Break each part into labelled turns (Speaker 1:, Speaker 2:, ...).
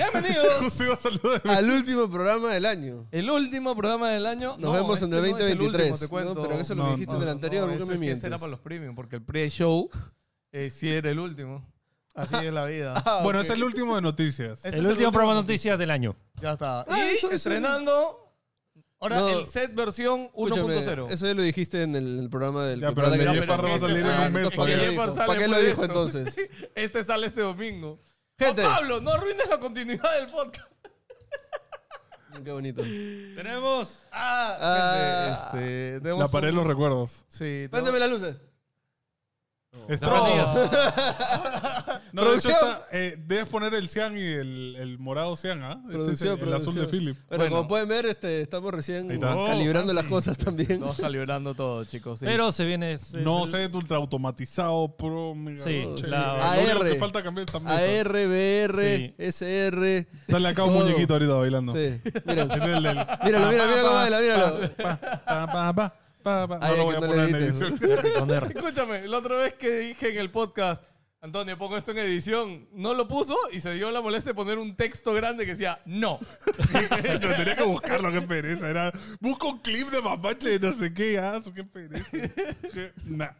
Speaker 1: Bienvenidos
Speaker 2: Justo iba a saludar.
Speaker 1: al último programa del año.
Speaker 3: El último programa del año.
Speaker 1: Nos vemos en el
Speaker 3: no es
Speaker 1: 2023.
Speaker 3: último, te cuento.
Speaker 1: No, pero eso lo
Speaker 2: No,
Speaker 1: dijiste en el
Speaker 2: no,
Speaker 1: anterior,
Speaker 3: no,
Speaker 1: ¿por qué
Speaker 3: eso
Speaker 1: me
Speaker 3: es que
Speaker 1: mientes?
Speaker 3: ese era para los premium, porque el pre-show eh, sí era el último. Así es la vida.
Speaker 1: Ah,
Speaker 2: Bueno,
Speaker 1: ok.
Speaker 2: es el último de noticias.
Speaker 3: Este es
Speaker 4: el último programa de noticias del año.
Speaker 3: Ya está.
Speaker 1: Ah,
Speaker 3: y
Speaker 1: eso, eso.
Speaker 3: estrenando ahora
Speaker 1: No.
Speaker 3: el set versión
Speaker 1: Escúchame,
Speaker 3: 1.0
Speaker 1: eso ya lo dijiste en el, el programa del
Speaker 2: Ya,
Speaker 1: que
Speaker 2: pero
Speaker 1: para
Speaker 2: el
Speaker 1: que-
Speaker 2: de Jeff Farro va a
Speaker 1: ese-
Speaker 2: salir en
Speaker 1: ah,
Speaker 2: un mes,
Speaker 1: ¿para
Speaker 2: ¿para
Speaker 1: qué
Speaker 2: qué
Speaker 1: lo dijo?
Speaker 3: sale
Speaker 1: ¿Para qué lo dijo
Speaker 3: molesto?
Speaker 1: entonces?
Speaker 3: Este sale este domingo.
Speaker 1: Gente.
Speaker 3: Juan Pablo, no arruines la continuidad del podcast.
Speaker 1: Qué bonito.
Speaker 4: Tenemos.
Speaker 3: Ah,
Speaker 1: Ah.
Speaker 3: gente, este, tenemos
Speaker 2: La pared de
Speaker 3: un-
Speaker 2: los recuerdos.
Speaker 3: Sí, tenemos-
Speaker 1: Préndeme las luces.
Speaker 2: Estrada. No, de hecho
Speaker 1: Oh. Producción.
Speaker 2: está, eh, debes poner el cian y el, el morado cian, ¿ah? Este es
Speaker 1: Producción,
Speaker 2: el, el azul de
Speaker 1: producción.
Speaker 2: Philip.
Speaker 1: Bueno,
Speaker 3: Bueno.
Speaker 1: como pueden ver, este, estamos recién
Speaker 2: Ahí está.
Speaker 1: calibrando
Speaker 4: Oh,
Speaker 1: las cosas también.
Speaker 3: Estamos calibrando todo, chicos. sí.
Speaker 4: Pero se viene. se-
Speaker 2: No
Speaker 4: se-
Speaker 2: set ultra automatizado, pro, mega.
Speaker 4: Sí,
Speaker 2: Che,
Speaker 4: la-
Speaker 2: lo único
Speaker 1: AR.
Speaker 2: que falta cambiar es esta mesa.
Speaker 1: AR, BR,
Speaker 4: Sí.
Speaker 1: SR.
Speaker 2: Sale acá un
Speaker 1: Todo.
Speaker 2: muñequito ahorita bailando.
Speaker 1: Sí, míralo.
Speaker 2: Es el del.
Speaker 1: Míralo, míralo, míralo, baila, míralo.
Speaker 2: Pa, pa, pa, pa, pa, pa.
Speaker 1: Ay,
Speaker 2: No
Speaker 1: que
Speaker 2: lo voy a
Speaker 1: no le
Speaker 2: poner en
Speaker 1: edites,
Speaker 2: edición.
Speaker 4: con R.
Speaker 3: Escúchame, la otra vez que dije en el podcast, Antonio, pongo esto en edición, no lo puso y se dio la molestia de poner un texto grande que decía no.
Speaker 2: Yo tenía que buscarlo, qué pereza. Era, busco un clip de mapache de no sé qué, ah, su qué pereza. Qué- nah.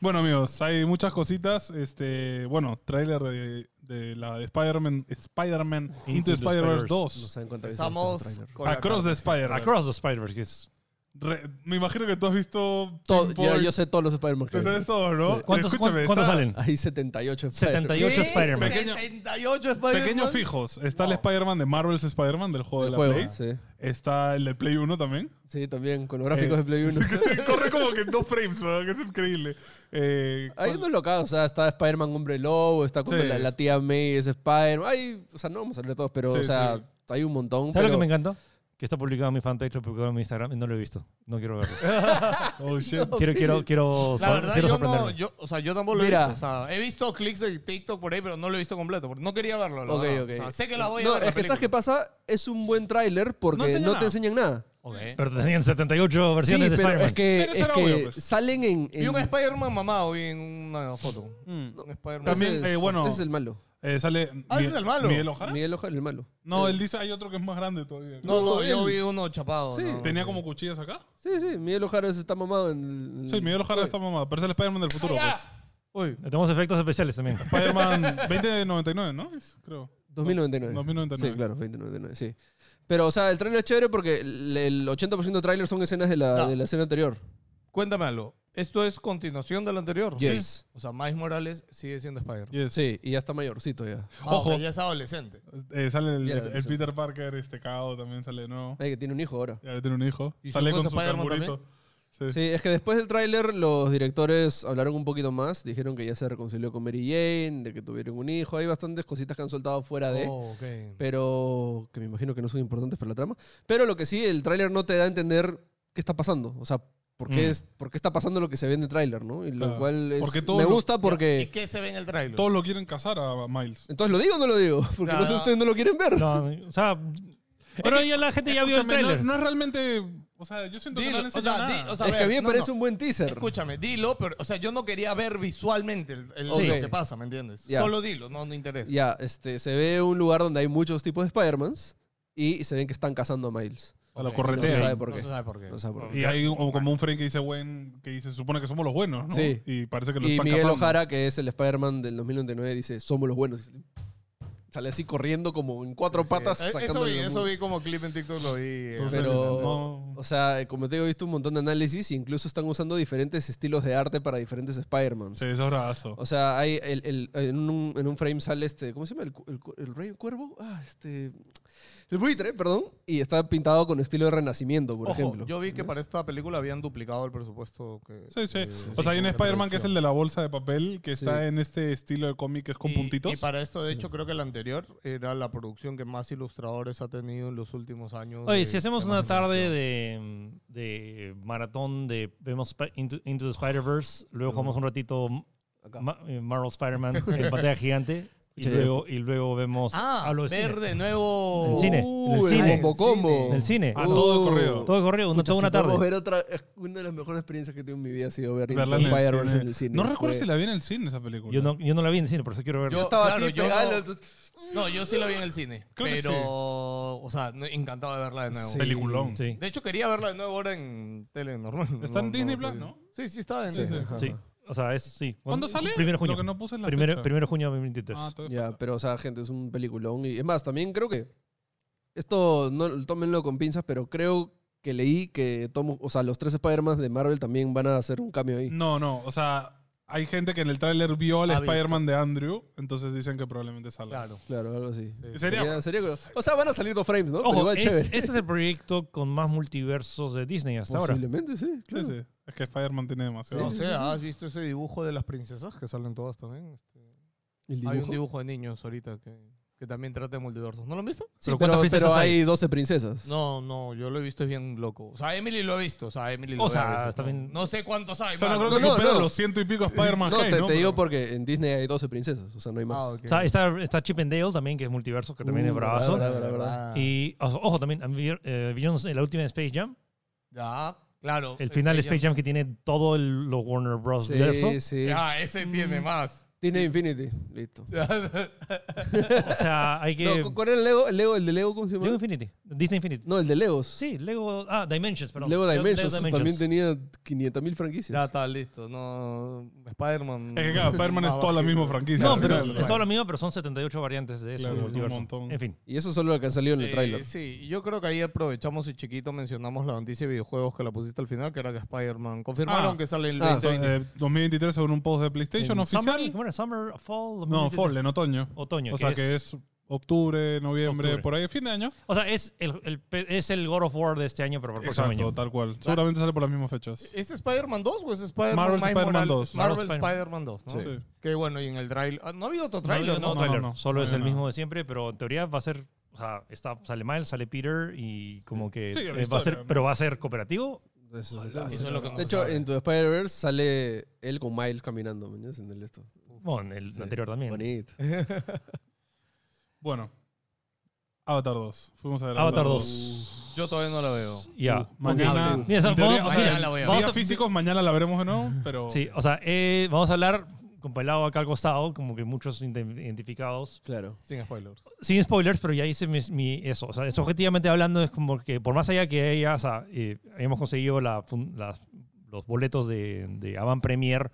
Speaker 2: Bueno, amigos, hay muchas cositas. Este, bueno, tráiler de, de la de Spider-Man Spider-Man Into,
Speaker 4: Into the
Speaker 2: Spider-Verse
Speaker 4: Spider-Verse.
Speaker 1: No
Speaker 2: 2.
Speaker 1: saben cuántas veces
Speaker 3: Estamos
Speaker 1: he visto este
Speaker 3: con la
Speaker 2: Across the Spider-Verse.
Speaker 4: Across the Spider-Verse. que es-
Speaker 2: Re- Me imagino que tú has visto
Speaker 1: tráiler.
Speaker 2: Pink
Speaker 1: Todo- ya,
Speaker 2: Floyd.
Speaker 1: yo sé todos los Spider-Man. que
Speaker 2: Tú sabes
Speaker 1: hay.
Speaker 2: todo, ¿no?
Speaker 1: Sí.
Speaker 4: ¿Cuántos,
Speaker 2: Escúchame,
Speaker 4: cuán- cuántos
Speaker 2: está-
Speaker 4: salen?
Speaker 1: Hay 78 Spider-Man.
Speaker 4: 78 Spider-Man.
Speaker 2: Pequeño-
Speaker 3: 78 Spider-Man.
Speaker 2: Pequeños fijos. Está el Spider-Man de Marvel's Spider-Man del juego de
Speaker 1: El
Speaker 2: la
Speaker 1: juego,
Speaker 2: Play.
Speaker 1: sí.
Speaker 2: Está el de Play 1 también.
Speaker 1: Sí, también, con los
Speaker 2: Eh,
Speaker 1: gráficos de Play 1.
Speaker 2: Corre como que en dos frames, ¿verdad? que es increíble. Eh,
Speaker 1: Hay
Speaker 2: ¿cuál-
Speaker 1: unos locados, o sea, está Spider-Man Hombre Lobo, está cuando
Speaker 2: Sí.
Speaker 1: la, la tía May es Spider-Man. Hay, o sea, no vamos a hablar de todos, pero,
Speaker 2: Sí,
Speaker 1: o sea,
Speaker 2: sí.
Speaker 1: hay un montón.
Speaker 4: ¿Sabes lo
Speaker 1: pero-
Speaker 4: que me encantó? Que está publicado en mi fanpage, lo publicado en mi Instagram y no lo he visto. No quiero verlo.
Speaker 2: Oh, shit.
Speaker 4: Quiero, quiero, quiero,
Speaker 3: La
Speaker 4: sor-
Speaker 3: verdad,
Speaker 4: quiero
Speaker 3: yo no,
Speaker 4: sorprenderme.
Speaker 3: yo, o sea, yo tampoco lo
Speaker 1: Mira.
Speaker 3: he visto. O sea, he visto clics de TikTok por ahí, pero no lo he visto completo. porque No quería verlo. la
Speaker 1: Ok,
Speaker 3: verdad.
Speaker 1: ok.
Speaker 3: O sea, sé que la voy a
Speaker 1: No,
Speaker 3: ver. la
Speaker 1: es que ¿sabes qué
Speaker 3: película.
Speaker 1: pasa? Es un buen tráiler
Speaker 2: No
Speaker 1: porque
Speaker 2: enseña
Speaker 1: no, te
Speaker 2: nada.
Speaker 1: enseñan nada.
Speaker 3: Ok.
Speaker 4: Pero tenían 78
Speaker 1: Sí,
Speaker 4: versiones de
Speaker 1: pero es
Speaker 4: Spider-Man.
Speaker 1: que,
Speaker 2: Pero eso
Speaker 1: es
Speaker 2: era
Speaker 1: que
Speaker 2: obvio, pues.
Speaker 1: salen en... en-
Speaker 3: Vi un Spider-Man mamado vi en una foto. Un Spider-Man.
Speaker 1: Ese
Speaker 2: También, eh,
Speaker 1: es-
Speaker 2: bueno.
Speaker 1: ese es el malo.
Speaker 2: Eh, sale.
Speaker 3: Mm. Ah, ese
Speaker 2: Mie-
Speaker 3: es el malo.
Speaker 2: Miguel Ojara.
Speaker 1: Miguel Ojara, el malo.
Speaker 2: No, él dice hay otro que es más grande todavía.
Speaker 3: No, no, yo
Speaker 1: él-
Speaker 3: vi uno chapado.
Speaker 1: Sí.
Speaker 3: no.
Speaker 2: Tenía como cuchillas acá.
Speaker 1: Sí, sí, Miguel Ojara ese está mamado
Speaker 3: Mm.
Speaker 1: en...
Speaker 2: Sí, Miguel Ojara está mamado. Pero es el Spider-Man
Speaker 3: ¡Ah,
Speaker 2: del futuro, pues.
Speaker 3: Uy,
Speaker 4: Tenemos efectos especiales también.
Speaker 2: Spider-Man 2099, ¿no? Es- Creo.
Speaker 1: 2099.
Speaker 2: 2099.
Speaker 1: Sí, claro, 2099, sí. Pero, o sea, el tráiler es chévere porque el el 80% del tráiler son escenas de la,
Speaker 3: No.
Speaker 1: de la escena anterior.
Speaker 3: Cuéntame algo. Esto es continuación del anterior.
Speaker 1: Yes.
Speaker 3: Sí. O sea, Miles Morales sigue siendo Spider. man
Speaker 2: Yes.
Speaker 1: Sí, y ya está mayorcito ya.
Speaker 2: Ojo.
Speaker 3: ya es adolescente.
Speaker 2: Eh, sale el,
Speaker 1: Mira,
Speaker 2: el
Speaker 1: eso.
Speaker 2: Peter Parker, este cagado también sale de nuevo.
Speaker 1: Ay, que tiene un hijo ahora.
Speaker 2: Ya tiene un hijo.
Speaker 3: ¿Y su
Speaker 2: Sale
Speaker 3: hijo
Speaker 2: con
Speaker 3: es
Speaker 2: su
Speaker 3: Spider-Man
Speaker 2: carburito. Sí.
Speaker 1: Sí, es que después del tráiler los directores hablaron un poquito más, dijeron que ya se reconcilió con Mary Jane, de que tuvieron un hijo, hay bastantes cositas que han soltado fuera de,
Speaker 3: Oh, ok.
Speaker 1: pero que me imagino que no son importantes para la trama. Pero lo que sí, el tráiler no te da a entender qué está pasando, o sea, por qué,
Speaker 4: Mm.
Speaker 1: es, por qué está pasando lo que se ve en el tráiler, ¿no? Y lo
Speaker 2: Claro.
Speaker 1: cual es-
Speaker 2: Porque todo
Speaker 1: me
Speaker 2: lo-
Speaker 1: gusta
Speaker 3: ¿Y
Speaker 1: porque...
Speaker 3: qué se ve en el trailer?
Speaker 2: Todos lo quieren casar a Miles.
Speaker 1: Entonces, ¿lo digo o no lo digo? Porque no sé
Speaker 3: Claro.
Speaker 1: ustedes no lo quieren ver.
Speaker 4: No, o sea, pero ya la gente ya vio el
Speaker 2: Escúchame,
Speaker 4: tráiler.
Speaker 2: No, no es realmente. O sea, yo siento que
Speaker 3: Dilo,
Speaker 2: no le
Speaker 3: o
Speaker 2: enseñan
Speaker 3: sea, di-
Speaker 2: nada.
Speaker 3: o sea,
Speaker 1: es que a mí me
Speaker 3: no,
Speaker 1: parece
Speaker 3: no.
Speaker 1: un buen teaser.
Speaker 3: Escúchame, dilo, pero, o sea, yo no quería ver visualmente el, el-
Speaker 1: Sí.
Speaker 3: lo que pasa, ¿me entiendes?
Speaker 1: Ya.
Speaker 3: Solo dilo, no, no interesa.
Speaker 1: Ya, este, se ve un lugar donde hay muchos tipos de Spider-Mans y se ven que están cazando a Miles.
Speaker 2: A la
Speaker 3: Ok,
Speaker 2: corretea.
Speaker 1: no se sabe por
Speaker 3: No
Speaker 1: qué.
Speaker 3: se sabe por qué.
Speaker 1: No se sabe por qué.
Speaker 2: Y hay un- como un frame que dice buen, que dice, se supone que somos los buenos, ¿no?
Speaker 1: Sí.
Speaker 2: Y parece que lo
Speaker 1: Y
Speaker 2: están
Speaker 1: Miguel
Speaker 2: cazando.
Speaker 1: Ojara, que es el Spider-Man del 2099, dice, somos los buenos. Sale así corriendo como en cuatro patas.
Speaker 3: Eh, Eso
Speaker 1: sacando
Speaker 3: vi,
Speaker 1: los
Speaker 3: eso
Speaker 1: mu-
Speaker 3: vi como clip en TikTok, lo vi. eh,
Speaker 2: Entonces,
Speaker 1: Pero,
Speaker 2: no.
Speaker 1: o sea, como te digo, he visto un montón de análisis e incluso están usando diferentes estilos de arte para diferentes Spider-Mans.
Speaker 2: Sí, eso es bravazo.
Speaker 1: O sea, hay el, el- en, un, en un frame sale este, ¿cómo se llama? ¿El, cu- el cu- el rey cuervo? Ah, este... El buitre, perdón. Y está pintado con estilo de renacimiento, por
Speaker 3: Ojo,
Speaker 1: ejemplo.
Speaker 3: yo vi que para esta película habían duplicado el presupuesto. Que,
Speaker 2: Sí, sí.
Speaker 3: que-
Speaker 2: O sea, hay un
Speaker 3: de
Speaker 2: Spider-Man que es el
Speaker 3: producción.
Speaker 2: de la bolsa de papel, que está
Speaker 1: Sí.
Speaker 2: en este estilo de cómic que es con
Speaker 3: Y-
Speaker 2: puntitos.
Speaker 3: Y para esto, de hecho, creo que la anterior era la producción que más ilustradores ha tenido en los últimos años.
Speaker 4: Oye,
Speaker 3: de-
Speaker 4: si hacemos
Speaker 3: de
Speaker 4: una
Speaker 3: más
Speaker 4: tarde
Speaker 3: animación.
Speaker 4: de, de maratón de vemos Spi- Into, Into the Spider-Verse, luego jugamos un ratito
Speaker 1: Acá.
Speaker 4: Ma- eh, Marvel Spider-Man en pantalla gigante Y
Speaker 1: Sí.
Speaker 4: luego, y luego vemos
Speaker 3: Ah,
Speaker 4: hablo de
Speaker 3: ver
Speaker 4: cine.
Speaker 3: de nuevo.
Speaker 4: En cine. en el
Speaker 1: Uh,
Speaker 4: cine.
Speaker 1: el combo combo.
Speaker 4: En el cine.
Speaker 2: Ah, todo
Speaker 1: Uh,
Speaker 2: de corrido.
Speaker 4: Todo corrido, una,
Speaker 1: Pucha,
Speaker 4: toda
Speaker 1: si
Speaker 4: una
Speaker 1: podemos
Speaker 4: tarde.
Speaker 1: ver otra, es una de las mejores experiencias que tengo en mi vida ha sido ver
Speaker 2: Verla en el
Speaker 1: Into Spider-Verse
Speaker 2: cine.
Speaker 1: en el cine.
Speaker 2: No recuerdo
Speaker 1: Fue-
Speaker 2: si la vi en el cine esa película.
Speaker 4: Yo no, yo no la vi en el cine, por eso quiero verla.
Speaker 1: Yo
Speaker 3: Yo-
Speaker 1: estaba
Speaker 3: claro,
Speaker 1: así
Speaker 3: yo
Speaker 1: pegada,
Speaker 3: no-
Speaker 1: entonces-
Speaker 3: No, yo sí la vi en el cine.
Speaker 2: Creo que
Speaker 3: pero,
Speaker 2: sí.
Speaker 3: o sea, no- encantado de verla de nuevo.
Speaker 1: Sí.
Speaker 2: Peliculón.
Speaker 4: Sí.
Speaker 3: De hecho, quería verla de nuevo ahora en tele normal.
Speaker 2: Está en Disney
Speaker 3: Plus,
Speaker 2: Plus, ¿no?
Speaker 3: Sí, sí, está en
Speaker 2: Sí, sí.
Speaker 3: Ajá.
Speaker 4: Sí. O sea, es sí.
Speaker 2: ¿Cuándo sale?
Speaker 4: Primero de junio.
Speaker 2: Lo que no puse en la
Speaker 4: primero,
Speaker 2: fecha.
Speaker 4: primero de junio de 2023.
Speaker 2: Ah, todavía
Speaker 1: Ya, pero o sea, gente, es un peliculón. Y es más, también creo que. Esto no tómenlo con pinzas, pero creo que leí que tomo, o sea, los tres Spider-Man de Marvel también van a hacer un cambio ahí.
Speaker 2: No, no, o sea, hay gente que en el tráiler vio al
Speaker 3: Ha
Speaker 2: Spider-Man de Andrew, entonces dicen que probablemente salga.
Speaker 3: Claro.
Speaker 1: Claro, algo así.
Speaker 3: Sí.
Speaker 2: Sería-
Speaker 1: o sea, van a salir dos frames, ¿no? pero
Speaker 4: Ojo,
Speaker 1: igual
Speaker 4: es-
Speaker 1: chévere.
Speaker 4: este es el proyecto con más multiversos de Disney hasta ahora.
Speaker 1: Posiblemente, sí.
Speaker 2: Sí,
Speaker 1: Claro.
Speaker 2: sí. Es que Spider-Man tiene demasiado.
Speaker 3: No
Speaker 1: Sí,
Speaker 3: sé,
Speaker 1: sí, sí, sí.
Speaker 3: ¿has visto ese dibujo de las princesas que salen todas también? Este,
Speaker 1: ¿El
Speaker 3: Hay un
Speaker 1: dibujo?
Speaker 3: dibujo de niños ahorita que, que también trata de multiversos. ¿No lo han visto?
Speaker 1: Sí,
Speaker 4: ¿Pero
Speaker 1: pero,
Speaker 4: cuántas princesas
Speaker 1: pero
Speaker 4: hay?
Speaker 1: hay 12 princesas.
Speaker 3: No, no, yo lo he visto, es bien loco. O sea, Emily lo he visto. O sea, Emily lo
Speaker 4: O
Speaker 3: ve a
Speaker 4: sea,
Speaker 3: veces,
Speaker 4: está
Speaker 3: ¿no?
Speaker 4: bien.
Speaker 3: No sé cuántos hay.
Speaker 2: O sea, no
Speaker 3: mano.
Speaker 2: creo que
Speaker 1: No,
Speaker 2: supere
Speaker 1: no.
Speaker 2: los ciento y pico Spider-Man.
Speaker 1: No,
Speaker 2: Hey,
Speaker 1: te,
Speaker 2: ¿no?
Speaker 1: te digo
Speaker 2: Pero-
Speaker 1: porque en Disney hay 12 princesas, o sea, no hay más.
Speaker 3: Ah, ok.
Speaker 4: Está, está, está Chip and Dale también, que es multiverso, que también es
Speaker 1: Uh,
Speaker 4: bravazo.
Speaker 1: verdad, verdad, verdad.
Speaker 4: Y ojo, ojo, también, ¿han vi- eh, ¿vieron la última de Space Jam?
Speaker 3: Ya, claro.
Speaker 4: El final de Space Jam que tiene todo el- los Warner Bros.
Speaker 1: Sí,
Speaker 4: verso.
Speaker 1: sí.
Speaker 3: Ah, ese tiene más.
Speaker 1: Disney Infinity, listo.
Speaker 4: O sea, hay que...
Speaker 1: No, ¿cu- ¿Cuál era el Lego? ¿El, Lego, el de Lego cómo se
Speaker 4: Lego
Speaker 1: llama?
Speaker 4: Infinity. Disney Infinity.
Speaker 1: No, el de Legos.
Speaker 4: Sí, Lego... Ah, Dimensions, perdón.
Speaker 1: Lego Dimensions,
Speaker 4: Lego
Speaker 1: también tenía 500.000 franquicias.
Speaker 3: Ya está listo. No, Spider-Man.
Speaker 2: Es que claro, Spider-Man es toda la misma franquicia.
Speaker 4: Ah, No,
Speaker 2: Sí,
Speaker 4: pero
Speaker 2: sí, sí.
Speaker 4: es todo lo mismo, pero son 78 variantes de ese
Speaker 2: Claro, es un
Speaker 4: multiverso.
Speaker 2: montón.
Speaker 4: En fin.
Speaker 1: Y eso solo lo que han salido en el
Speaker 3: Eh,
Speaker 1: tráiler.
Speaker 3: sí, yo creo que ahí aprovechamos y chiquito mencionamos la noticia de videojuegos que la pusiste al final, que era que Spider-Man. Confirmaron
Speaker 2: Ah.
Speaker 3: que sale el
Speaker 1: Ah,
Speaker 2: So,
Speaker 3: 2020.
Speaker 2: eh, 2023 según un post de PlayStation
Speaker 4: En summer-
Speaker 2: oficial.
Speaker 4: ¿Cómo era? Summer, Fall...
Speaker 2: No,
Speaker 4: 2023.
Speaker 2: fall, en otoño.
Speaker 4: Otoño.
Speaker 2: O sea que es octubre, noviembre,
Speaker 4: Octubre.
Speaker 2: por ahí, fin de año.
Speaker 4: O sea, es el, el pe- es el God of War de este año, pero por el próximo
Speaker 2: Exacto,
Speaker 4: año.
Speaker 2: tal cual. Seguramente sale por las mismas fechas.
Speaker 3: ¿Es Spider-Man 2 o es Spider-Man
Speaker 2: Marvel
Speaker 3: Miles
Speaker 2: Spider-Man
Speaker 3: Morales?
Speaker 2: 2.
Speaker 3: Marvel
Speaker 4: Marvel
Speaker 3: Spider-Man 2, ¿no?
Speaker 1: Sí.
Speaker 2: Sí.
Speaker 3: Que bueno, y en el trailer. no ha habido otro
Speaker 4: No,
Speaker 3: trailer,
Speaker 4: no,
Speaker 3: ¿no?
Speaker 4: no, trailer.
Speaker 2: no,
Speaker 4: Solo
Speaker 2: no
Speaker 4: es
Speaker 2: hay
Speaker 4: el
Speaker 2: nada.
Speaker 4: mismo de siempre, pero en teoría va a ser. O sea, está, sale Miles, sale Peter y como que.
Speaker 2: Sí, la
Speaker 4: eh, va a
Speaker 2: historia,
Speaker 4: ser,
Speaker 2: ¿no?
Speaker 4: Pero va a ser cooperativo.
Speaker 1: De eso se
Speaker 2: Ojalá,
Speaker 1: trata.
Speaker 3: eso es lo que no
Speaker 1: de
Speaker 3: se
Speaker 1: hecho,
Speaker 3: sabe.
Speaker 1: en tu Spider-Verse sale él con Miles caminando, ¿me entiendes? En el esto.
Speaker 4: Bueno, en el
Speaker 1: Sí.
Speaker 4: anterior también.
Speaker 1: Bonito.
Speaker 2: Bueno. Avatar 2. Fuimos a ver
Speaker 4: Avatar 2.
Speaker 3: Yo todavía no la veo.
Speaker 4: Ya.
Speaker 2: uh, Mañana.
Speaker 1: Ok.
Speaker 4: Mira,
Speaker 2: en
Speaker 4: vamos-
Speaker 2: teoría, o sea,
Speaker 3: mañana la voy a ver.
Speaker 2: días físicos, mañana la veremos de nuevo, pero.
Speaker 4: Sí, o sea, eh, vamos a hablar con Pelado acá al costado, como que muchos inte- identificados.
Speaker 1: Claro.
Speaker 3: Sin spoilers.
Speaker 4: Sin spoilers, pero ya hice mi, mi- eso. O sea, es objetivamente hablando, es como que por más allá que ella, o sea, eh, hemos conseguido la fun- las- los boletos de, de Avant Premier,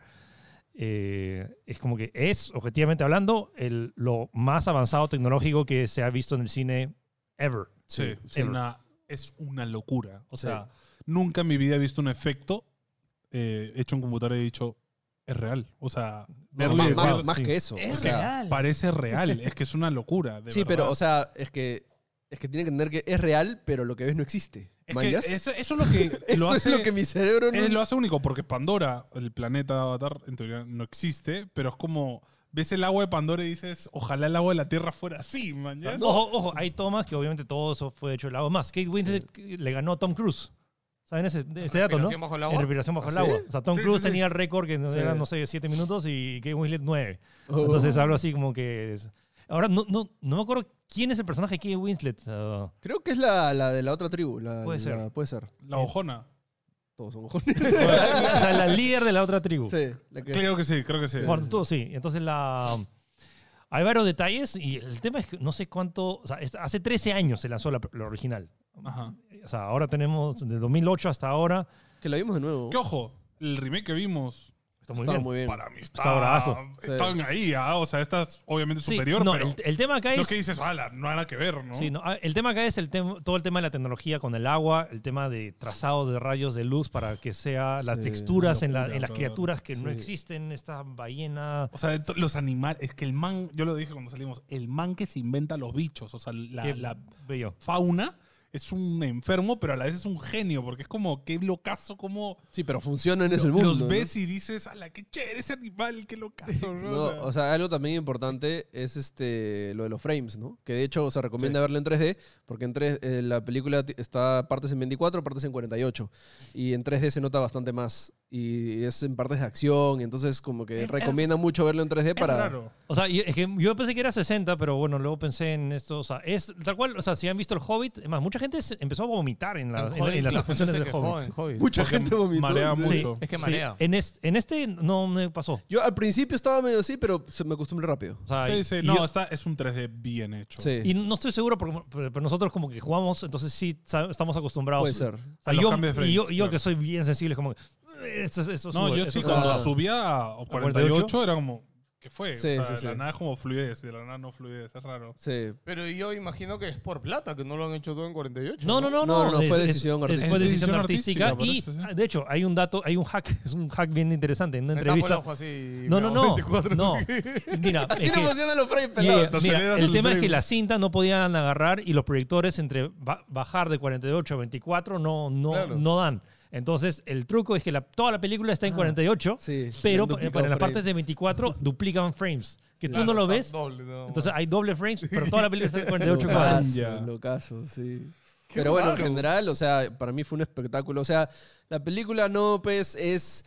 Speaker 4: eh, es como que es, objetivamente hablando, el, lo más avanzado tecnológico que se ha visto en el cine ever.
Speaker 2: Sí,
Speaker 4: Sí,
Speaker 2: es
Speaker 4: sí.
Speaker 2: una- es una locura. O sea, nunca en mi vida he visto un efecto eh, hecho en computadora y he dicho, es real. O sea,
Speaker 1: Más,
Speaker 2: verlo y
Speaker 1: más-
Speaker 2: decir,
Speaker 1: más
Speaker 4: sí.
Speaker 1: que eso. o sea,
Speaker 2: parece real. es que es una locura. de
Speaker 1: Sí,
Speaker 2: verdad.
Speaker 1: pero, o sea, es que, es que tienen que entender que es real, pero lo que ves no existe.
Speaker 2: es que
Speaker 1: ¿Mañas?
Speaker 2: eso, eso es lo que
Speaker 1: eso
Speaker 2: lo hace,
Speaker 1: es lo que mi cerebro no...
Speaker 2: eh, lo hace único, porque Pandora, el planeta Avatar, en teoría no existe, pero es como. Ves el agua de Pandora y dices, ojalá el agua de la Tierra fuera así, man. ¿ya?
Speaker 4: Ah, Ojo, ojo, hay tomas que obviamente todo eso fue hecho el agua. Más, Kate Winslet le ganó a Tom Cruise. ¿Saben ese, ese dato, no?
Speaker 3: Respiración bajo el
Speaker 4: En
Speaker 3: agua.
Speaker 4: respiración bajo el
Speaker 1: ¿Sí?
Speaker 4: agua. O sea, Tom
Speaker 2: Ah, Sí,
Speaker 4: Cruise
Speaker 2: sí, sí.
Speaker 4: tenía el récord que
Speaker 1: Sí.
Speaker 4: eran, no sé, 7 minutos y Kate Winslet 9.
Speaker 1: Oh.
Speaker 4: Entonces, algo así como que. es- Ahora, no, no, no me acuerdo quién es el personaje de Kate Winslet. Ah,
Speaker 1: Creo que es la, la de la otra tribu. la-
Speaker 4: Puede
Speaker 1: la-
Speaker 4: ser.
Speaker 1: Puede ser.
Speaker 2: La ojona.
Speaker 1: Todos son mojones.
Speaker 4: o sea, la líder de la otra tribu.
Speaker 1: sí, la que-
Speaker 2: Creo que sí, creo que sí.
Speaker 4: Bueno, tú sí. Entonces, la. Hay varios detalles y el tema es que no sé cuánto. O sea, es- hace 13 años se lanzó la, la original.
Speaker 2: Ajá.
Speaker 4: O sea, ahora tenemos, desde 2008 hasta ahora,
Speaker 1: que la vimos de nuevo.
Speaker 2: Que ojo, el remake que vimos
Speaker 4: está muy
Speaker 1: Estaba
Speaker 4: bien.
Speaker 1: muy bien.
Speaker 2: para mí está,
Speaker 4: Está bravazo.
Speaker 2: Están ahí, ah, o sea, esta es obviamente
Speaker 4: Sí,
Speaker 2: superior,
Speaker 4: no,
Speaker 2: pero
Speaker 4: el, el tema acá
Speaker 2: no
Speaker 4: es.
Speaker 2: es que dices, ala, no hay nada que ver, ¿no?
Speaker 4: Sí, no, ah, el tema acá es el tem- todo el tema de la tecnología con el agua, el tema de trazados de rayos de luz para que sea las
Speaker 1: Sí,
Speaker 4: texturas en, la-
Speaker 2: locura,
Speaker 4: en las
Speaker 2: todo.
Speaker 4: criaturas que no
Speaker 1: Sí.
Speaker 4: existen, esta ballena.
Speaker 2: O sea, de to- los animales, es que el man, yo lo dije cuando salimos, el man que se inventa los bichos, o sea, la,
Speaker 4: Qué
Speaker 2: la
Speaker 4: bello.
Speaker 2: fauna es un enfermo, pero a la vez es un genio, porque es como, qué locazo, como
Speaker 1: Sí, pero funciona en ese mundo.
Speaker 2: los
Speaker 1: ¿no?
Speaker 2: ves y dices, ala, qué chévere ese animal, qué locazo, ¿no?
Speaker 1: No, o sea, algo también importante es este lo de los frames, ¿no? Que de hecho se recomienda verlo en 3D, porque en 3, eh, la película ti- está partes en 24, partes en 48. Y en 3D se nota bastante más y es en partes de acción, entonces como que recomienda mucho verlo en 3D para...
Speaker 2: Es raro.
Speaker 4: O sea, y- es que yo pensé que era 60, pero bueno, luego pensé en esto. O sea, es tal cual. O sea, si han visto el Hobbit, es más, mucha gente se- empezó a vomitar en, la- en la- en las funciones del Hobbit.
Speaker 1: Mucha
Speaker 2: Porque
Speaker 1: gente vomitó.
Speaker 2: marea
Speaker 1: Sí.
Speaker 2: mucho.
Speaker 3: Es que
Speaker 4: Sí,
Speaker 3: marea.
Speaker 4: en, es- en este no me pasó.
Speaker 1: Yo al principio estaba medio así, pero se me acostumbré rápido.
Speaker 4: O sea, y-
Speaker 2: Sí, sí.
Speaker 4: y
Speaker 2: No,
Speaker 4: yo-
Speaker 2: está, es un 3D bien hecho.
Speaker 1: Sí,
Speaker 4: Y no estoy seguro, porque, pero pero nosotros como que jugamos, entonces sí sa- estamos acostumbrados.
Speaker 1: puede ser.
Speaker 4: O sea,
Speaker 2: A los
Speaker 4: yo,
Speaker 2: cambios de frames,
Speaker 4: y yo, y yo
Speaker 2: claro.
Speaker 4: que soy bien sensible, es como... "Eh, Eso, eso
Speaker 2: No,
Speaker 4: sube,
Speaker 2: yo
Speaker 4: eso
Speaker 2: sí,
Speaker 4: sube".
Speaker 2: cuando
Speaker 1: Ah.
Speaker 2: subía a 48,
Speaker 4: 48,
Speaker 2: era como, ¿qué fue?
Speaker 1: Sí,
Speaker 2: o sea,
Speaker 1: sí,
Speaker 2: de la
Speaker 1: sí.
Speaker 2: nada es como fluidez, de la nada no fluidez, es raro.
Speaker 1: Sí.
Speaker 3: Pero yo imagino que es por plata, que no lo han hecho todo en 48.
Speaker 4: No, no,
Speaker 1: No,
Speaker 4: no, no.
Speaker 1: no, no,
Speaker 4: es-
Speaker 1: fue
Speaker 4: es-
Speaker 1: decisión
Speaker 4: es-
Speaker 1: artística.
Speaker 4: fue decisión
Speaker 2: Decisión
Speaker 4: artística. Y,
Speaker 2: artística, parece, sí.
Speaker 4: de hecho, hay un dato, hay un hack, es un hack bien interesante. En una
Speaker 3: Me tapo el
Speaker 4: entrevista...
Speaker 3: ojo así,
Speaker 4: No,
Speaker 3: me
Speaker 4: no,
Speaker 3: hago
Speaker 4: no.
Speaker 3: 24.
Speaker 4: no. Mira, es que-
Speaker 1: los frames
Speaker 4: mira,
Speaker 2: te
Speaker 4: mira,
Speaker 2: aceleras
Speaker 4: el
Speaker 2: el
Speaker 4: tema es que
Speaker 2: frame.
Speaker 4: la cinta no podían agarrar y los proyectores entre ba- bajar de 48 a 24 no, no,
Speaker 3: Claro.
Speaker 4: no dan. Entonces, el truco es que la- toda la película está en 48,
Speaker 1: Sí,
Speaker 4: pero
Speaker 1: han
Speaker 4: para
Speaker 1: duplicado
Speaker 4: las partes
Speaker 1: frames.
Speaker 4: de 24 duplican frames. Que
Speaker 3: Claro,
Speaker 4: tú no lo
Speaker 3: está
Speaker 4: ves,
Speaker 3: doble, no,
Speaker 4: entonces
Speaker 3: bueno.
Speaker 4: hay doble frames, pero toda la película está en 48 cuadros.
Speaker 1: Locazo,
Speaker 2: ya.
Speaker 1: locazo, sí.
Speaker 3: Qué
Speaker 1: Pero bueno, en
Speaker 3: raro.
Speaker 1: general, o sea, para mí fue un espectáculo. O sea, la película no, pues, es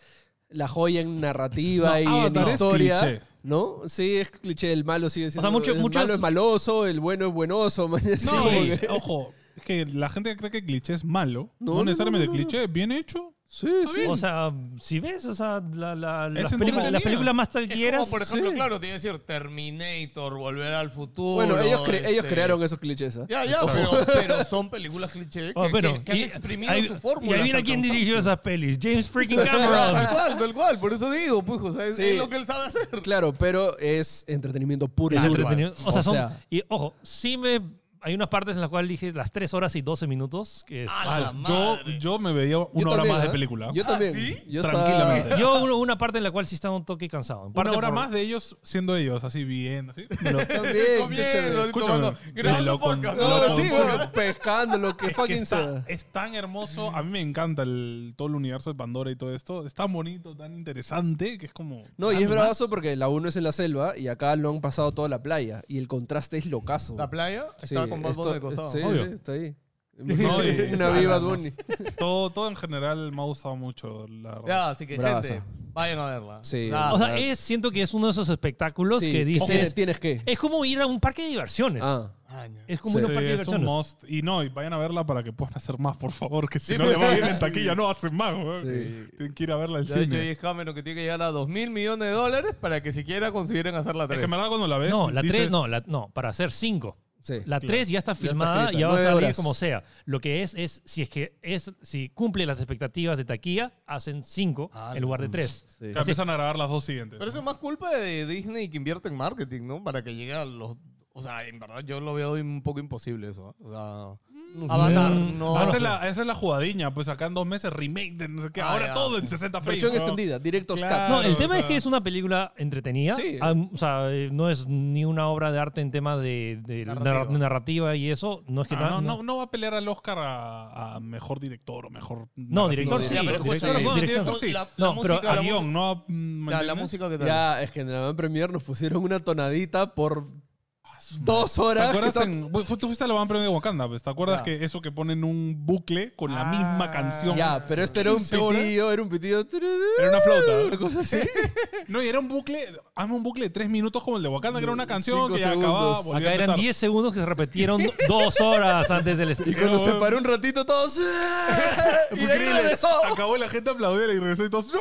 Speaker 1: la joya en narrativa
Speaker 2: No,
Speaker 1: y
Speaker 2: Avatar
Speaker 1: en
Speaker 2: es
Speaker 1: historia.
Speaker 2: cliché.
Speaker 1: ¿No? Sí, es cliché. El malo sigue siendo.
Speaker 4: mucho-
Speaker 1: el
Speaker 4: muchas-
Speaker 1: malo es maloso, el bueno es buenoso. man, así
Speaker 2: No,
Speaker 1: como
Speaker 2: y-
Speaker 1: que-
Speaker 2: ojo, es que la gente cree que el cliché es malo. No,
Speaker 1: No, no, no,
Speaker 2: necesariamente
Speaker 1: no, no,
Speaker 2: el cliché es bien hecho.
Speaker 1: Sí, sí.
Speaker 4: Ah, O sea, si ves, o sea, la- la- las, películas,
Speaker 2: entretenido.
Speaker 4: las películas más
Speaker 3: Es como,
Speaker 4: taquilleras...
Speaker 3: por ejemplo,
Speaker 1: sí.
Speaker 3: claro, tiene que decir Terminator, Volver al Futuro.
Speaker 1: Bueno, ellos, cre- ellos
Speaker 3: este-
Speaker 1: crearon esos clichés. ¿ah?
Speaker 3: Ya, ya, pero, pero son películas cliché que,
Speaker 4: Oh, bueno,
Speaker 3: que- que han
Speaker 4: y-
Speaker 3: exprimido
Speaker 4: ahí-
Speaker 3: su fórmula.
Speaker 4: Y ahí viene
Speaker 3: hasta
Speaker 4: quién
Speaker 3: el
Speaker 4: dirigió esas pelis. James freaking
Speaker 3: cansancio. Tal
Speaker 4: Cameron.
Speaker 3: cual, tal cual, por eso digo, pues, o sea, es,
Speaker 1: Sí.
Speaker 3: es lo que él sabe hacer.
Speaker 1: Claro, pero es entretenimiento puro. y
Speaker 4: Es
Speaker 1: duro.
Speaker 4: entretenido. O sea,
Speaker 1: O
Speaker 4: son-
Speaker 1: sea-
Speaker 4: y ojo, sí me... Hay unas partes en las cuales dije las 3 horas y 12 minutos. Que es-
Speaker 3: Ah, la
Speaker 2: Yo,
Speaker 3: madre.
Speaker 2: yo me veía una
Speaker 1: Yo
Speaker 2: hora
Speaker 1: también,
Speaker 2: más
Speaker 1: ¿ah?
Speaker 2: de película.
Speaker 1: Yo
Speaker 3: Ah,
Speaker 1: también.
Speaker 3: ¿sí?
Speaker 1: Yo estaba-
Speaker 2: Tranquilamente.
Speaker 4: yo hubo una parte en la cual sí estaba un toque cansado. En
Speaker 2: una
Speaker 4: parte
Speaker 2: hora
Speaker 4: por-
Speaker 2: más de ellos siendo ellos, así bien. Así. Me lo-
Speaker 1: También,
Speaker 3: Comiendo,
Speaker 1: escúchame.
Speaker 2: escúchame.
Speaker 3: tomando, grabando
Speaker 2: Me lo con-
Speaker 3: podcast.
Speaker 2: me lo
Speaker 1: No,
Speaker 2: con-
Speaker 1: sí, bueno, pescando lo que
Speaker 2: Es que
Speaker 1: fucking
Speaker 2: está,
Speaker 1: sea.
Speaker 2: es tan hermoso. A mí me encanta el, todo el universo de Pandora y todo esto. Es tan bonito, tan interesante, que es como...
Speaker 1: No, y
Speaker 2: dame
Speaker 1: es
Speaker 2: Ah, más.
Speaker 1: bravazo porque la 1 es en la selva y acá lo han pasado toda la playa. Y el contraste es locazo.
Speaker 3: La playa
Speaker 1: Sí,
Speaker 3: estaba con Bad
Speaker 1: esto-
Speaker 3: Bunny al costado.
Speaker 1: Sí,
Speaker 2: Obvio.
Speaker 1: sí, está ahí.
Speaker 2: No, y-
Speaker 1: Una viva Bunny.
Speaker 2: Todo, todo en general me ha gustado mucho, la verdad.
Speaker 3: Ya, así que,
Speaker 1: Bravaza.
Speaker 3: gente, vayan a verla.
Speaker 1: Sí.
Speaker 4: O sea,
Speaker 1: Ah.
Speaker 4: es, siento que es uno de esos espectáculos
Speaker 1: Sí,
Speaker 4: que
Speaker 1: tienes-
Speaker 4: dices...
Speaker 1: Tienes que.
Speaker 4: Es como ir a un parque de diversiones.
Speaker 1: Ah,
Speaker 3: año.
Speaker 4: Es como ir a un
Speaker 2: Sí,
Speaker 4: parque de
Speaker 2: es un
Speaker 4: diversiones.
Speaker 2: must. Y no, y vayan a verla para que puedan hacer más, por favor. Que si
Speaker 3: Sí,
Speaker 2: no le va
Speaker 3: pues.
Speaker 2: bien en taquilla, no hacen más. weón.
Speaker 1: Sí.
Speaker 2: Tienen que ir a verla al
Speaker 3: Ya ha dicho
Speaker 2: cine.
Speaker 3: James Cameron que tiene que llegar a 2 mil millones de dólares para que siquiera consideren hacer la
Speaker 2: Es
Speaker 3: 3.
Speaker 2: que en verdad cuando la ves.
Speaker 4: No, la 3
Speaker 2: Este, dices,
Speaker 4: no, la- no, para hacer 5.
Speaker 1: sí.
Speaker 4: La 3 ya está
Speaker 1: está
Speaker 4: filmada
Speaker 1: escrita,
Speaker 4: y ya va a
Speaker 1: nueve
Speaker 4: salir
Speaker 1: horas.
Speaker 4: como sea. Lo que es, es si es que es, si cumple las expectativas de taquilla, hacen 5
Speaker 3: Ah,
Speaker 4: en lugar de 3.
Speaker 1: Sí.
Speaker 2: ya empiezan a grabar las dos siguientes.
Speaker 3: Pero eso es más culpa de Disney que invierte en marketing, ¿no? Para que llegue a los... O sea, en verdad yo lo veo un poco imposible eso. ¿eh? O sea, Avatar no...
Speaker 2: Ah, esa, es la, esa es la jugadiña, pues acá en dos meses remake de no sé qué.
Speaker 3: Ah,
Speaker 2: ahora
Speaker 3: ya.
Speaker 2: todo en 60 frames.
Speaker 1: Versión
Speaker 2: weón.
Speaker 1: extendida, directos
Speaker 2: Claro.
Speaker 4: No, el tema
Speaker 2: o
Speaker 4: es que
Speaker 2: sea.
Speaker 4: es una película entretenida.
Speaker 1: Sí.
Speaker 4: Ah, o sea, eh, no es ni una obra de arte en tema de, de nar-
Speaker 3: Narrativa.
Speaker 4: narrativa. y eso. No es que
Speaker 2: Ah,
Speaker 4: na-
Speaker 2: no,
Speaker 4: no-
Speaker 2: no, no va a pelear al Oscar a, a mejor director o mejor.
Speaker 4: No, director
Speaker 2: narrativa.
Speaker 4: sí,
Speaker 3: Ya, pero
Speaker 4: director
Speaker 3: escúchame,
Speaker 4: sí,
Speaker 3: bueno,
Speaker 4: dirección.
Speaker 3: director,
Speaker 2: sí.
Speaker 3: la-
Speaker 4: No,
Speaker 3: la
Speaker 4: pero
Speaker 3: música,
Speaker 2: A
Speaker 3: la
Speaker 2: guión,
Speaker 3: música-
Speaker 2: no a. mm,
Speaker 3: Ya,
Speaker 2: ¿me
Speaker 3: la
Speaker 2: entiendes?
Speaker 3: música que tal.
Speaker 1: Ya, es que en la Van Premier nos pusieron una tonadita por dos
Speaker 2: ¿Te
Speaker 1: horas.
Speaker 2: acuerdas
Speaker 1: que está-
Speaker 2: en- bueno, Tú fuiste a la Van Premio de Wakanda, pues, ¿Te acuerdas
Speaker 3: Ya.
Speaker 2: que eso que ponen un bucle con la misma canción?
Speaker 1: Ah. Ya, pero este era un
Speaker 2: 15 horas.
Speaker 1: pitido, era un pitido.
Speaker 2: Era una
Speaker 1: Una
Speaker 2: flauta.
Speaker 1: cosa así.
Speaker 2: No, y era un bucle, hazme un bucle de tres minutos como el de Wakanda, que era una canción
Speaker 1: Cinco
Speaker 2: que
Speaker 1: segundos.
Speaker 2: acababa. volvía a
Speaker 4: Acá eran
Speaker 2: empezar.
Speaker 4: 10 segundos que se repitieron dos horas antes del
Speaker 1: Y
Speaker 4: estreno.
Speaker 1: cuando se
Speaker 2: bueno.
Speaker 1: paró un ratito, todos. ¡eh! y de ahí
Speaker 2: Increíble.
Speaker 1: regresó.
Speaker 2: Acabó la gente a aplaudir y regresó y todos. ¡No!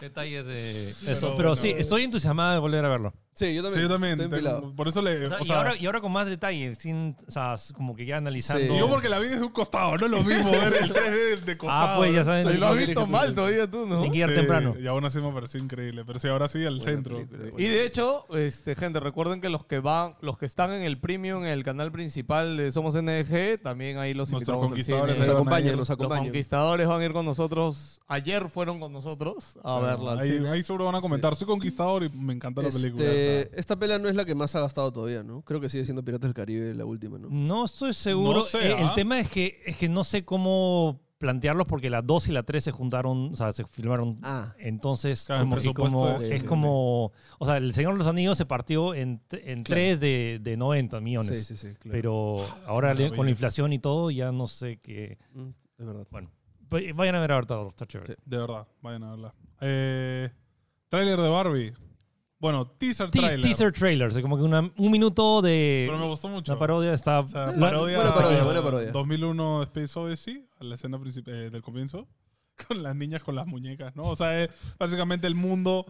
Speaker 4: Detalles de
Speaker 2: Pero
Speaker 4: eso. Pero
Speaker 2: bueno.
Speaker 4: sí, estoy entusiasmado de volver a verlo.
Speaker 1: Sí, yo también.
Speaker 2: Sí, yo también.
Speaker 1: Estoy empilado.
Speaker 2: tengo- por eso le.
Speaker 4: O sea,
Speaker 2: o
Speaker 4: y,
Speaker 2: sea,
Speaker 4: ahora, y ahora con más detalle, sin, o sea, como que ya analizando.
Speaker 1: Sí.
Speaker 2: y yo porque la vi desde un costado, no es lo mismo ver el 3D de costado.
Speaker 4: Ah, pues ya saben.
Speaker 1: Sí,
Speaker 3: Y lo has
Speaker 1: No,
Speaker 3: visto
Speaker 1: director, sí.
Speaker 3: mal todavía tú, ¿no?
Speaker 4: Tiene que ir temprano.
Speaker 2: Y aún así me pareció increíble. Pero sí, ahora sí, al centro.
Speaker 3: Y de hecho, este, gente, recuerden que los que van, los que están en el premium, en el canal principal de Somos NG, también ahí los invitamos
Speaker 2: Nuestros
Speaker 3: al cine.
Speaker 2: conquistadores ahí
Speaker 1: Nos
Speaker 2: van a
Speaker 1: acompañan,
Speaker 2: ir.
Speaker 1: nos
Speaker 3: Los
Speaker 1: acompañan.
Speaker 3: conquistadores van a ir con nosotros. Ayer fueron con nosotros a verla. al
Speaker 2: Ahí,
Speaker 3: cine.
Speaker 2: ahí seguro van a comentar. Soy conquistador y me encanta la película.
Speaker 1: Este, esta pela no es la que más ha gastado todavía, ¿no? Creo que sigue siendo Piratas del Caribe la última, ¿no?
Speaker 4: No estoy seguro.
Speaker 2: No sé,
Speaker 4: Eh,
Speaker 2: ¿ah?
Speaker 4: El tema es que, es que no sé cómo plantearlos porque la 2 y la 3 se juntaron, o sea, se filmaron.
Speaker 1: Ah,
Speaker 4: Entonces,
Speaker 2: Claro, el
Speaker 4: como, y
Speaker 2: presupuesto
Speaker 4: como-
Speaker 2: es-
Speaker 4: es,
Speaker 1: sí,
Speaker 4: como. O sea, El Señor de los Anillos se partió en, t- en
Speaker 1: Claro.
Speaker 4: 3 de, de 90 millones.
Speaker 1: sí, sí, sí, claro.
Speaker 4: Pero ahora le-
Speaker 2: maravilla.
Speaker 4: con la inflación y todo, ya no sé qué.
Speaker 1: Mm, es verdad.
Speaker 4: Bueno, Vay- Vayan a ver Avatar, está chévere.
Speaker 1: Sí.
Speaker 2: De verdad, vayan a verla. Eh, trailer de Barbie. Bueno, teaser
Speaker 4: Te-
Speaker 2: trailer.
Speaker 4: Teaser trailer, o sea, como que una- un minuto de
Speaker 2: Pero me gustó mucho.
Speaker 4: una parodia está...
Speaker 2: O sea,
Speaker 4: Bueno,
Speaker 2: parodia,
Speaker 1: buena parodia, buena parodia.
Speaker 2: 2001 Space Odyssey, a la escena princip- eh, del comienzo, con las niñas con las muñecas, ¿no? O sea, es básicamente el mundo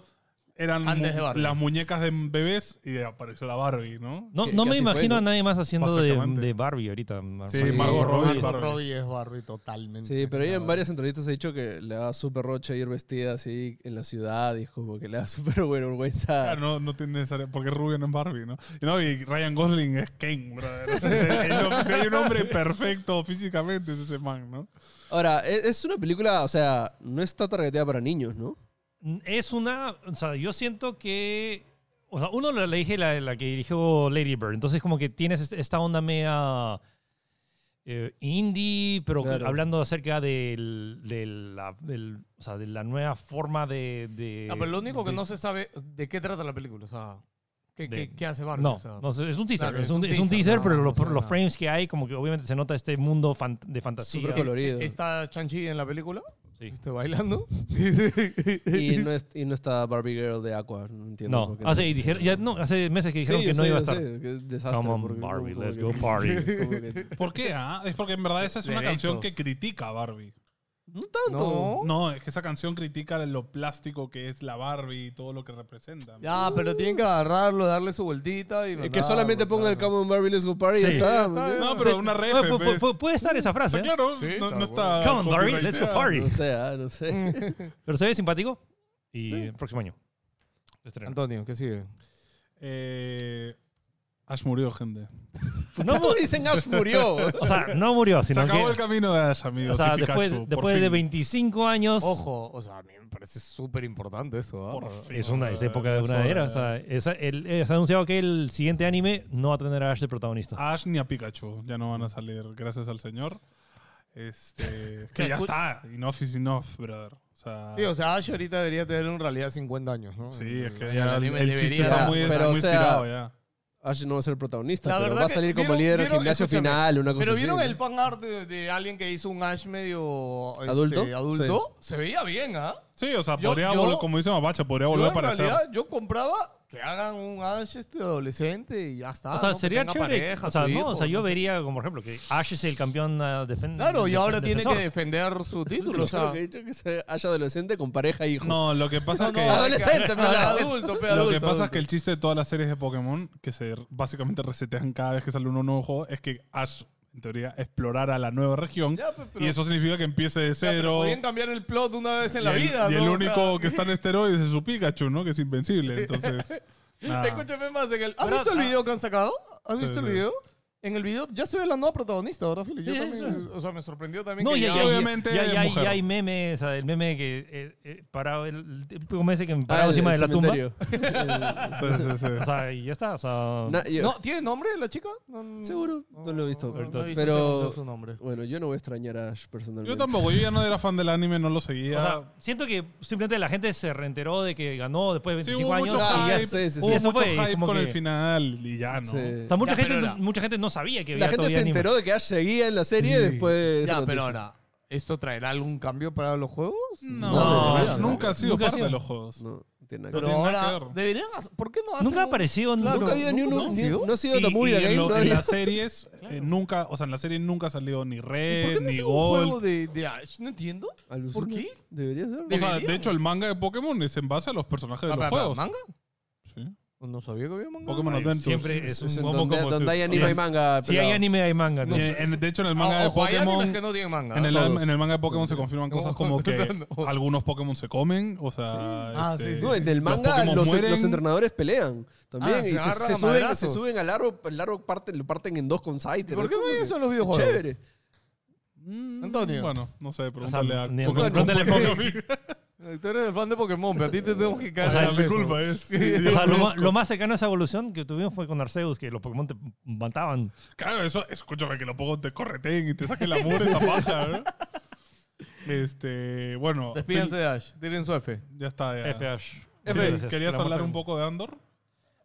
Speaker 2: eran
Speaker 3: Antes de
Speaker 2: mu-
Speaker 3: Barbie.
Speaker 2: las muñecas de bebés y apareció la Barbie, ¿no?
Speaker 4: No,
Speaker 1: Que-
Speaker 4: no
Speaker 1: que
Speaker 4: me
Speaker 1: así fue,
Speaker 4: imagino a
Speaker 1: ¿no?
Speaker 4: nadie más haciendo de,
Speaker 2: Básicamente.
Speaker 4: de Barbie ahorita. Mar-
Speaker 2: Sí,
Speaker 4: Mar-
Speaker 2: Margot Robbie
Speaker 3: Margot
Speaker 2: es Barbie.
Speaker 3: Robbie es Barbie totalmente.
Speaker 1: Sí, pero ella en
Speaker 3: Claro.
Speaker 1: varias entrevistas ha dicho que le da súper roche ir vestida así en la ciudad y es como que le da súper vergüenza.
Speaker 2: Claro, no, no tiene necesario, porque Rubio no es Barbie, ¿no? Y, no, y Ryan Gosling es Ken, brother. O sea, es el- el- si hay un hombre perfecto físicamente, es ese man, ¿no?
Speaker 1: Ahora, e- es una película, o sea, no está targeteada para niños, ¿no?
Speaker 4: Es una. O sea, yo siento que. O sea, uno la, la dije la, la que dirigió Lady Bird. Entonces, como que tienes est- esta onda media. eh, indie, pero que-
Speaker 1: Claro.
Speaker 4: hablando acerca del, del- la, del- o sea, de la nueva forma de. de-
Speaker 3: Ah, pero lo único que
Speaker 4: de-
Speaker 3: no se sabe de qué trata la película. O sea, ¿qué,
Speaker 4: De-
Speaker 3: qué- qué hace Barbie?
Speaker 4: No,
Speaker 3: o sea,
Speaker 4: no sé, es un teaser.
Speaker 3: Claro,
Speaker 4: es, un, es un teaser,
Speaker 3: nada
Speaker 4: pero
Speaker 3: más,
Speaker 4: los,
Speaker 3: o sea,
Speaker 4: los
Speaker 3: nada.
Speaker 4: frames que hay, como que obviamente se nota este mundo fan- de fantasía.
Speaker 1: Súper colorido.
Speaker 3: ¿e-, ¿Está Chanchi en la película?
Speaker 4: Sí.
Speaker 3: ¿Está bailando?
Speaker 1: Y no, es- y no está Barbie Girl de Aqua, no entiendo.
Speaker 4: No,
Speaker 1: por qué
Speaker 4: hace, dijeron- ya, no, hace meses que dijeron
Speaker 1: Sí, yo
Speaker 4: que no
Speaker 1: sé,
Speaker 4: iba a
Speaker 1: yo
Speaker 4: estar.
Speaker 1: sé, que es desastre,
Speaker 4: Come on,
Speaker 1: porque como-
Speaker 4: Barbie,
Speaker 1: como
Speaker 4: let's
Speaker 1: que-
Speaker 4: go party.
Speaker 1: como que-
Speaker 2: ¿Por qué? ah? Es porque en verdad esa es una canción que
Speaker 3: Derechos.
Speaker 2: critica a Barbie.
Speaker 1: no tanto.
Speaker 2: No, es que esa canción critica lo plástico que es la Barbie y todo lo que representa.
Speaker 3: Ya, pero tienen que agarrarlo, darle su vueltita y pues
Speaker 1: Eh,
Speaker 3: mandarlo,
Speaker 1: que solamente ponga el
Speaker 3: claro.
Speaker 1: Come on Barbie, let's go party y ya
Speaker 4: Sí.
Speaker 1: está.
Speaker 3: Ya está,
Speaker 1: ¿no?
Speaker 2: No, pero una
Speaker 3: eh,
Speaker 2: ref.
Speaker 4: Oye, pu- pu-
Speaker 2: pues.
Speaker 4: pu- puede estar esa frase.
Speaker 2: Está
Speaker 4: ¿eh?
Speaker 2: claro,
Speaker 3: Sí,
Speaker 2: no,
Speaker 3: está
Speaker 2: no está.
Speaker 4: Come on, Barbie, let's go
Speaker 2: copyrighteada.
Speaker 4: party.
Speaker 1: No sé, ah, no sé.
Speaker 3: Mm.
Speaker 4: Pero se ve simpático. Y el próximo año. Estreno.
Speaker 3: Antonio, ¿qué sigue?
Speaker 2: Eh, Ash murió, gente.
Speaker 1: No, no dicen Ash murió.
Speaker 4: O sea, no murió,
Speaker 2: Se
Speaker 4: sino
Speaker 2: acabó
Speaker 4: que.
Speaker 2: el camino de Ash, amigos.
Speaker 4: o sea,
Speaker 2: y
Speaker 4: después,
Speaker 2: Pikachu, por
Speaker 4: después de
Speaker 2: fin.
Speaker 4: 25 años.
Speaker 3: Ojo, o sea, a mí me parece súper importante eso. ¿ah?
Speaker 2: Por fin.
Speaker 4: Es una es época de
Speaker 2: Es
Speaker 4: una
Speaker 2: hora.
Speaker 4: era. O sea, es- el- eh, se ha anunciado que el siguiente anime no va a tener a Ash de protagonista.
Speaker 2: Ash ni a Pikachu ya no van a salir, gracias al señor. Este, que
Speaker 3: sea,
Speaker 2: ya
Speaker 3: ju-
Speaker 2: está. Enough is enough, brother. O sea,
Speaker 3: Sí, o sea, Ash ahorita debería tener en realidad 50 años, ¿no?
Speaker 2: sí, es que
Speaker 3: El
Speaker 2: ya el,
Speaker 3: anime
Speaker 2: el chiste
Speaker 3: debería-
Speaker 2: está muy,
Speaker 1: Pero, o
Speaker 2: muy
Speaker 1: sea,
Speaker 2: estirado ya.
Speaker 1: Ash no va a ser el protagonista,
Speaker 3: La
Speaker 1: pero
Speaker 3: verdad
Speaker 1: va a
Speaker 3: que-
Speaker 1: salir como
Speaker 3: ¿vieron-
Speaker 1: líder del
Speaker 3: vieron?
Speaker 1: gimnasio
Speaker 3: Escúchame,
Speaker 1: final, una cosa
Speaker 3: Pero
Speaker 1: así.
Speaker 3: vieron
Speaker 1: ¿no?
Speaker 3: el fan art de, de alguien que hizo un Ash medio este,
Speaker 1: ¿Adulto?
Speaker 3: adulto. Se veía bien, ¿ah?
Speaker 2: Sí, o sea,
Speaker 3: Yo-
Speaker 2: podría,
Speaker 3: yo-
Speaker 2: vol- como dice Mapacha, podría
Speaker 3: Yo
Speaker 2: volver a
Speaker 3: en
Speaker 2: aparecer.
Speaker 3: realidad yo compraba que hagan un Ash este adolescente y ya está.
Speaker 4: o sea,
Speaker 3: Ah, ¿no? Que
Speaker 4: sería
Speaker 3: tenga
Speaker 4: chévere.
Speaker 3: pareja,
Speaker 4: o sea,
Speaker 3: su
Speaker 4: no,
Speaker 3: hijo,
Speaker 4: o sea, yo
Speaker 3: no sé.
Speaker 4: vería, como por ejemplo, que Ash es el campeón ah, defendido.
Speaker 3: Claro, y ahora tiene que defender su título. o
Speaker 1: Yo creo
Speaker 3: sea,
Speaker 1: que he dicho que sea Ash adolescente con pareja e hijo.
Speaker 2: No, lo que pasa es que.
Speaker 1: adolescente,
Speaker 3: hay que-
Speaker 1: pelado.
Speaker 3: adulto, pe,
Speaker 2: Lo que
Speaker 3: adulto,
Speaker 2: pasa es
Speaker 3: adulto.
Speaker 2: que el chiste de todas las series de Pokémon, que se r- básicamente resetean cada vez que sale un nuevo juego, es que Ash, en teoría, explorará la nueva región.
Speaker 3: Ya, pe, pero-
Speaker 2: y eso significa que empiece de
Speaker 3: Ya, pero
Speaker 2: cero.
Speaker 3: Podían cambiar el plot una vez en la
Speaker 2: y el,
Speaker 3: vida.
Speaker 2: y el
Speaker 3: ¿no? O sea,
Speaker 2: único que está en esteroides es su Pikachu, ¿no? Que es invencible. Entonces. nada.
Speaker 3: Escúchame más. En el, ¿Has
Speaker 4: Pero-
Speaker 3: visto el video que han sacado? ¿Has
Speaker 2: Ah. Sí,
Speaker 3: visto el
Speaker 2: sí.
Speaker 3: video? En el video ya se ve la nueva protagonista, ¿verdad, Fili? Yo
Speaker 4: Sí,
Speaker 3: también,
Speaker 4: sí.
Speaker 3: o sea, me sorprendió también
Speaker 4: No,
Speaker 3: que
Speaker 4: y
Speaker 3: ya,
Speaker 4: hay- y-
Speaker 2: obviamente,
Speaker 4: y hay- y hay-
Speaker 2: mujer.
Speaker 4: y hay memes, o sea, el meme que eh, eh, parado, el típico meme que me
Speaker 1: Ah, el-
Speaker 4: parado encima de
Speaker 1: el
Speaker 4: la tumba.
Speaker 1: cementerio.
Speaker 2: Sí, sí, sí.
Speaker 4: O sea, y ya está. O sea,
Speaker 1: Na- yo-
Speaker 3: No, ¿Tiene nombre la chica? No, no,
Speaker 1: Seguro, no lo he visto.
Speaker 3: No, no he visto
Speaker 1: Pero-
Speaker 3: pero... su nombre.
Speaker 1: Bueno, yo no voy a extrañar a Ash personalmente.
Speaker 2: Yo tampoco, yo ya no era fan del anime, no lo seguía.
Speaker 4: O sea, siento que simplemente la gente se reenteró de que ganó después de
Speaker 2: sí,
Speaker 4: 25
Speaker 2: hubo
Speaker 4: años.
Speaker 2: mucho
Speaker 1: Ah,
Speaker 4: y
Speaker 1: ya
Speaker 4: ya-
Speaker 2: hype,
Speaker 1: sé, sí, sí.
Speaker 2: hubo
Speaker 4: Eso
Speaker 2: mucho
Speaker 4: fue,
Speaker 2: hype
Speaker 4: como
Speaker 2: con
Speaker 4: que-
Speaker 2: el final y ya, ¿no?
Speaker 1: Sí.
Speaker 4: o sea, mucha,
Speaker 3: Ya, pero
Speaker 4: gente,
Speaker 3: era-
Speaker 4: mucha gente no sabía que había
Speaker 1: La gente
Speaker 4: todavía
Speaker 1: se
Speaker 4: anime.
Speaker 1: enteró de que Ash seguía en la serie
Speaker 4: Sí.
Speaker 1: después de esa
Speaker 3: Ya, pero
Speaker 1: noticia.
Speaker 3: ahora, ¿esto traerá algún cambio para los juegos?
Speaker 2: No,
Speaker 1: No,
Speaker 2: no, nunca ha sido
Speaker 4: nunca ha
Speaker 2: parte
Speaker 4: sido.
Speaker 2: de los juegos.
Speaker 1: No, no tiene nada que
Speaker 3: Pero
Speaker 1: ver.
Speaker 2: tiene nada
Speaker 3: ahora,
Speaker 2: que ver.
Speaker 3: deberían hacer- ¿Por qué no hacen
Speaker 4: Nunca
Speaker 3: un-
Speaker 4: apareció en-
Speaker 3: Claro,
Speaker 1: Nunca ha habido ni
Speaker 3: nunca
Speaker 1: uno, ni-
Speaker 3: nació?
Speaker 1: no ha sido
Speaker 2: Y-
Speaker 1: The Movie
Speaker 2: y
Speaker 1: Again,
Speaker 2: en, lo-
Speaker 1: no
Speaker 2: en
Speaker 1: había-
Speaker 2: las series eh, nunca, o sea, en la serie nunca ha salido ni
Speaker 3: ¿Y por qué
Speaker 2: Red,
Speaker 3: no
Speaker 2: Eh, ni
Speaker 3: hacen un juego
Speaker 2: Gold.
Speaker 3: de, de Ash? No entiendo.
Speaker 1: Alucina.
Speaker 3: ¿Por qué?
Speaker 1: Debería ser.
Speaker 2: O sea, de
Speaker 3: Deberían.
Speaker 2: hecho, el manga de Pokémon es en base a los personajes de
Speaker 3: Ah,
Speaker 2: los
Speaker 3: para- para
Speaker 2: juegos.
Speaker 3: ¿Manga?
Speaker 2: Sí.
Speaker 3: Pues No sabía que había manga.
Speaker 2: Pokémon Adventures.
Speaker 4: Siempre es,
Speaker 1: Es en
Speaker 4: un momo
Speaker 1: donde,
Speaker 4: como
Speaker 1: donde
Speaker 4: su-
Speaker 1: hay
Speaker 4: o
Speaker 1: anime
Speaker 4: sea,
Speaker 1: y manga.
Speaker 4: Si hay
Speaker 1: pelado.
Speaker 4: anime, hay manga.
Speaker 2: Y en- de hecho, en el manga
Speaker 3: Ah,
Speaker 2: de
Speaker 3: ojo, hay animes
Speaker 2: Pokémon.
Speaker 3: que no tienen manga.
Speaker 2: En el,
Speaker 1: todos.
Speaker 2: en el manga de Pokémon se confirman cosas como que
Speaker 3: No.
Speaker 2: algunos Pokémon se comen, o sea,
Speaker 3: Ah,
Speaker 2: este,
Speaker 3: sí, sí.
Speaker 1: No, en el
Speaker 2: los
Speaker 1: manga
Speaker 2: Pokémon
Speaker 1: los, los
Speaker 2: mueren.
Speaker 1: entrenadores pelean también
Speaker 3: Ah, se
Speaker 1: y se,
Speaker 3: agarran
Speaker 1: se
Speaker 3: a
Speaker 1: suben, se
Speaker 3: madrazos.
Speaker 1: suben al largo, el largo parte, lo parten en dos con Scyther.
Speaker 3: ¿Por qué no
Speaker 1: Es como
Speaker 3: hay
Speaker 1: que
Speaker 3: eso en los videojuegos?
Speaker 1: Chévere.
Speaker 2: Mm,
Speaker 3: Antonio.
Speaker 2: Bueno, no sé,
Speaker 4: sea,
Speaker 2: pregúntale a
Speaker 4: ni-
Speaker 2: Pokémon.
Speaker 4: pregúntale a Pokémon.
Speaker 3: Tú eres el fan de Pokémon, pero a ti te tengo que caer.
Speaker 4: O sea,
Speaker 3: al
Speaker 2: mi
Speaker 3: peso.
Speaker 2: culpa es.
Speaker 4: O sea, lo, ma- lo más cercano a esa evolución que tuvimos fue con Arceus, que los Pokémon te mataban.
Speaker 2: Claro, eso, escúchame, que los Pokémon te correten y te saquen la mugre de la paja, ¿no? Este, bueno.
Speaker 3: Despídense de Ash, tiren su F.
Speaker 2: Phil, Ya está, ya.
Speaker 4: F.
Speaker 2: Phil,
Speaker 4: Gracias.
Speaker 2: ¿Querías
Speaker 4: La
Speaker 2: hablar
Speaker 4: muerte-
Speaker 2: un poco de Andor?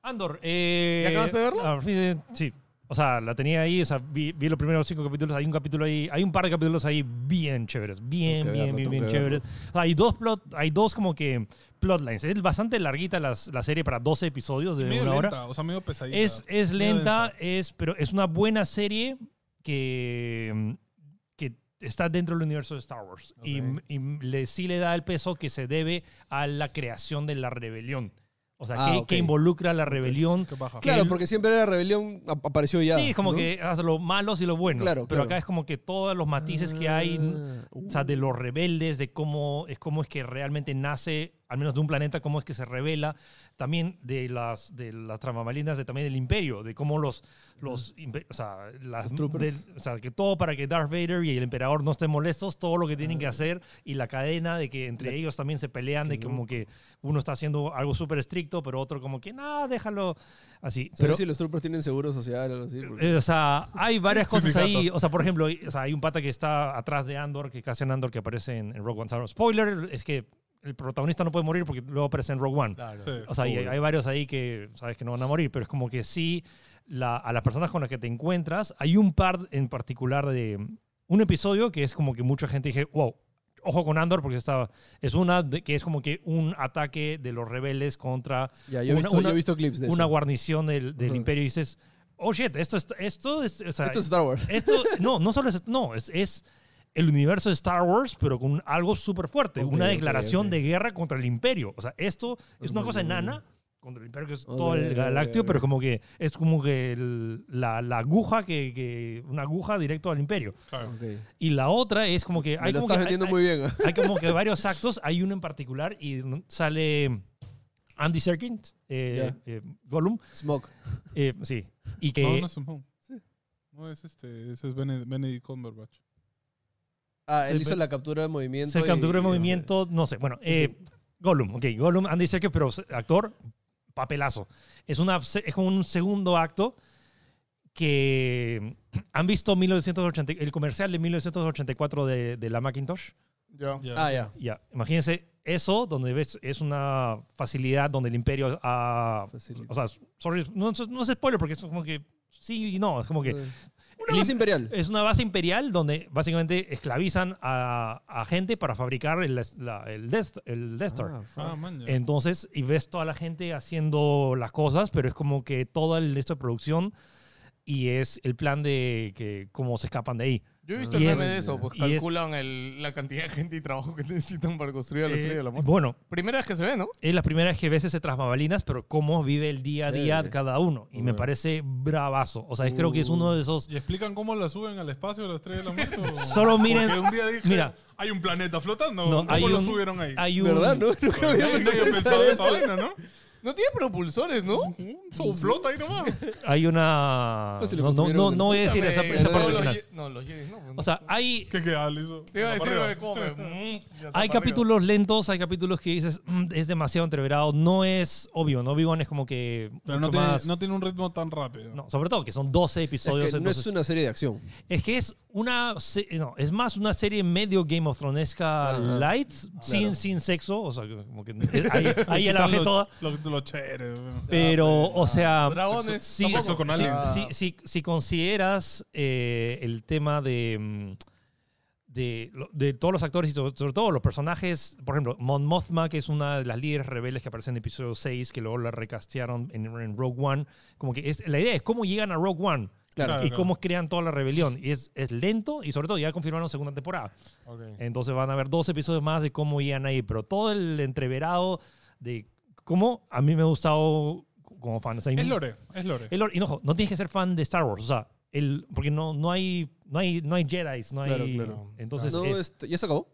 Speaker 4: Andor, eh,
Speaker 3: ¿Ya acabaste de verlo?
Speaker 4: a fin de- Sí. O sea, la tenía ahí, o sea, vi, vi los primeros cinco capítulos, hay un capítulo ahí, hay un par de capítulos ahí bien chéveres, bien,
Speaker 1: Tengo que
Speaker 4: bien,
Speaker 1: verlo,
Speaker 4: bien,
Speaker 1: tengo
Speaker 4: bien
Speaker 1: que verlo.
Speaker 4: chéveres. O sea, hay dos plot, hay dos como que plotlines. Es bastante larguita las- la serie para 12 episodios de
Speaker 2: medio
Speaker 4: una hora.
Speaker 2: lenta, o sea, medio pesadita.
Speaker 4: Es, es
Speaker 2: Medio
Speaker 4: lenta,
Speaker 2: densa.
Speaker 4: es, pero es una buena serie que, mm, que está dentro del universo de Star Wars. Y-
Speaker 3: Ok.
Speaker 4: Y, le, sí le da el peso que se debe a la creación de la rebelión. O sea,
Speaker 1: Ah,
Speaker 4: que,
Speaker 1: ok.
Speaker 4: que involucra a la rebelión.
Speaker 2: Qué paja.
Speaker 4: que
Speaker 1: Claro,
Speaker 4: el-
Speaker 1: porque siempre la rebelión ap- apareció ya.
Speaker 4: Sí, es como
Speaker 1: ¿no?
Speaker 4: que haz los malos y los buenos.
Speaker 1: Claro,
Speaker 4: pero
Speaker 1: claro.
Speaker 4: acá es como que todos los matices que hay,
Speaker 1: Ah,
Speaker 4: o sea, de los rebeldes, de cómo es, cómo es que realmente nace, al menos de un planeta, cómo es que se revela, también de las, de las tramamalinas, de, también del imperio, de cómo los, los, impe- o sea, las,
Speaker 1: Mm. Los troopers.
Speaker 4: del- o sea, que todo para que Darth Vader y el emperador no estén molestos, todo lo que tienen
Speaker 1: Ah.
Speaker 4: que hacer y la cadena de que entre
Speaker 1: La-
Speaker 4: ellos también se pelean, de
Speaker 1: Qué
Speaker 4: como que uno está haciendo algo súper estricto, pero otro como que, no, déjalo así.
Speaker 1: Se ve
Speaker 4: Pero,
Speaker 1: si los troopers tienen seguro social o algo así. porque-
Speaker 4: eh, O sea, hay varias cosas
Speaker 2: Sindicato.
Speaker 4: ahí. O sea, por ejemplo, o sea, hay un pata que está atrás de Andor, que casi en Andor que aparece en, en Rogue One. Star Wars. Spoiler, es que el protagonista no puede morir porque luego aparece en Rogue One.
Speaker 3: Claro.
Speaker 2: Sí.
Speaker 4: O sea, y hay, hay varios ahí que sabes que no van a morir, pero es como que sí, la- a las personas con las que te encuentras, hay un par en particular de un episodio que es como que mucha gente dije, wow, ojo con Andor, porque estaba, es una de- que es como que un ataque de los rebeldes contra
Speaker 1: ya, yo he,
Speaker 4: una-
Speaker 1: visto, yo
Speaker 4: una-
Speaker 1: he visto clips de
Speaker 4: una
Speaker 1: eso.
Speaker 4: guarnición del, del
Speaker 1: Ujú.
Speaker 4: imperio y dices, oh shit, esto es, esto es, o sea,
Speaker 1: Esto es Star Wars.
Speaker 4: esto- no, no solo es, no, es, es el universo de Star Wars, pero con algo súper fuerte,
Speaker 1: Ok,
Speaker 4: una
Speaker 1: ok,
Speaker 4: declaración
Speaker 1: ok.
Speaker 4: de guerra contra el imperio. O sea, esto es una
Speaker 1: Ok,
Speaker 4: cosa
Speaker 1: ok, ok.
Speaker 4: enana contra el imperio que es
Speaker 1: Ok,
Speaker 4: todo el
Speaker 1: ok,
Speaker 4: galáctico,
Speaker 1: ok.
Speaker 4: pero como que es como que el- la, la aguja que, que- una aguja directo al imperio.
Speaker 2: Claro.
Speaker 1: Ok.
Speaker 4: Y la otra es como que
Speaker 1: Me lo
Speaker 4: como
Speaker 1: estás
Speaker 4: que-
Speaker 1: vendiendo
Speaker 4: hay-
Speaker 1: muy bien. ¿eh?
Speaker 4: hay como que varios actos. Hay uno en particular y sale Andy Serkis, eh, eh, Gollum.
Speaker 1: Smoke.
Speaker 4: eh, sí. Y que.
Speaker 2: No, no es un home. No, es este, ese es Bene- Benedict Cumberbatch.
Speaker 1: Ah, él
Speaker 4: Sí,
Speaker 1: hizo
Speaker 4: pero-
Speaker 1: la captura de movimiento.
Speaker 4: Se
Speaker 1: y-
Speaker 4: capturó el
Speaker 1: y-
Speaker 4: movimiento, no sé. Bueno, eh, Gollum, ok, Gollum, Andy Serkis, pero actor, papelazo. Es, una, es como un segundo acto que han visto 1980, el comercial de 1984 de, de la Macintosh.
Speaker 3: Ya.
Speaker 1: Ah, ya.
Speaker 4: Ya, imagínense eso, donde ves, es una facilidad donde el imperio ha...
Speaker 1: Facilidad.
Speaker 4: O sea, sorry, no, no es spoiler porque es como que sí y no, es como que
Speaker 1: Una base imperial.
Speaker 4: es una base imperial donde básicamente esclavizan a, a gente para fabricar el, la- el, Death, el Death Star.
Speaker 1: Ah,
Speaker 2: Ah,
Speaker 1: fuck.
Speaker 2: man. ya.
Speaker 4: Entonces, y ves toda la gente haciendo las cosas, pero es como que todo el esto de producción y es el plan de que cómo se escapan de ahí.
Speaker 3: Yo he visto
Speaker 4: Y
Speaker 3: el
Speaker 4: es-
Speaker 3: meme de eso, pues
Speaker 4: y es-
Speaker 3: calculan el- la cantidad de gente y trabajo que necesitan para construir la
Speaker 4: Eh,
Speaker 3: estrella de la muerte.
Speaker 4: bueno,
Speaker 3: Primera vez que se ve, ¿no?
Speaker 4: es la primera vez que ves ese tras bambalinas, pero cómo vive el día a día
Speaker 1: Chévere.
Speaker 4: cada uno. Y me
Speaker 1: Bueno.
Speaker 4: parece bravazo. O sea, es- creo que es uno de esos...
Speaker 2: ¿Y explican cómo la suben al espacio a las 3 de la muerte? o-
Speaker 4: Solo miren-
Speaker 2: Porque un día dije,
Speaker 4: mira.
Speaker 2: hay un planeta flotando.
Speaker 4: No,
Speaker 2: ¿Cómo
Speaker 4: hay
Speaker 2: lo
Speaker 4: un-
Speaker 2: subieron ahí?
Speaker 4: Hay un,
Speaker 1: ¿Verdad? No, nunca
Speaker 2: Nadie-
Speaker 1: había visto
Speaker 2: nadie
Speaker 1: pensar
Speaker 2: pensaba esa
Speaker 1: eso.
Speaker 2: vaina, ¿no?
Speaker 3: No tiene propulsores, ¿no?
Speaker 2: So, flota ahí nomás.
Speaker 4: Hay una...
Speaker 1: Fácil, lo
Speaker 4: No, no, no,
Speaker 1: consumieron.
Speaker 4: no voy a decir esa,
Speaker 3: Escúchame,
Speaker 4: esa
Speaker 3: no,
Speaker 4: parte
Speaker 3: los
Speaker 4: final.
Speaker 3: ye- No, los Jedi no. pues,
Speaker 4: O
Speaker 3: no.
Speaker 4: sea, hay...
Speaker 2: ¿Qué ah, queda, listo?
Speaker 3: Te iba a
Speaker 2: Para
Speaker 3: decir,
Speaker 2: arriba.
Speaker 3: güey, como que, mm, ya está
Speaker 4: Hay
Speaker 3: para
Speaker 4: capítulos lentos, hay capítulos que dices "Mm, es demasiado entreverado, no es obvio, no Obi-Wan es como que
Speaker 2: Pero
Speaker 4: mucho
Speaker 2: no tiene,
Speaker 4: más-
Speaker 2: no tiene un ritmo tan rápido.
Speaker 4: no, sobre todo que son 12 episodios,
Speaker 1: Es que no
Speaker 4: entonces-
Speaker 1: es una serie de acción.
Speaker 4: que es una se- no, es más una serie medio Game of Thronesca
Speaker 1: Ajá.
Speaker 4: light, sin, sin sexo, o sea, como que ahí, ahí ya la bajé
Speaker 2: Lo-
Speaker 4: toda.
Speaker 2: Lo, lo chévere. güey.
Speaker 4: Pero, o sea,
Speaker 3: Dragones,
Speaker 4: si,
Speaker 3: tampoco. Ah.
Speaker 2: Sexo con
Speaker 4: si-
Speaker 2: alguien.
Speaker 4: si- si- si consideras eh, el tema de, mm, de, lo- de todos los actores y sobre, sobre todo los personajes, por ejemplo, Mon Mothma, que es una de las líderes rebeldes que aparece en episodio 6, que luego la recastearon en, en Rogue One, como que es, la idea es cómo llegan a Rogue One.
Speaker 1: Claro.
Speaker 2: Claro.
Speaker 4: Y cómo crean toda la rebelión. Y es, es lento y sobre todo ya confirmaron segunda temporada.
Speaker 3: arriba. Ok.
Speaker 4: Entonces van a haber dos episodios más de cómo llegan ahí, pero todo el entreverado de cómo a mí me ha gustado como fan. O sea,
Speaker 2: Es lore, es lore.
Speaker 4: es lore. Y ojo, no tienes que ser fan de Star Wars, o sea, el, porque no, no hay no hay no hay Jedi, no hay
Speaker 1: Claro, claro.
Speaker 4: entonces
Speaker 1: No,
Speaker 4: es-
Speaker 1: este- ya se acabó.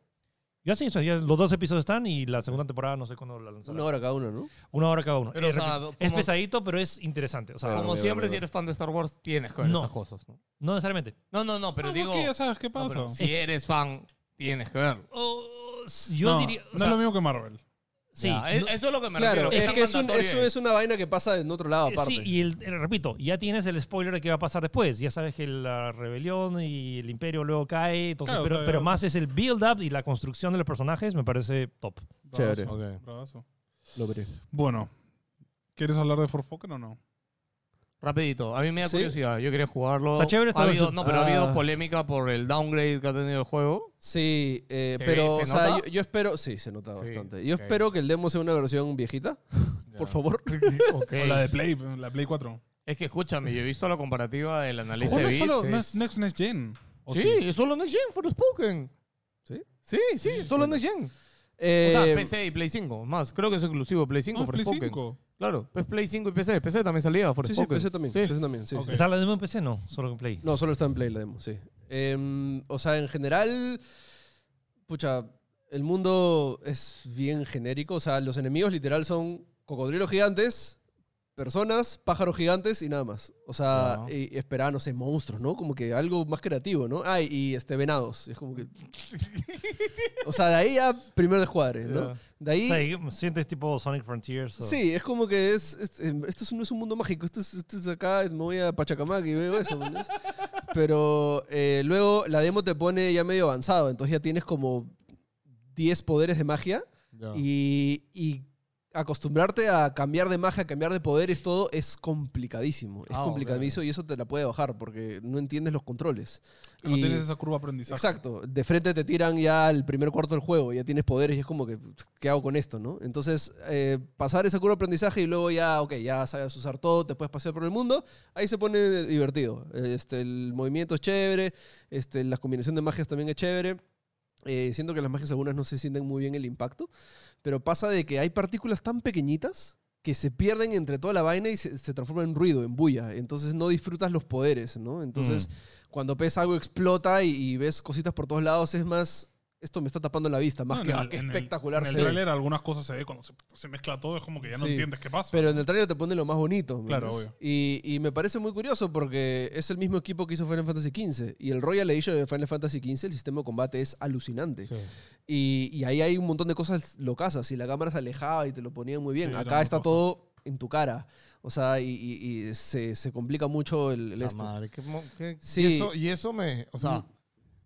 Speaker 4: yo sí, o sea, ya los dos episodios están y la segunda temporada no sé cuándo la lanzarán.
Speaker 1: Una hora cada uno, ¿no?
Speaker 4: Una hora cada uno.
Speaker 3: Pero,
Speaker 4: es,
Speaker 3: o sea,
Speaker 4: repito,
Speaker 3: como-
Speaker 4: es pesadito, pero es interesante, o sea,
Speaker 1: Claro.
Speaker 3: Como
Speaker 1: veo,
Speaker 3: siempre,
Speaker 1: veo.
Speaker 3: si eres fan de Star Wars, tienes que ver
Speaker 4: No.
Speaker 3: estas cosas. No,
Speaker 4: no necesariamente.
Speaker 3: no, no, no, pero
Speaker 2: Ah,
Speaker 3: digo.
Speaker 2: porque ya sabes qué
Speaker 3: no,
Speaker 2: pasa.
Speaker 3: pero si eres fan, tienes que verlo.
Speaker 4: O- Oh, yo
Speaker 2: no,
Speaker 4: diría, o
Speaker 2: no
Speaker 4: sea,
Speaker 2: es lo mismo que Marvel.
Speaker 4: sí,
Speaker 3: Ya, es-
Speaker 4: no-
Speaker 3: eso es lo que me
Speaker 1: Claro,
Speaker 3: refiero.
Speaker 1: es que es un- eso es una vaina que pasa en otro lado
Speaker 4: Eh,
Speaker 1: aparte.
Speaker 4: Sí, y el, eh, repito, ya tienes el spoiler de qué va a pasar después. Ya sabes que la rebelión y el imperio luego cae. entonces,
Speaker 2: Claro, o
Speaker 4: pero,
Speaker 2: sea,
Speaker 4: pero
Speaker 2: ya-
Speaker 4: más es el build-up y la construcción de los personajes, me parece top.
Speaker 2: Bravazo,
Speaker 1: Chévere.
Speaker 3: Ok.
Speaker 2: bravazo.
Speaker 1: Lo veré.
Speaker 2: Bueno, ¿quieres hablar de Forfoken o no?
Speaker 3: Rapidito, a mí me da
Speaker 1: ¿Sí?
Speaker 3: curiosidad, yo quería jugarlo.
Speaker 4: Está chévere esta
Speaker 3: ha habido,
Speaker 4: versión.
Speaker 3: No, pero ha habido
Speaker 1: Ah.
Speaker 3: polémica por el downgrade que ha tenido el juego.
Speaker 1: Sí, eh,
Speaker 3: ¿Se
Speaker 1: pero
Speaker 3: ve- se
Speaker 1: o sea,
Speaker 3: nota?
Speaker 1: yo, yo espero, sí, se nota
Speaker 3: Sí,
Speaker 1: bastante. Yo
Speaker 3: ok.
Speaker 1: espero que el demo sea una versión viejita, por
Speaker 3: Ya.
Speaker 1: favor.
Speaker 4: Ok.
Speaker 2: O la de Play, la Play 4.
Speaker 3: Es que escúchame, yo he visto la comparativa del analista
Speaker 2: Ojo, no
Speaker 3: de
Speaker 2: es
Speaker 3: bits.
Speaker 2: solo
Speaker 3: es-
Speaker 2: no es Next Next Gen. ¿O
Speaker 3: sí, es solo Next Gen, Forspoken.
Speaker 1: ¿Sí?
Speaker 3: Sí, sí, solo Next Gen.
Speaker 1: Eh,
Speaker 3: o sea, PC y Play 5, más. Creo que es exclusivo Play 5,
Speaker 2: No, es Ah, Play
Speaker 3: Forspoken.
Speaker 2: 5.
Speaker 3: Claro, es Play 5 y PC. PC también salía,
Speaker 1: sí, sí,
Speaker 3: Forspoken.
Speaker 1: PC también.
Speaker 3: Sí.
Speaker 1: PC también sí,
Speaker 2: Ok.
Speaker 1: sí.
Speaker 4: ¿Está la demo en PC? No, solo en Play.
Speaker 1: No, solo está en Play la demo, sí. Em, o sea, en general, pucha, el mundo es bien genérico. O sea, los enemigos literal son cocodrilos gigantes, personas, pájaros gigantes y nada más. O sea,
Speaker 3: Wow.
Speaker 1: y, y esperaba, no sé, monstruos, ¿no? Como que algo más creativo, ¿no? Ah, y este, venados. Es como que... o sea, de ahí ya primer descuadre, ¿no?
Speaker 3: Ya.
Speaker 1: De
Speaker 4: O
Speaker 1: ahí...
Speaker 4: sea, ¿me sientes tipo Sonic Frontiers? o-
Speaker 1: Sí, es como que es, es- eh, esto es- no es un mundo mágico, esto es, esto es acá, me voy a Pachacamac y veo eso. ¿me entiendes? Pero eh, luego la demo te pone ya medio avanzado, entonces ya tienes como 10 poderes de magia
Speaker 3: Ya.
Speaker 1: y, y acostumbrarte a cambiar de magia, cambiar de poderes, todo es complicadísimo. Es
Speaker 3: Ah,
Speaker 1: complicadísimo y eso te la puede bajar porque no entiendes los controles.
Speaker 2: No
Speaker 1: Y-
Speaker 2: tienes esa curva de aprendizaje.
Speaker 1: Exacto. De frente te tiran ya al primer cuarto del juego, ya tienes poderes y es como que, ¿qué hago con esto, no? Entonces, eh, pasar esa curva de aprendizaje y luego ya, ok, ya sabes usar todo, te puedes pasear por el mundo, ahí se pone divertido. Este, el movimiento es chévere, este, la combinación de magias también es chévere. Eh, siento que las magias algunas no se sienten muy bien el impacto, pero pasa de que hay partículas tan pequeñitas que se pierden entre toda la vaina y se, se transforman en ruido, en bulla. Entonces no disfrutas los poderes, ¿no? Entonces
Speaker 2: Mm.
Speaker 1: cuando ves algo explota y, y ves cositas por todos lados es más, esto me está tapando la vista, más
Speaker 2: No,
Speaker 1: que,
Speaker 2: en
Speaker 1: ah,
Speaker 2: el-
Speaker 1: qué
Speaker 2: en el-
Speaker 1: espectacular
Speaker 2: En
Speaker 1: se
Speaker 2: el
Speaker 1: ve.
Speaker 2: trailer algunas cosas se ve cuando se, se mezcla todo, es como que ya no
Speaker 1: Sí.
Speaker 2: entiendes qué pasa.
Speaker 1: Pero en el trailer te pone lo más bonito. ¿me
Speaker 2: Claro,
Speaker 1: entiendes?
Speaker 2: obvio.
Speaker 1: Y, y me parece muy curioso porque es el mismo equipo que hizo Final Fantasy XV. Y el Royal Edition de Final Fantasy XV, el sistema de combate es alucinante. Y, y ahí hay un montón de cosas locasas. Y la cámara se alejaba y te lo ponía muy bien.
Speaker 2: Sí, era
Speaker 1: Acá
Speaker 2: muy
Speaker 1: está
Speaker 2: paja.
Speaker 1: todo en tu cara. O sea, y, y- y se, se complica mucho el, el
Speaker 3: La
Speaker 1: este.
Speaker 3: madre, qué mo- qué-
Speaker 1: Sí. Mm.
Speaker 3: Y eso, y eso me, o sea,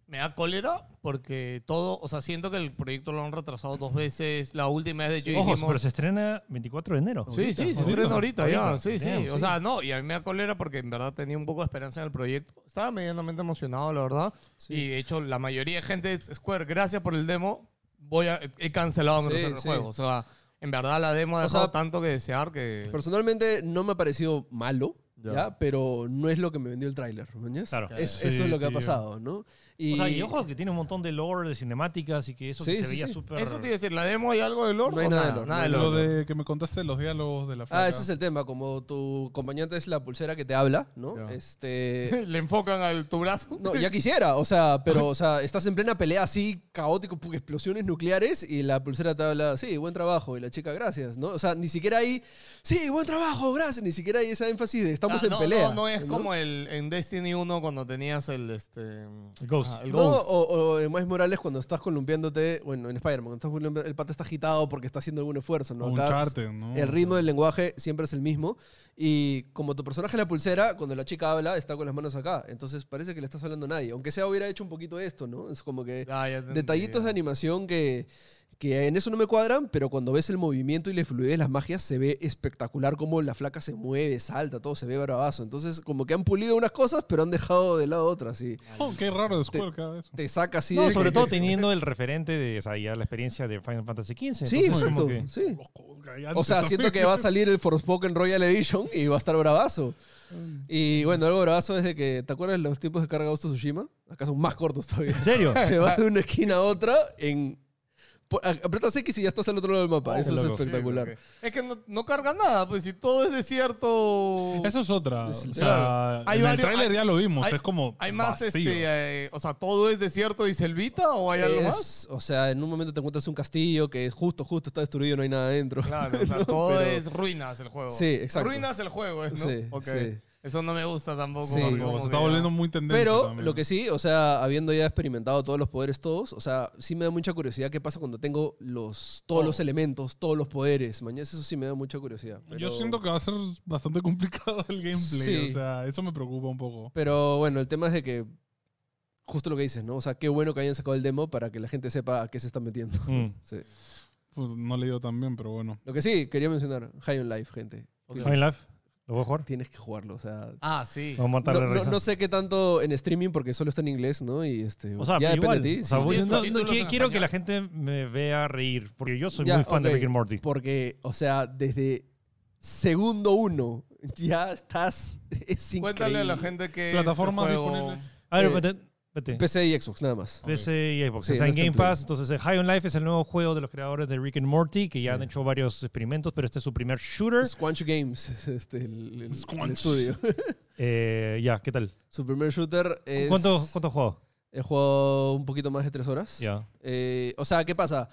Speaker 3: me da cólera porque todo, o sea, siento que el proyecto lo han retrasado dos veces. La última es de hecho
Speaker 4: Ojo,
Speaker 3: dijimos-
Speaker 4: pero se estrena 24 de enero.
Speaker 3: Sí, sí, se
Speaker 2: ahorita,
Speaker 3: estrena ahorita, ya.
Speaker 4: ahorita.
Speaker 3: Sí, sí.
Speaker 4: Damn,
Speaker 3: O
Speaker 4: sí.
Speaker 3: sea, no, y a mí me da cólera porque en verdad tenía un poco de esperanza en el proyecto. Estaba medianamente emocionado, la verdad.
Speaker 1: Sí.
Speaker 3: Y de hecho, la mayoría de gente es Square, gracias por el demo. Voy a, he cancelado mi
Speaker 1: Sí,
Speaker 3: reserva de
Speaker 1: sí.
Speaker 3: juego. O sea, en verdad la demo ha
Speaker 1: O sea,
Speaker 3: dejado tanto que desear
Speaker 4: eh.
Speaker 3: que.
Speaker 1: Personalmente no me ha parecido malo,
Speaker 3: Ya.
Speaker 1: ¿ya? pero no es lo que me vendió el tráiler. ¿me entiendes?
Speaker 4: Claro.
Speaker 1: Es-
Speaker 2: Sí,
Speaker 1: eso es lo que ha
Speaker 2: tío.
Speaker 1: pasado, ¿no?
Speaker 4: O sea, y ojo que tiene un montón de lore, de cinemáticas y que eso
Speaker 1: Sí,
Speaker 4: que se
Speaker 1: sí,
Speaker 4: veía
Speaker 1: sí.
Speaker 4: súper...
Speaker 3: Eso te iba a decir, ¿la demo hay algo de lore?
Speaker 1: No hay
Speaker 3: o
Speaker 1: nada de lore, no hay
Speaker 2: Lo
Speaker 1: Claro.
Speaker 2: de que me contaste los diálogos de la flaca.
Speaker 1: Ah, ese es el tema. Como tu acompañante es la pulsera que te habla, ¿no?
Speaker 3: Ya.
Speaker 1: Este.
Speaker 3: Le enfocan al tu brazo.
Speaker 1: No, ya quisiera, o sea, pero, o sea, estás en plena pelea así, caótico, porque explosiones nucleares y la pulsera te habla, sí, buen trabajo, y la chica, gracias, ¿no? O sea, ni siquiera hay, sí, buen trabajo, gracias, ni siquiera hay esa énfasis de estamos
Speaker 3: Ah,
Speaker 1: en
Speaker 3: no,
Speaker 1: pelea.
Speaker 3: No, no es como el, en Destiny 1 cuando tenías el, este,
Speaker 4: Ghost.
Speaker 3: ah, el
Speaker 1: No,
Speaker 3: Ghost.
Speaker 1: o, o en Miles Morales cuando estás columpiándote, bueno, en Spider-Man, cuando estás columpiándote, el pata está agitado porque está haciendo algún esfuerzo, ¿no?
Speaker 2: O
Speaker 1: Acá
Speaker 2: Uncharted, ¿no?
Speaker 1: el ritmo del lenguaje siempre es el mismo y como tu personaje es la pulsera, cuando la chica habla está con las manos acá, entonces parece que le estás hablando a nadie, aunque sea hubiera hecho un poquito esto, ¿no? Es como que
Speaker 3: Ah, ya te
Speaker 1: detallitos de
Speaker 3: entendí,
Speaker 1: animación que, que en eso no me cuadran, pero cuando ves el movimiento y la fluidez de las magias, se ve espectacular cómo la flaca se mueve, salta, todo se ve bravazo. Entonces, como que han pulido unas cosas, pero han dejado de lado otras y
Speaker 2: Oh, qué raro de Square cada vez.
Speaker 1: te saca así
Speaker 4: No,
Speaker 1: de-
Speaker 4: sobre todo teniendo el referente de o sea, ya la experiencia de Final Fantasy XV.
Speaker 1: Sí,
Speaker 4: entonces, como
Speaker 1: exacto.
Speaker 4: que-
Speaker 1: sí.
Speaker 2: Los colgantes
Speaker 1: O sea,
Speaker 2: también.
Speaker 1: siento que va a salir el Forspoken Royal Edition y va a estar bravazo. Y bueno, algo bravazo es de que, ¿te acuerdas los tiempos de carga de Ghost of Tsushima? Acá son más cortos todavía.
Speaker 4: ¿En serio?
Speaker 1: Te vas de una esquina a otra en... po- a- Apretas X y ya estás al otro lado del mapa.
Speaker 4: Oh,
Speaker 1: Eso
Speaker 4: qué
Speaker 1: es
Speaker 4: loco.
Speaker 3: Sí,
Speaker 1: espectacular.
Speaker 3: ok. Es que no, no carga nada, pues si todo es desierto.
Speaker 2: Eso es otra. O sea,
Speaker 3: Claro. Hay
Speaker 2: en el
Speaker 3: varios-
Speaker 2: tráiler
Speaker 3: hay-
Speaker 2: ya lo vimos.
Speaker 3: hay-
Speaker 2: es como
Speaker 3: ¿Hay más,
Speaker 2: vacío.
Speaker 3: este, eh, o sea, todo es desierto y selvita o hay algo más?
Speaker 1: Es- o sea, en un momento te encuentras un castillo que justo, justo está destruido, no hay nada adentro.
Speaker 3: Claro, o sea, todo
Speaker 1: pero-
Speaker 3: es ruinas el juego.
Speaker 1: Sí, exacto.
Speaker 3: Ruinas el juego, ¿es, ¿no?
Speaker 1: Sí,
Speaker 3: Ok.
Speaker 1: sí.
Speaker 3: Eso no me gusta tampoco.
Speaker 1: Sí.
Speaker 3: porque
Speaker 2: Como
Speaker 3: como
Speaker 2: se está
Speaker 3: que-
Speaker 2: volviendo muy tendencia
Speaker 1: Pero
Speaker 2: también.
Speaker 1: lo que sí, o sea, habiendo ya experimentado todos los poderes todos, o sea, sí me da mucha curiosidad qué pasa cuando tengo los, todos
Speaker 3: Todo.
Speaker 1: los elementos, todos los poderes. Mañana eso sí me da mucha curiosidad.
Speaker 2: Yo siento que va a ser bastante complicado el gameplay.
Speaker 1: Sí.
Speaker 2: O sea, eso me preocupa un poco.
Speaker 1: Pero bueno, el tema es de que, justo lo que dices, ¿no? O sea, qué bueno que hayan sacado el demo para que la gente sepa a qué se están metiendo.
Speaker 4: Mm.
Speaker 1: Sí.
Speaker 2: Pues, no le he leído tan bien, pero bueno.
Speaker 1: Lo que sí, quería mencionar, High on Life, gente.
Speaker 3: Ok.
Speaker 4: High on Life. ¿Lo voy a jugar?
Speaker 1: Tienes que jugarlo, o sea...
Speaker 3: Ah, sí.
Speaker 4: Vamos a
Speaker 1: No,
Speaker 4: matar de
Speaker 1: no-
Speaker 4: risa.
Speaker 1: no sé qué tanto en streaming porque solo está en inglés, ¿no? Y este,
Speaker 4: O sea,
Speaker 1: ya
Speaker 4: pero
Speaker 1: depende
Speaker 4: igual.
Speaker 1: de ti.
Speaker 4: o sea,
Speaker 1: sí.
Speaker 4: voy-
Speaker 3: Sí,
Speaker 4: no- no,
Speaker 3: subtítulos
Speaker 4: qui-
Speaker 3: en
Speaker 4: quiero que
Speaker 3: español.
Speaker 4: la gente me vea reír, porque yo soy
Speaker 1: Ya,
Speaker 4: muy fan de
Speaker 1: ok,
Speaker 4: Rick and Morty.
Speaker 1: Porque, o sea, desde segundo uno ya estás... Es increíble.
Speaker 3: Cuéntale a la gente que.
Speaker 2: Plataformas disponibles.
Speaker 4: A ver,
Speaker 1: eh,
Speaker 4: vete. vete.
Speaker 1: PC y Xbox, nada más.
Speaker 4: PC y Xbox.
Speaker 1: Sí,
Speaker 4: está
Speaker 1: no
Speaker 4: en
Speaker 1: está en
Speaker 4: Game
Speaker 1: Play.
Speaker 4: Pass. Entonces, eh, High on Life es el nuevo juego de los creadores de Rick and Morty, que ya
Speaker 1: Sí.
Speaker 4: han hecho varios experimentos, pero este es su primer shooter.
Speaker 1: Squanch Games, es este, el, el-
Speaker 2: Squanch.
Speaker 1: el estudio.
Speaker 4: Eh, ya, ¿qué tal?
Speaker 1: Su primer shooter es...
Speaker 4: ¿Cuánto, cuánto juego?
Speaker 1: He jugado un poquito más de tres horas.
Speaker 4: Ya.
Speaker 1: Eh, o sea, ¿qué pasa?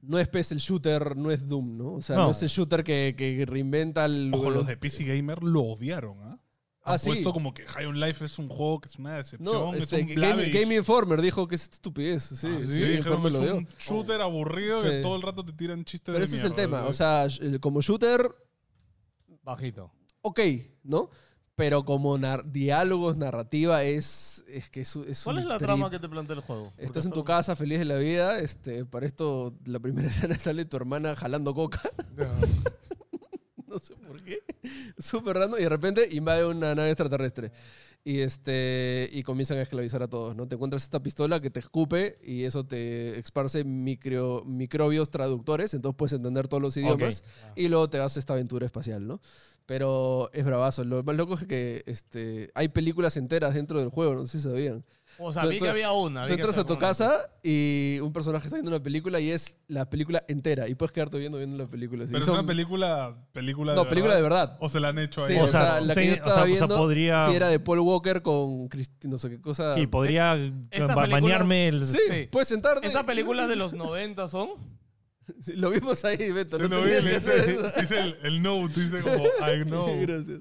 Speaker 1: No es PES el shooter, no es Doom, ¿no? O sea, no,
Speaker 4: No.
Speaker 1: es el shooter que, que reinventa el...
Speaker 2: Ojo, los de PC Gamer lo odiaron, ¿ah?
Speaker 1: Ah,
Speaker 2: Han
Speaker 1: sí.
Speaker 2: puesto como que High on Life es un juego que es una decepción,
Speaker 1: No,
Speaker 2: es
Speaker 1: este,
Speaker 2: un
Speaker 1: Game,
Speaker 2: blabber.
Speaker 1: Game Informer dijo que es estupidez. Sí,
Speaker 2: Ah, sí,
Speaker 1: sí, Game
Speaker 2: dijeron, es
Speaker 1: Informer lo dio.
Speaker 2: un shooter aburrido que
Speaker 1: Sí.
Speaker 2: todo el rato te tiran chistes
Speaker 1: Pero
Speaker 2: de
Speaker 1: ese es el
Speaker 2: mierda,
Speaker 1: tema.
Speaker 2: ¿no?
Speaker 1: O sea, sh- el- como shooter,
Speaker 3: Bajito.
Speaker 1: ok, ¿no? Pero como nar- diálogos, narrativa, es, es que es, es
Speaker 3: ¿Cuál
Speaker 1: un
Speaker 3: es la
Speaker 1: trip.
Speaker 3: trama que te plantea el juego? Porque
Speaker 1: Estás en
Speaker 3: esto-
Speaker 1: tu casa, feliz de la vida. Este, para esto, la primera escena sale tu hermana jalando coca. No sé por qué. Súper random. Y de repente invade una nave extraterrestre. Y, este, y comienzan a esclavizar a todos, ¿no? Te encuentras esta pistola que te escupe y eso te esparce micro, microbios traductores, entonces puedes entender todos los idiomas. Y luego te vas a esta aventura espacial, ¿no? Pero es bravazo. Lo más loco es que este, hay películas enteras dentro del juego, no sé si sabían.
Speaker 3: O sea,
Speaker 1: Tú-
Speaker 3: vi
Speaker 1: tú-
Speaker 3: que había una.
Speaker 1: Tú
Speaker 3: vi que
Speaker 1: entras a
Speaker 3: sacó
Speaker 1: tu
Speaker 3: una.
Speaker 1: casa y un personaje está viendo una película y es la película entera. Y puedes quedarte viendo viendo la película. sí.
Speaker 2: Pero es
Speaker 1: Son-
Speaker 2: una película, película
Speaker 1: No,
Speaker 2: de
Speaker 1: película de
Speaker 2: verdad.
Speaker 1: verdad.
Speaker 2: O se la han hecho
Speaker 1: Sí,
Speaker 2: ahí.
Speaker 1: o, sea,
Speaker 4: no.
Speaker 1: la que
Speaker 4: Te-
Speaker 1: yo
Speaker 4: o sea,
Speaker 1: estaba
Speaker 4: o sea,
Speaker 1: viendo
Speaker 4: podría-
Speaker 1: sí era de Paul Walker con Christi- no sé qué cosa.
Speaker 4: Y podría
Speaker 3: Estas
Speaker 4: ba-
Speaker 3: películas-
Speaker 4: bañarme el...
Speaker 1: Ah, sí,
Speaker 3: sí.
Speaker 1: puedes sentarte.
Speaker 3: Estas películas de los 90 son.
Speaker 1: Sí, Lo vimos ahí, Beto.
Speaker 2: Se
Speaker 1: no
Speaker 2: lo
Speaker 1: tenías
Speaker 2: vi,
Speaker 1: que
Speaker 2: le
Speaker 1: hacer
Speaker 2: dice,
Speaker 1: eso.
Speaker 2: dice el, el note, dice como, I know.
Speaker 1: Gracias.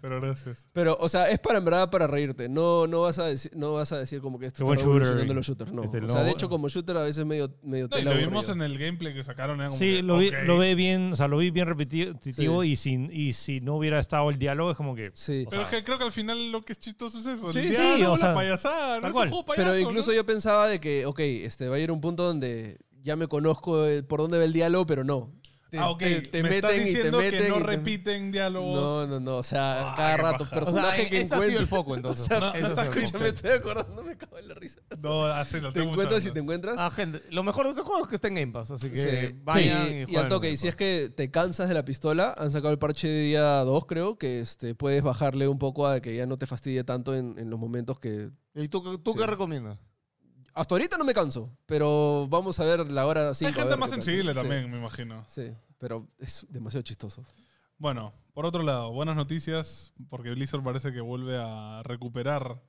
Speaker 2: Pero gracias.
Speaker 1: Pero, o sea, es para en verdad para reírte. No, no, vas, a decir, no vas a decir como que esto
Speaker 4: Qué buen
Speaker 1: está
Speaker 4: shooter.
Speaker 1: revolucionando los shooters. No.
Speaker 4: Este,
Speaker 1: o
Speaker 4: no,
Speaker 1: sea, de
Speaker 4: bueno.
Speaker 1: hecho, como shooter a veces medio, medio
Speaker 2: No, y
Speaker 1: tela
Speaker 2: lo vimos
Speaker 1: aburrido.
Speaker 2: en el gameplay que sacaron. era como
Speaker 4: Sí,
Speaker 2: que,
Speaker 4: lo vi,
Speaker 2: ok.
Speaker 4: lo ve bien, o sea, lo vi bien repetitivo y, sin, y si no hubiera estado el diálogo es como que...
Speaker 1: Sí.
Speaker 4: o
Speaker 2: Pero
Speaker 4: sea,
Speaker 2: es que creo que al final lo que es chistoso es eso.
Speaker 4: Sí,
Speaker 2: el
Speaker 4: sí,
Speaker 2: diálogo,
Speaker 4: o sea,
Speaker 2: la payasada, ¿no?
Speaker 4: tal
Speaker 2: Es un
Speaker 4: cual.
Speaker 2: juego payaso,
Speaker 1: Pero incluso
Speaker 2: ¿no?
Speaker 1: yo pensaba de que, ok, este, va a ir un punto donde ya me conozco eh, por dónde ve el diálogo, pero no. Te,
Speaker 2: ah, ok.
Speaker 1: te- te
Speaker 2: me
Speaker 1: meten
Speaker 2: estás
Speaker 1: y te
Speaker 2: diciendo
Speaker 1: meten.
Speaker 2: que no
Speaker 1: y te-
Speaker 2: repiten diálogos.
Speaker 1: No, no, no. O sea,
Speaker 2: Ah,
Speaker 1: cada
Speaker 2: qué
Speaker 1: rato,
Speaker 2: paja.
Speaker 3: O sea,
Speaker 1: personaje que
Speaker 3: ese ha sido el
Speaker 1: encuentras.
Speaker 3: foco entonces.
Speaker 1: sea, no,
Speaker 3: Ese ha
Speaker 2: está
Speaker 3: sido el
Speaker 1: Escúchame,
Speaker 3: foco.
Speaker 1: estoy acordando, me cago en la risa.
Speaker 2: No, así lo
Speaker 1: Te
Speaker 2: tengo
Speaker 1: encuentras y te
Speaker 2: usando.
Speaker 1: encuentras.
Speaker 3: Ah, gente, lo mejor de esos juegos es que está en Game Pass, así que
Speaker 1: Sí.
Speaker 3: vayan y,
Speaker 1: y, y
Speaker 3: jueguen
Speaker 1: al toque,
Speaker 3: en
Speaker 1: y si
Speaker 3: Game
Speaker 1: es que te cansas de la pistola, han sacado el parche de día 2, creo, que este, puedes bajarle un poco a que ya no te fastidie tanto en, en los momentos que...
Speaker 3: Pass. ¿Y tú, tú
Speaker 1: Sí.
Speaker 3: qué recomiendas?
Speaker 1: Hasta ahorita no me canso, pero vamos a ver la hora 5.
Speaker 2: Hay gente más sensible también, me imagino.
Speaker 1: Sí, pero es demasiado chistoso.
Speaker 2: Bueno, por otro lado, buenas noticias, porque Blizzard parece que vuelve a recuperar,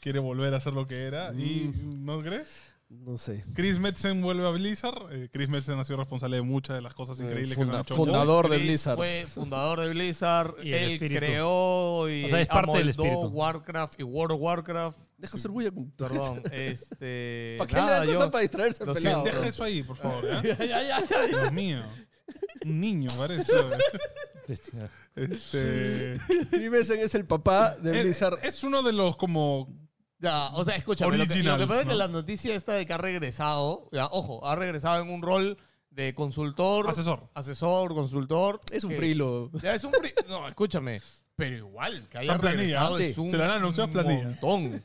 Speaker 2: quiere volver a ser lo que era, y ¿no crees?
Speaker 1: No sé.
Speaker 2: Chris Metzen vuelve a Blizzard. eh, Chris Metzen ha sido responsable de muchas de las cosas increíbles que se
Speaker 1: Funda-
Speaker 2: han hecho.
Speaker 1: fundador de
Speaker 3: Chris
Speaker 1: Blizzard.
Speaker 3: Fue fundador de Blizzard.
Speaker 4: Y el
Speaker 3: él
Speaker 4: espíritu.
Speaker 3: creó y
Speaker 4: O sea, es parte
Speaker 3: amoldó
Speaker 4: del espíritu.
Speaker 3: Warcraft y World of Warcraft.
Speaker 1: Deja ser bulla con tu gente.
Speaker 3: Perdón. este,
Speaker 1: ¿Para qué le
Speaker 3: nada,
Speaker 1: dan
Speaker 3: yo-
Speaker 1: cosas para distraerse
Speaker 3: lo
Speaker 1: al
Speaker 2: Muy-
Speaker 1: pelado?
Speaker 3: siento,
Speaker 2: Deja eso ahí, por favor. ¿eh?
Speaker 3: Ya, ya, ya, ya.
Speaker 2: Dios mío. Un niño, parece. Este,
Speaker 1: Grimesen es el papá de
Speaker 2: es,
Speaker 1: Blizzard.
Speaker 2: es uno de los como...
Speaker 3: Ya, o sea, escúchame. Lo que, lo
Speaker 2: Originals,
Speaker 3: que pasa es
Speaker 2: ¿no?
Speaker 3: que la noticia esta de que ha regresado, ya, ojo, ha regresado en un rol de consultor,
Speaker 2: Asesor.
Speaker 3: asesor, consultor.
Speaker 1: Es un
Speaker 3: que-
Speaker 1: frilo.
Speaker 3: Ya es un free. No, escúchame. Pero igual, que haya
Speaker 2: Está en planilla,
Speaker 3: regresado
Speaker 1: sí.
Speaker 3: es un
Speaker 2: Se le han anunciado planilla.
Speaker 3: montón.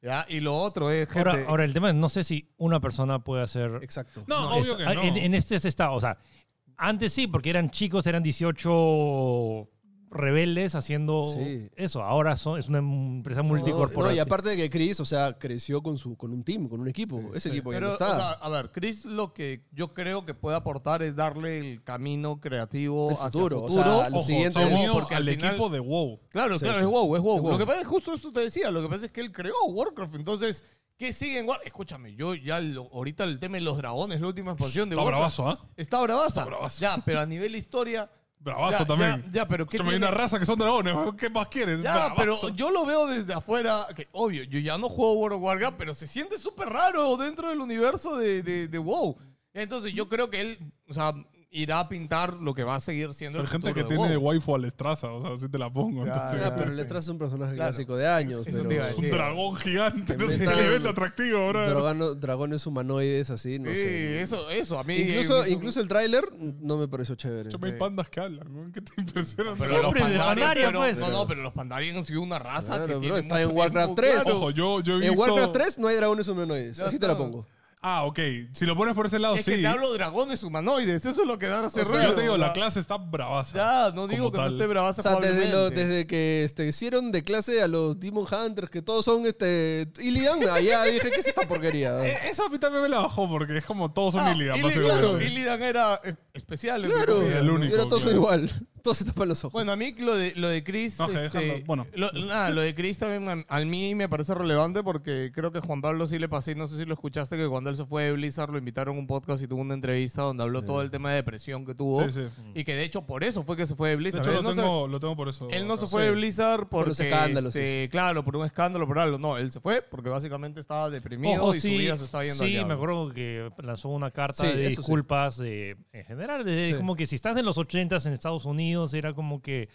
Speaker 3: Ya, y lo otro es, gente,
Speaker 4: ahora, ahora, el tema es, no sé si una persona puede hacer
Speaker 1: Exacto.
Speaker 2: No,
Speaker 4: No,
Speaker 2: obvio
Speaker 4: es-
Speaker 2: que
Speaker 4: ah,
Speaker 2: no.
Speaker 4: En, en este se está, o sea, antes sí, porque eran chicos, eran 18 rebeldes haciendo
Speaker 1: Sí.
Speaker 4: eso. Ahora son- es una em, empresa multicorporativa.
Speaker 1: No, y aparte de que Chris, o sea, creció con, su, con un team, con un equipo. Ese equipo ya
Speaker 3: este pero,
Speaker 1: no
Speaker 3: o
Speaker 1: está.
Speaker 3: sea, a ver, Chris lo que yo creo que puede aportar es darle el camino creativo
Speaker 1: El
Speaker 3: hacia
Speaker 1: futuro, o sea,
Speaker 3: futuro.
Speaker 1: Lo
Speaker 2: Ojo,
Speaker 1: siguiente
Speaker 2: se
Speaker 1: es-
Speaker 2: unió
Speaker 3: porque al
Speaker 2: al
Speaker 3: final-
Speaker 2: equipo de WoW.
Speaker 3: Claro,
Speaker 1: Sí,
Speaker 3: claro,
Speaker 1: sí.
Speaker 3: es wow, es wow.
Speaker 1: Es WoW.
Speaker 3: Lo que pasa es justo eso te decía, lo que pasa es que él creó Warcraft, entonces, ¿qué sigue en Warcraft? Escúchame, yo ya lo- ahorita el tema de los dragones, la última expansión de
Speaker 2: Está
Speaker 3: Warcraft.
Speaker 2: bravazo, ¿ah?
Speaker 3: Está bravaza.
Speaker 2: bravaza.
Speaker 3: Ya, pero a nivel historia.
Speaker 2: Bravazo
Speaker 3: ya,
Speaker 2: también.
Speaker 3: Ya, ya, pero ¿qué
Speaker 2: Yo me
Speaker 3: tiene?
Speaker 2: una raza que son dragones, weón, ¿qué más quieres?
Speaker 3: Ya, pero yo lo veo desde afuera. Que, obvio, yo ya no juego World of Warcraft, pero se siente súper raro dentro del universo de, de- de WoW. Entonces yo creo que él, o sea, irá a pintar lo que va a seguir siendo
Speaker 2: Hay
Speaker 3: el
Speaker 2: gente
Speaker 3: futuro
Speaker 2: que
Speaker 3: de
Speaker 2: tiene
Speaker 3: WoW.
Speaker 2: waifu al Estraza, o sea, así te la pongo.
Speaker 3: Ya,
Speaker 2: entonces,
Speaker 1: Ah,
Speaker 3: ya,
Speaker 1: pero
Speaker 3: sí.
Speaker 1: el Estraza es un personaje
Speaker 3: Claro.
Speaker 1: clásico de años.
Speaker 3: Eso
Speaker 1: pero
Speaker 3: te iba a
Speaker 2: es un
Speaker 3: decir.
Speaker 2: dragón gigante,
Speaker 1: Te
Speaker 2: no sé qué
Speaker 1: metan-
Speaker 2: le ves atractivo ahora.
Speaker 1: dragano- dragones humanoides así, no
Speaker 3: sí,
Speaker 1: sé.
Speaker 3: eso, eso, a mí.
Speaker 1: Incluso,
Speaker 3: eh,
Speaker 1: incluso el tráiler no me pareció chévere.
Speaker 2: Chame, hay pandas que hablan, weón, ¿qué te impresiona?
Speaker 3: Pero
Speaker 2: Son-
Speaker 3: los
Speaker 4: Siempre de
Speaker 3: Pandarian,
Speaker 4: Pandaria,
Speaker 3: pero-
Speaker 4: pues.
Speaker 3: No, no, pero los Pandarian han sido una raza
Speaker 1: Claro,
Speaker 3: que
Speaker 1: bro,
Speaker 3: tiene
Speaker 1: está
Speaker 3: mucho
Speaker 1: en Warcraft
Speaker 3: tiempo,
Speaker 1: 3.
Speaker 3: claro.
Speaker 2: Ojo, yo, yo he visto...
Speaker 1: En Warcraft 3 no hay dragones humanoides.
Speaker 3: Ya
Speaker 1: Así te la
Speaker 3: está.
Speaker 1: pongo.
Speaker 2: Ah, ok. Si lo pones por ese lado,
Speaker 3: Es
Speaker 2: sí.
Speaker 3: que te hablo de dragones humanoides, eso es lo que da hace
Speaker 2: O sea,
Speaker 3: ruido,
Speaker 2: yo te digo, la
Speaker 3: ¿verdad?
Speaker 2: clase está bravaza.
Speaker 3: Ya, no digo
Speaker 2: como
Speaker 3: que
Speaker 2: tal.
Speaker 3: no esté bravaza
Speaker 1: O sea, desde, lo-
Speaker 3: jugablemente.
Speaker 1: desde que este, hicieron de clase a los Demon Hunters, que todos son este, Illidan, allá dije, ¿qué es esta porquería?
Speaker 2: Eh, Eso a mí también me la bajó porque es como todos son
Speaker 3: Ah,
Speaker 2: Illidan,
Speaker 3: Illidan,
Speaker 2: básicamente.
Speaker 3: claro, Illidan era eh, especial. entre
Speaker 1: Claro,
Speaker 3: comillas,
Speaker 2: el
Speaker 3: ¿no?
Speaker 2: único,
Speaker 1: y ahora todos son
Speaker 2: claro.
Speaker 1: igual. Todos se tapan los ojos.
Speaker 3: Bueno, a mí lo de, lo de Chris.
Speaker 2: No, que
Speaker 3: este,
Speaker 2: déjalo, bueno.
Speaker 3: lo, nada, lo de Chris también a, a mí me parece relevante porque creo que Juan Pablo sí le pasé. No sé si lo escuchaste, que cuando él se fue de Blizzard lo invitaron a un podcast y tuvo una entrevista donde habló todo el tema de depresión que tuvo.
Speaker 2: Sí, sí.
Speaker 3: Y que de hecho por eso fue que se fue de
Speaker 2: De
Speaker 3: Blizzard.
Speaker 2: hecho,
Speaker 3: él, no
Speaker 2: lo tengo, lo tengo por eso.
Speaker 3: se, él no
Speaker 2: acá.
Speaker 3: se fue de Blizzard porque.
Speaker 1: los escándalos,
Speaker 3: este, Claro, por un escándalo, por algo. No, él se fue porque básicamente estaba deprimido
Speaker 4: Ojo,
Speaker 3: y
Speaker 4: sí,
Speaker 3: su vida se estaba yendo al
Speaker 4: sí
Speaker 3: diablo.
Speaker 4: me acuerdo que lanzó una carta
Speaker 1: Sí,
Speaker 4: de
Speaker 1: eso sí.
Speaker 4: disculpas de- en general. de-
Speaker 1: Sí.
Speaker 4: Como que si estás en los 80s en Estados Unidos, era como que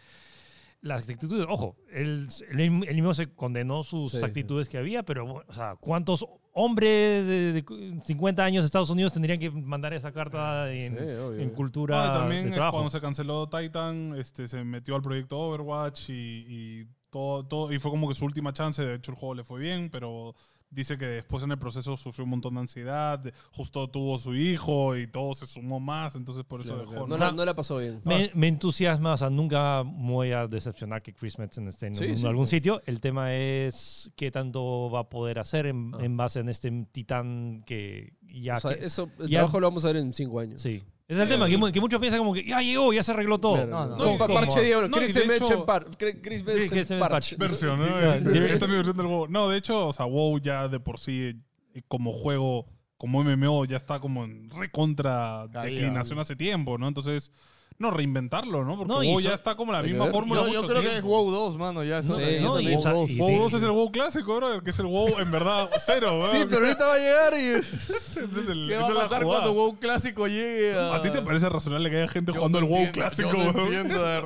Speaker 4: las actitudes, ojo, él, él mismo- él mismo se condenó sus
Speaker 1: Sí, sí.
Speaker 4: actitudes que había, pero, o sea, ¿cuántos hombres de, de 50 años de Estados Unidos tendrían que mandar esa carta en,
Speaker 1: Ah, sí, obvio.
Speaker 4: en cultura
Speaker 2: Ah, y
Speaker 4: de
Speaker 2: también eh,
Speaker 4: trabajo?
Speaker 2: cuando se canceló Titan, este, se metió al proyecto Overwatch y, y todo, todo, y fue como que su última chance. De hecho, el juego le fue bien, pero dice que después en el proceso sufrió un montón de ansiedad. de- Justo tuvo su hijo y todo se sumó más, entonces por eso
Speaker 1: Claro,
Speaker 2: dejó.
Speaker 1: claro.
Speaker 2: ¿no?
Speaker 1: No, la, no la pasó bien.
Speaker 4: Me, me entusiasma, o sea, nunca voy a decepcionar que Chris Metzen esté en
Speaker 1: Sí,
Speaker 4: un-
Speaker 1: sí.
Speaker 4: algún sitio. El tema es qué tanto va a poder hacer en,
Speaker 1: Ah.
Speaker 4: en base en este titán que ya...
Speaker 1: O sea,
Speaker 4: que-
Speaker 1: eso, el
Speaker 4: ya-
Speaker 1: trabajo lo vamos a ver en 5 años.
Speaker 4: sí. Es el tema, que, mu- que muchos piensan como que ya llegó, ya se arregló todo.
Speaker 1: Claro.
Speaker 3: No, no.
Speaker 1: No, un pa-
Speaker 2: Como-
Speaker 1: parche de oro.
Speaker 2: No, y
Speaker 1: Chris
Speaker 2: de
Speaker 1: Mench
Speaker 2: hecho-
Speaker 1: en par- Cre- Chris Mench
Speaker 4: Chris
Speaker 1: en
Speaker 4: Mench
Speaker 1: parche.
Speaker 2: Versión, ¿no?
Speaker 4: Ya,
Speaker 2: Este,
Speaker 4: direct-
Speaker 2: Esta es mi versión del juego. No, de hecho, o sea, WoW ya de por sí, eh, como juego, como MMO, ya está como en recontra
Speaker 3: Caída.
Speaker 2: declinación hace tiempo, ¿no? Entonces, no, reinventarlo, ¿no? Porque
Speaker 4: No, y
Speaker 2: WoW
Speaker 4: so-
Speaker 2: ya está como la
Speaker 1: Hay que
Speaker 2: misma
Speaker 1: ver.
Speaker 2: fórmula
Speaker 3: Yo, yo
Speaker 2: mucho
Speaker 3: creo que es
Speaker 2: tiempo. eh,
Speaker 3: WoW 2, mano. Ya eso
Speaker 1: Sí,
Speaker 3: de-
Speaker 1: yo
Speaker 3: WoW
Speaker 1: también.
Speaker 4: o sea,
Speaker 3: 2.
Speaker 4: y
Speaker 2: WoW 2
Speaker 4: de-
Speaker 2: es el WoW clásico, bro, que es el WoW en verdad cero, bro.
Speaker 1: Sí, pero ahorita va a llegar y.
Speaker 2: Ese es el-
Speaker 3: ¿Qué va
Speaker 2: esa
Speaker 3: a
Speaker 2: es la
Speaker 3: pasar
Speaker 2: jugada.
Speaker 3: cuando WoW clásico llegue?
Speaker 2: ¿A ti te parece razonable que haya gente jugando el WoW clásico, bro?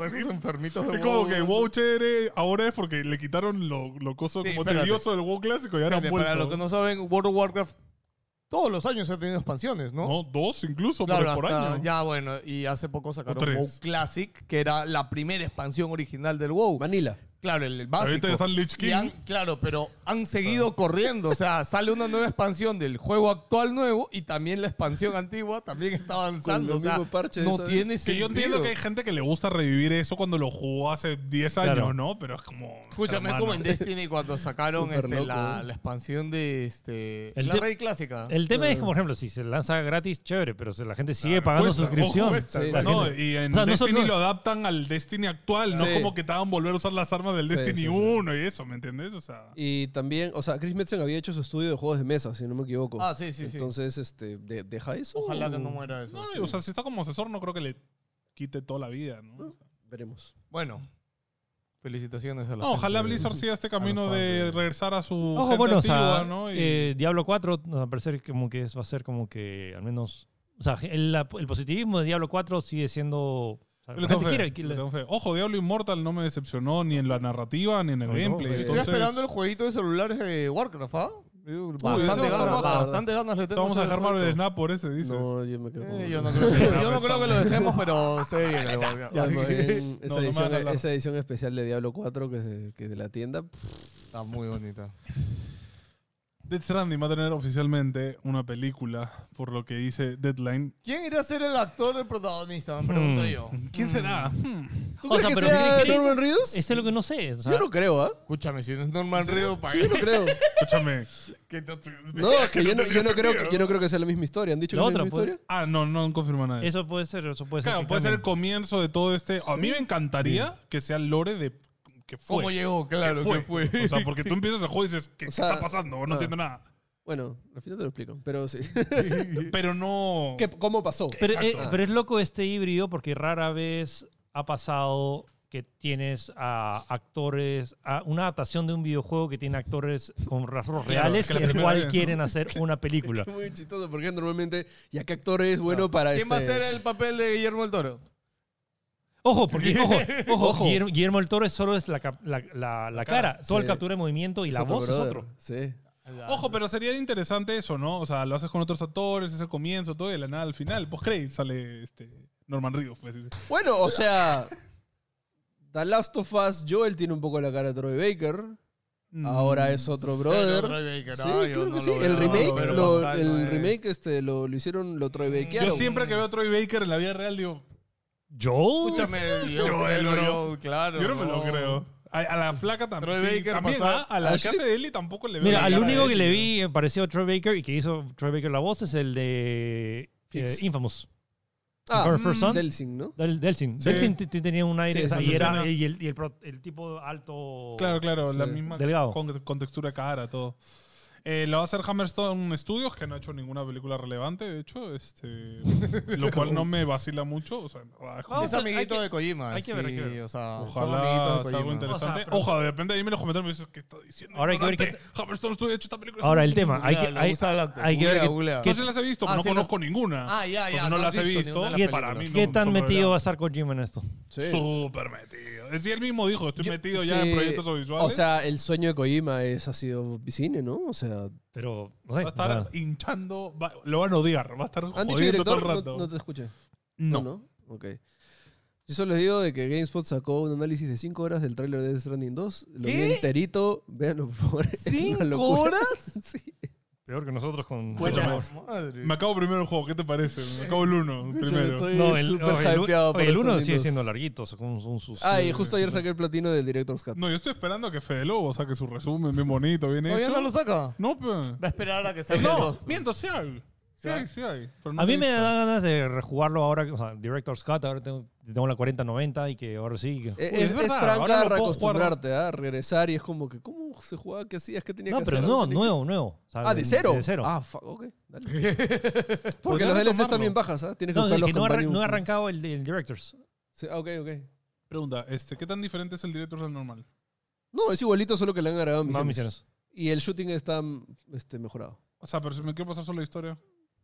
Speaker 3: enfermitos de
Speaker 2: Es como que WoW chévere ahora es porque le quitaron lo, lo coso
Speaker 3: Sí,
Speaker 2: como
Speaker 3: espérate.
Speaker 2: tedioso del WoW clásico y ahora han
Speaker 3: Para los
Speaker 2: vuelto.
Speaker 3: que no saben, World of Warcraft todos los años ha tenido expansiones, ¿no?
Speaker 2: No, dos incluso
Speaker 3: Claro,
Speaker 2: por, por
Speaker 3: hasta-
Speaker 2: año.
Speaker 3: Ya, bueno, y hace poco
Speaker 2: O
Speaker 3: sacaron
Speaker 2: tres.
Speaker 3: WoW Classic, que era la primera expansión original del WoW.
Speaker 1: Manila.
Speaker 3: Claro, el, el básico.
Speaker 2: Ahorita están Lich
Speaker 3: Y han-
Speaker 2: King.
Speaker 3: claro, pero han seguido corriendo. O sea, sale una nueva expansión del juego actual nuevo y también la expansión antigua también está avanzando.
Speaker 1: los
Speaker 3: o sea,
Speaker 1: mismos parches,
Speaker 3: no
Speaker 1: ¿sabes?
Speaker 3: tiene
Speaker 2: Que
Speaker 3: sentido.
Speaker 2: yo entiendo que hay gente que le gusta revivir eso cuando lo jugó hace 10 años,
Speaker 4: Claro.
Speaker 2: ¿no? Pero es como.
Speaker 3: Escúchame, es
Speaker 2: hermano.
Speaker 3: como en Destiny cuando sacaron
Speaker 1: Súper
Speaker 3: este,
Speaker 1: loco,
Speaker 3: la,
Speaker 1: ¿eh?
Speaker 3: la expansión de este,
Speaker 4: El
Speaker 3: la
Speaker 4: te-
Speaker 3: red clásica.
Speaker 4: El tema es, como, por ejemplo, si se lanza gratis, chévere, pero si la gente sigue pagando
Speaker 2: Cuesta,
Speaker 4: suscripción.
Speaker 2: ojo,
Speaker 3: cuesta,
Speaker 1: Sí,
Speaker 4: La
Speaker 1: sí.
Speaker 2: No,
Speaker 4: gente-
Speaker 2: y en
Speaker 4: O sea, no son-
Speaker 2: Destiny
Speaker 4: no-
Speaker 2: lo adaptan al Destiny actual, no
Speaker 1: Sí.
Speaker 2: como que te hagan volver a usar las armas del
Speaker 1: Sí,
Speaker 2: Destiny
Speaker 1: sí, sí.
Speaker 2: 1 y eso, ¿me entiendes? O sea,
Speaker 1: Y también, o sea, Chris Metzen había hecho su estudio de juegos de mesa, si no me equivoco.
Speaker 3: Ah, sí, sí, sí.
Speaker 1: Entonces, este, de- deja eso.
Speaker 3: Ojalá que no
Speaker 1: o-
Speaker 3: muera eso.
Speaker 2: no,
Speaker 3: sí.
Speaker 2: Uh. o sea, si está como asesor, no creo que le quite toda la vida, ¿no? O sea,
Speaker 1: Veremos.
Speaker 3: Bueno, felicitaciones a la
Speaker 2: no, ojalá
Speaker 3: gente de-
Speaker 2: Blizzard siga este camino
Speaker 3: fans
Speaker 2: de
Speaker 3: de-
Speaker 2: regresar a su
Speaker 4: Ojo,
Speaker 2: gente
Speaker 4: bueno, o sea,
Speaker 2: antigua, ¿no? Y-
Speaker 4: eh, Diablo 4 nos va a parecer como que es- va a ser como que al menos... O sea, el, la- el positivismo de Diablo 4 sigue siendo... o sea,
Speaker 2: Yo
Speaker 4: la
Speaker 2: le tengo
Speaker 4: gente
Speaker 2: fe,
Speaker 4: quiere- quiere-
Speaker 2: le tengo fe. Ojo, Diablo Immortal no me decepcionó ni en la narrativa ni en el
Speaker 4: No,
Speaker 2: gameplay.
Speaker 4: eh.
Speaker 2: entonces,
Speaker 3: Estoy esperando el jueguito de celulares de Warcraft, ¿ah? Yo,
Speaker 2: ese va a
Speaker 3: Bastante
Speaker 2: estar
Speaker 3: ganas,
Speaker 2: paja.
Speaker 3: bastante ganas le
Speaker 2: o sea,
Speaker 3: tengo.
Speaker 2: vamos a
Speaker 3: hacer
Speaker 2: dejar
Speaker 3: el
Speaker 2: Marvel
Speaker 3: jueguito.
Speaker 2: Snap por ese, dices.
Speaker 1: No, yo me quedo. con-
Speaker 3: Eh, yo no creo que, yo no creo que lo dejemos, pero se viene. lo guardia.
Speaker 1: Ya,
Speaker 3: Así
Speaker 1: más
Speaker 3: que-
Speaker 1: bien,
Speaker 2: No,
Speaker 1: esa,
Speaker 2: no me
Speaker 1: edición,
Speaker 2: van a hablar.
Speaker 1: esa edición especial de Diablo 4 que es de, que es de la tienda. pff,
Speaker 3: Está muy bonita.
Speaker 2: Death Stranding va a tener oficialmente una película, por lo que dice Deadline.
Speaker 3: ¿Quién irá a ser el actor, el protagonista? Me pregunto
Speaker 4: Hmm.
Speaker 3: yo.
Speaker 2: ¿Quién será? Hmm.
Speaker 1: ¿Tú
Speaker 4: O
Speaker 1: crees
Speaker 4: sea,
Speaker 1: que
Speaker 4: pero
Speaker 1: sea
Speaker 4: ¿cree- cree-
Speaker 1: Norman Reedus?
Speaker 4: Este es lo que no sé. o sea,
Speaker 1: Yo no creo, ¿ah?
Speaker 3: Escúchame, si no es normal Río, para
Speaker 1: Yo no creo.
Speaker 2: Escúchame.
Speaker 3: que te-
Speaker 1: No, es que yo no, yo no creo que, yo no creo que sea la misma historia. ¿Han dicho que
Speaker 4: La
Speaker 1: es la
Speaker 4: otra,
Speaker 1: misma
Speaker 4: pues.
Speaker 1: historia?
Speaker 2: Ah, no, no confirma nada.
Speaker 4: Eso puede ser, eso puede ser.
Speaker 2: claro,
Speaker 4: que
Speaker 2: puede ser el
Speaker 4: cambie.
Speaker 2: comienzo de todo este. A mí me encantaría que sea el lore de que fue.
Speaker 3: ¿Cómo llegó?
Speaker 2: que
Speaker 3: Claro, que fue.
Speaker 2: O sea, porque tú empiezas el juego y dices, ¿qué,
Speaker 1: O
Speaker 2: qué
Speaker 1: sea,
Speaker 2: está pasando? No
Speaker 1: ah.
Speaker 2: entiendo nada.
Speaker 1: Bueno, al final te lo explico, pero sí.
Speaker 2: Pero no.
Speaker 1: ¿Qué- ¿Cómo pasó?
Speaker 4: Pero, eh,
Speaker 2: Exacto.
Speaker 4: pero es loco este híbrido porque rara vez ha pasado que tienes a actores, a una adaptación de un videojuego que tiene actores con rastros
Speaker 2: Claro,
Speaker 4: reales,
Speaker 2: que la
Speaker 4: el
Speaker 2: primera
Speaker 4: cual
Speaker 2: vez, ¿no?
Speaker 4: quieren hacer una película.
Speaker 1: Es muy chistoso porque normalmente, ¿y a qué actor es bueno para
Speaker 3: ¿Quién va a
Speaker 1: este-
Speaker 3: ser el papel de Guillermo el Toro?
Speaker 4: Ojo, porque ojo, ojo,
Speaker 1: Ojo.
Speaker 4: Guillermo, Guillermo el Toro es solo es la, cap- la- la- la cara, todo el
Speaker 1: Sí.
Speaker 4: captura de movimiento y
Speaker 1: es
Speaker 4: la
Speaker 1: otro
Speaker 4: voz es
Speaker 1: brother?
Speaker 4: otro.
Speaker 1: Sí.
Speaker 2: Ojo, pero sería interesante eso, ¿no? O sea, lo haces con otros actores, es el comienzo, todo, y de la nada al final. Post credits sale este Norman Reedus, pues. dice,
Speaker 1: Bueno, o sea, The Last of Us, Joel tiene un poco la cara de Troy Baker.
Speaker 4: Mm.
Speaker 1: Mm. Ahora es otro brother. Sí, claro que sí. El remake,
Speaker 2: no lo
Speaker 1: lo- el remake este, lo, lo hicieron, lo Troy Bakearon.
Speaker 2: Yo siempre que veo a Troy Baker en la vida real digo,
Speaker 4: Joel.
Speaker 3: Escúchame, yo,
Speaker 2: Joel,
Speaker 3: sé,
Speaker 2: bro.
Speaker 3: Joel, claro.
Speaker 2: yo no me lo creo. A, a la flaca también.
Speaker 3: Troy
Speaker 2: sí,
Speaker 3: Baker
Speaker 2: también,
Speaker 3: pasó-
Speaker 2: ¿ah? A la
Speaker 1: ¿Ah,
Speaker 2: que
Speaker 1: sí?
Speaker 2: hace de Ellie tampoco le veo.
Speaker 4: Mira,
Speaker 2: la
Speaker 4: al
Speaker 2: cara
Speaker 4: único
Speaker 2: de
Speaker 4: que le
Speaker 2: Ellie.
Speaker 4: vi eh, parecido a Troy Baker y que hizo Troy Baker la voz es el de eh,
Speaker 1: Hicks.
Speaker 4: Infamous.
Speaker 1: Ah,
Speaker 4: Bird for Sun.
Speaker 1: Delsing, ¿no?
Speaker 4: Del, Delsin.
Speaker 2: Sí.
Speaker 4: Delsin t- t- tenía un aire
Speaker 1: Sí,
Speaker 4: o sea,
Speaker 1: sí,
Speaker 4: y,
Speaker 1: sí,
Speaker 4: era,
Speaker 2: sí.
Speaker 4: y, el, y el pro- el tipo alto.
Speaker 2: Claro, claro, la
Speaker 1: Sí.
Speaker 2: misma
Speaker 4: Delgado.
Speaker 2: Con, con textura de cara, todo. Eh, lo va a hacer Hammerstone Studios, que no ha hecho ninguna película relevante, de hecho, este, lo cual no me vacila mucho. O sea, en verdad, es como-
Speaker 4: Vamos
Speaker 3: Es
Speaker 4: a-
Speaker 3: amiguito
Speaker 4: hay que-
Speaker 3: de Kojima.
Speaker 4: hay que ver, hay que
Speaker 3: sí,
Speaker 4: ver.
Speaker 3: O sea, son
Speaker 2: Ojalá
Speaker 3: amiguitos de
Speaker 2: sea algo
Speaker 3: Kojima.
Speaker 2: interesante.
Speaker 4: O sea, pero-
Speaker 2: Ojo, de repente ahí me los comentarios me dices, ¿qué está diciendo?
Speaker 4: Ahora hay que ver qué-
Speaker 2: ignorante? Hammerstone Studios ha hecho esta película.
Speaker 4: Ahora, el
Speaker 2: No
Speaker 4: tema. Hay que,
Speaker 3: Googlealo,
Speaker 4: hay,
Speaker 3: usa el actor,
Speaker 4: hay que ver
Speaker 3: googlea,
Speaker 4: qué-
Speaker 3: googlea.
Speaker 4: qué-
Speaker 2: sé las he visto,
Speaker 3: Ah,
Speaker 2: no
Speaker 3: sí,
Speaker 2: conozco ninguna.
Speaker 3: Ah, ya, ya,
Speaker 2: Entonces
Speaker 3: no
Speaker 2: no,
Speaker 3: has
Speaker 2: las he
Speaker 3: visto
Speaker 2: visto.
Speaker 3: ninguna
Speaker 4: de las
Speaker 2: para mí
Speaker 3: películas.
Speaker 2: no
Speaker 4: ¿Qué
Speaker 2: son
Speaker 4: tan metido va a
Speaker 2: relevantes.
Speaker 4: estar Kojima en esto?
Speaker 1: Sí.
Speaker 2: Súper metido. Es decir, él mismo dijo, estoy
Speaker 1: Yo-
Speaker 2: metido ya
Speaker 1: sí.
Speaker 2: en proyectos audiovisuales.
Speaker 1: O sea, el sueño de Kojima es, ha sido cine, ¿no? O sea,
Speaker 4: Pero, no sé.
Speaker 2: va a estar
Speaker 4: o sea,
Speaker 2: hinchando, va- lo van a odiar, va a estar
Speaker 1: ¿han dicho
Speaker 2: jodiendo todo el
Speaker 1: director?
Speaker 2: rato.
Speaker 1: No, no te escuché.
Speaker 2: No.
Speaker 1: ¿No? Ok. Yo solo les digo de que GameSpot sacó un análisis de 5 horas del tráiler de Death Stranding 2. Lo vi
Speaker 3: ¿Qué?
Speaker 1: enterito. Véanlo, por favor. Es una
Speaker 3: ¿Cinco
Speaker 1: locura.
Speaker 3: horas?
Speaker 1: Sí.
Speaker 4: peor que nosotros con.
Speaker 2: Buenas.
Speaker 4: con-
Speaker 3: Madre.
Speaker 2: Me acabo primero el juego, ¿qué te parece? Me acabo el uno
Speaker 1: Yo
Speaker 2: primero.
Speaker 1: estoy
Speaker 4: No, el,
Speaker 1: súper
Speaker 4: oye, el,
Speaker 1: hypeado por
Speaker 4: oye, el
Speaker 1: Death
Speaker 4: uno
Speaker 1: Stranding
Speaker 4: sigue
Speaker 1: 2.
Speaker 4: siendo larguito. son como son sus-
Speaker 1: Ah, y justo ayer saqué el platino del Director's Cut. Eh,
Speaker 2: No, yo estoy esperando que Fede Lobo saque su resumen bien bonito, bien
Speaker 3: ¿Todavía
Speaker 2: hecho.
Speaker 3: no lo saca?
Speaker 2: No, pe-
Speaker 3: Va a esperar a que salga el
Speaker 2: No,
Speaker 3: dos.
Speaker 2: miento, sí hay. Sí hay,
Speaker 3: hay?
Speaker 2: sí hay. pero no
Speaker 4: A
Speaker 2: lo
Speaker 4: mí
Speaker 2: he
Speaker 4: me
Speaker 2: visto.
Speaker 4: da ganas de rejugarlo ahora, que- o sea, Director's Cut, ahora tengo, tengo la 4090 y que ahora sí. que-
Speaker 1: Eh,
Speaker 2: Uy,
Speaker 1: es,
Speaker 2: es verdad,
Speaker 1: es
Speaker 2: ahora
Speaker 1: tranca
Speaker 2: lo puedo jugar,
Speaker 1: reacostumbrarte a regresar y es como que, ¿cómo se jugaba? ¿Qué hacías? ¿Qué tenías
Speaker 4: No,
Speaker 1: que
Speaker 4: pero
Speaker 1: hacer?
Speaker 4: no,
Speaker 1: ¿Dónde
Speaker 4: nuevo, nuevo. O sea,
Speaker 1: Ah, de cero.
Speaker 4: De cero.
Speaker 1: Ah, fuck, ok. Dale. Porque
Speaker 2: Podrías
Speaker 1: los DLC
Speaker 2: retomarlo.
Speaker 1: están bien bajas, ¿ah? Tienes que
Speaker 4: no, es
Speaker 1: buscar los
Speaker 4: que no, arran-
Speaker 1: companion-
Speaker 4: no he arrancado el, el Directors.
Speaker 1: Sí, ah, ok, ok.
Speaker 2: Pregunta, este, ¿qué tan diferente es el director al normal?
Speaker 1: No, es igualito, solo que le han agregado
Speaker 4: Más
Speaker 1: misiones.
Speaker 4: misiones.
Speaker 1: Y el shooting está mm, este, mejorado.
Speaker 2: O sea, pero si me quiero pasar solo la historia,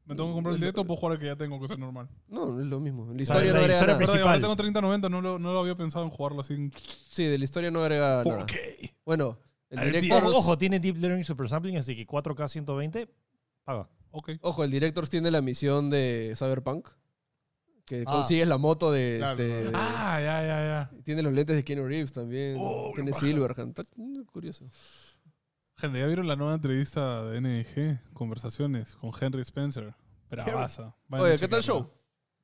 Speaker 2: ¿me tengo que comprar el
Speaker 1: Mm,
Speaker 2: directo o
Speaker 1: lo-
Speaker 2: puedo jugar el que ya tengo, que es el normal?
Speaker 1: No, no es lo mismo. En la
Speaker 4: Claro,
Speaker 1: historia
Speaker 4: la
Speaker 1: no agrega
Speaker 4: historia
Speaker 1: nada.
Speaker 2: Verdad,
Speaker 4: Principal.
Speaker 2: ahora tengo 3090, no lo, no lo había pensado en jugarlo así en
Speaker 1: Sí, de la historia no agrega nada.
Speaker 2: 4K.
Speaker 1: Bueno,
Speaker 2: Al
Speaker 1: el
Speaker 2: tío.
Speaker 1: director...
Speaker 4: Ojo, ojo, tiene Deep Learning Super Sampling, así que 4K 120 paga.
Speaker 2: Ok.
Speaker 1: Ojo, el director tiene la misión de Cyberpunk. Que
Speaker 3: Ah.
Speaker 1: consigues la moto de.
Speaker 3: Claro,
Speaker 1: este,
Speaker 2: Ah, ya, ya, ya.
Speaker 1: Tiene los lentes de Keanu Reeves también.
Speaker 2: Oh, qué
Speaker 1: tiene
Speaker 2: paja.
Speaker 1: Silverhand. Está mm, curioso.
Speaker 2: Gente, ¿ya vieron la nueva entrevista de NG? Conversaciones con Henry Spencer. Bravaza. Vayan
Speaker 1: Oye,
Speaker 2: a
Speaker 1: ¿qué tal el
Speaker 2: chequearla.
Speaker 1: show?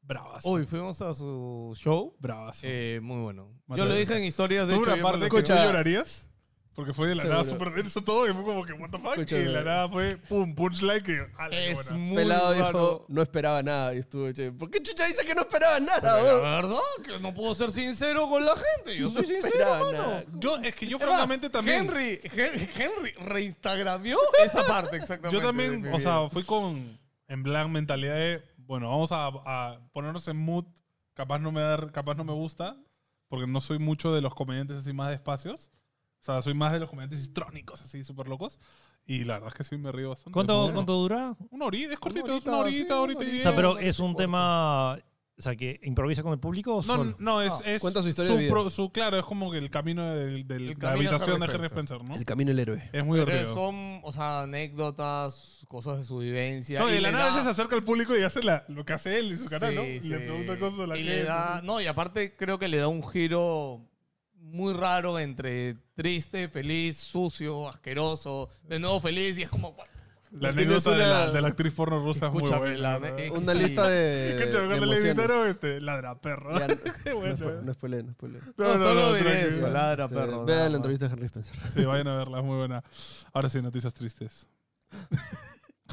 Speaker 2: Bravazo.
Speaker 3: Hoy fuimos a su show.
Speaker 2: Bravazo.
Speaker 3: Eh, muy bueno.
Speaker 2: Más
Speaker 3: Yo lo
Speaker 2: adelante.
Speaker 3: dije en historias de
Speaker 2: ¿Tú
Speaker 3: hecho,
Speaker 2: una
Speaker 3: yo me
Speaker 2: parte
Speaker 3: lo
Speaker 2: que tú
Speaker 1: Escucha.
Speaker 2: llorarías? Porque fue de la nada
Speaker 1: Seguro.
Speaker 2: súper denso todo y fue como que, what the fuck.
Speaker 1: Escucha,
Speaker 2: y de la
Speaker 1: eh.
Speaker 2: nada fue, pum, punchline que. ah, la qué
Speaker 3: Es
Speaker 2: buena.
Speaker 3: muy
Speaker 1: Pelado
Speaker 3: raro.
Speaker 1: dijo, no esperaba nada. Y estuve, che, ¿por qué chucha dice que no esperaba nada,
Speaker 3: Pero
Speaker 1: weón?
Speaker 3: la verdad que no puedo ser sincero con la gente. Yo soy
Speaker 1: No
Speaker 3: sincero,
Speaker 1: esperaba
Speaker 3: mano.
Speaker 1: nada.
Speaker 2: Yo, es que yo
Speaker 3: Es
Speaker 2: francamente
Speaker 3: más,
Speaker 2: también.
Speaker 3: Henry, Hen- Henry reinstagramió esa parte exactamente.
Speaker 2: yo también,
Speaker 3: de mi
Speaker 2: o
Speaker 3: vida.
Speaker 2: sea, fui con. En plan, mentalidad de, bueno, vamos a, a ponernos en mood. Capaz no me dar, capaz no me gusta. Porque no soy mucho de los comediantes así más despacios. O sea, soy más de los comediantes histrónicos, así súper locos. Y la verdad es que sí me río bastante.
Speaker 4: ¿Cuánto,
Speaker 2: Bueno,
Speaker 4: ¿cuánto dura?
Speaker 2: Una horita, es cortito, es
Speaker 3: horita,
Speaker 2: una horita,
Speaker 3: sí, una
Speaker 2: horita y
Speaker 3: horita.
Speaker 4: O sea,
Speaker 2: diez.
Speaker 4: pero
Speaker 3: no
Speaker 4: es un
Speaker 3: importa.
Speaker 4: tema, o sea, que improvisa con el público o
Speaker 2: No,
Speaker 4: solo?
Speaker 2: no, es,
Speaker 3: Ah,
Speaker 2: es
Speaker 1: cuenta su historia de vida.
Speaker 2: pro- su- claro, es como que el camino del, del-
Speaker 3: El
Speaker 2: la
Speaker 3: camino de
Speaker 2: habitación de
Speaker 3: Harry
Speaker 2: Henry
Speaker 3: Spencer.
Speaker 2: Spencer, ¿no?
Speaker 1: El camino del héroe.
Speaker 2: Es muy
Speaker 3: Pero
Speaker 2: horrible.
Speaker 3: son, o sea, anécdotas, cosas de su vivencia.
Speaker 2: No, y de
Speaker 3: y
Speaker 2: la
Speaker 3: le
Speaker 2: nada a
Speaker 3: da-
Speaker 2: veces se acerca al público y hace la- lo que hace él y su canal, ¿no?
Speaker 3: Sí,
Speaker 2: Y
Speaker 3: sí.
Speaker 2: le pregunta cosas a la
Speaker 3: Y le
Speaker 2: gente.
Speaker 3: da- no, y aparte creo que le da un giro muy raro entre triste, feliz, sucio, asqueroso, de nuevo feliz y es como... what?
Speaker 2: La
Speaker 1: Tienes
Speaker 2: anécdota de,
Speaker 1: una-
Speaker 2: la, de la actriz porno rusa es muy
Speaker 3: Escúchame,
Speaker 2: buena.
Speaker 3: la-
Speaker 2: la verdad.
Speaker 3: eh,
Speaker 1: Una
Speaker 3: Sí.
Speaker 1: lista de.
Speaker 2: Escúchame,
Speaker 1: de
Speaker 2: cuando le
Speaker 1: emociones.
Speaker 2: invitaron, este, ladra perro.
Speaker 1: Ya,
Speaker 2: Qué
Speaker 1: no,
Speaker 2: bueno.
Speaker 1: spoile- no spoileen, no spoileen.
Speaker 3: No, solo diré
Speaker 2: tranquilo.
Speaker 3: eso, la- Ladra,
Speaker 1: Este,
Speaker 3: perro, nada
Speaker 1: Vean
Speaker 3: más.
Speaker 1: la entrevista de Henry Spencer.
Speaker 2: Sí, vayan a verla, es muy buena. Ahora sí, noticias tristes.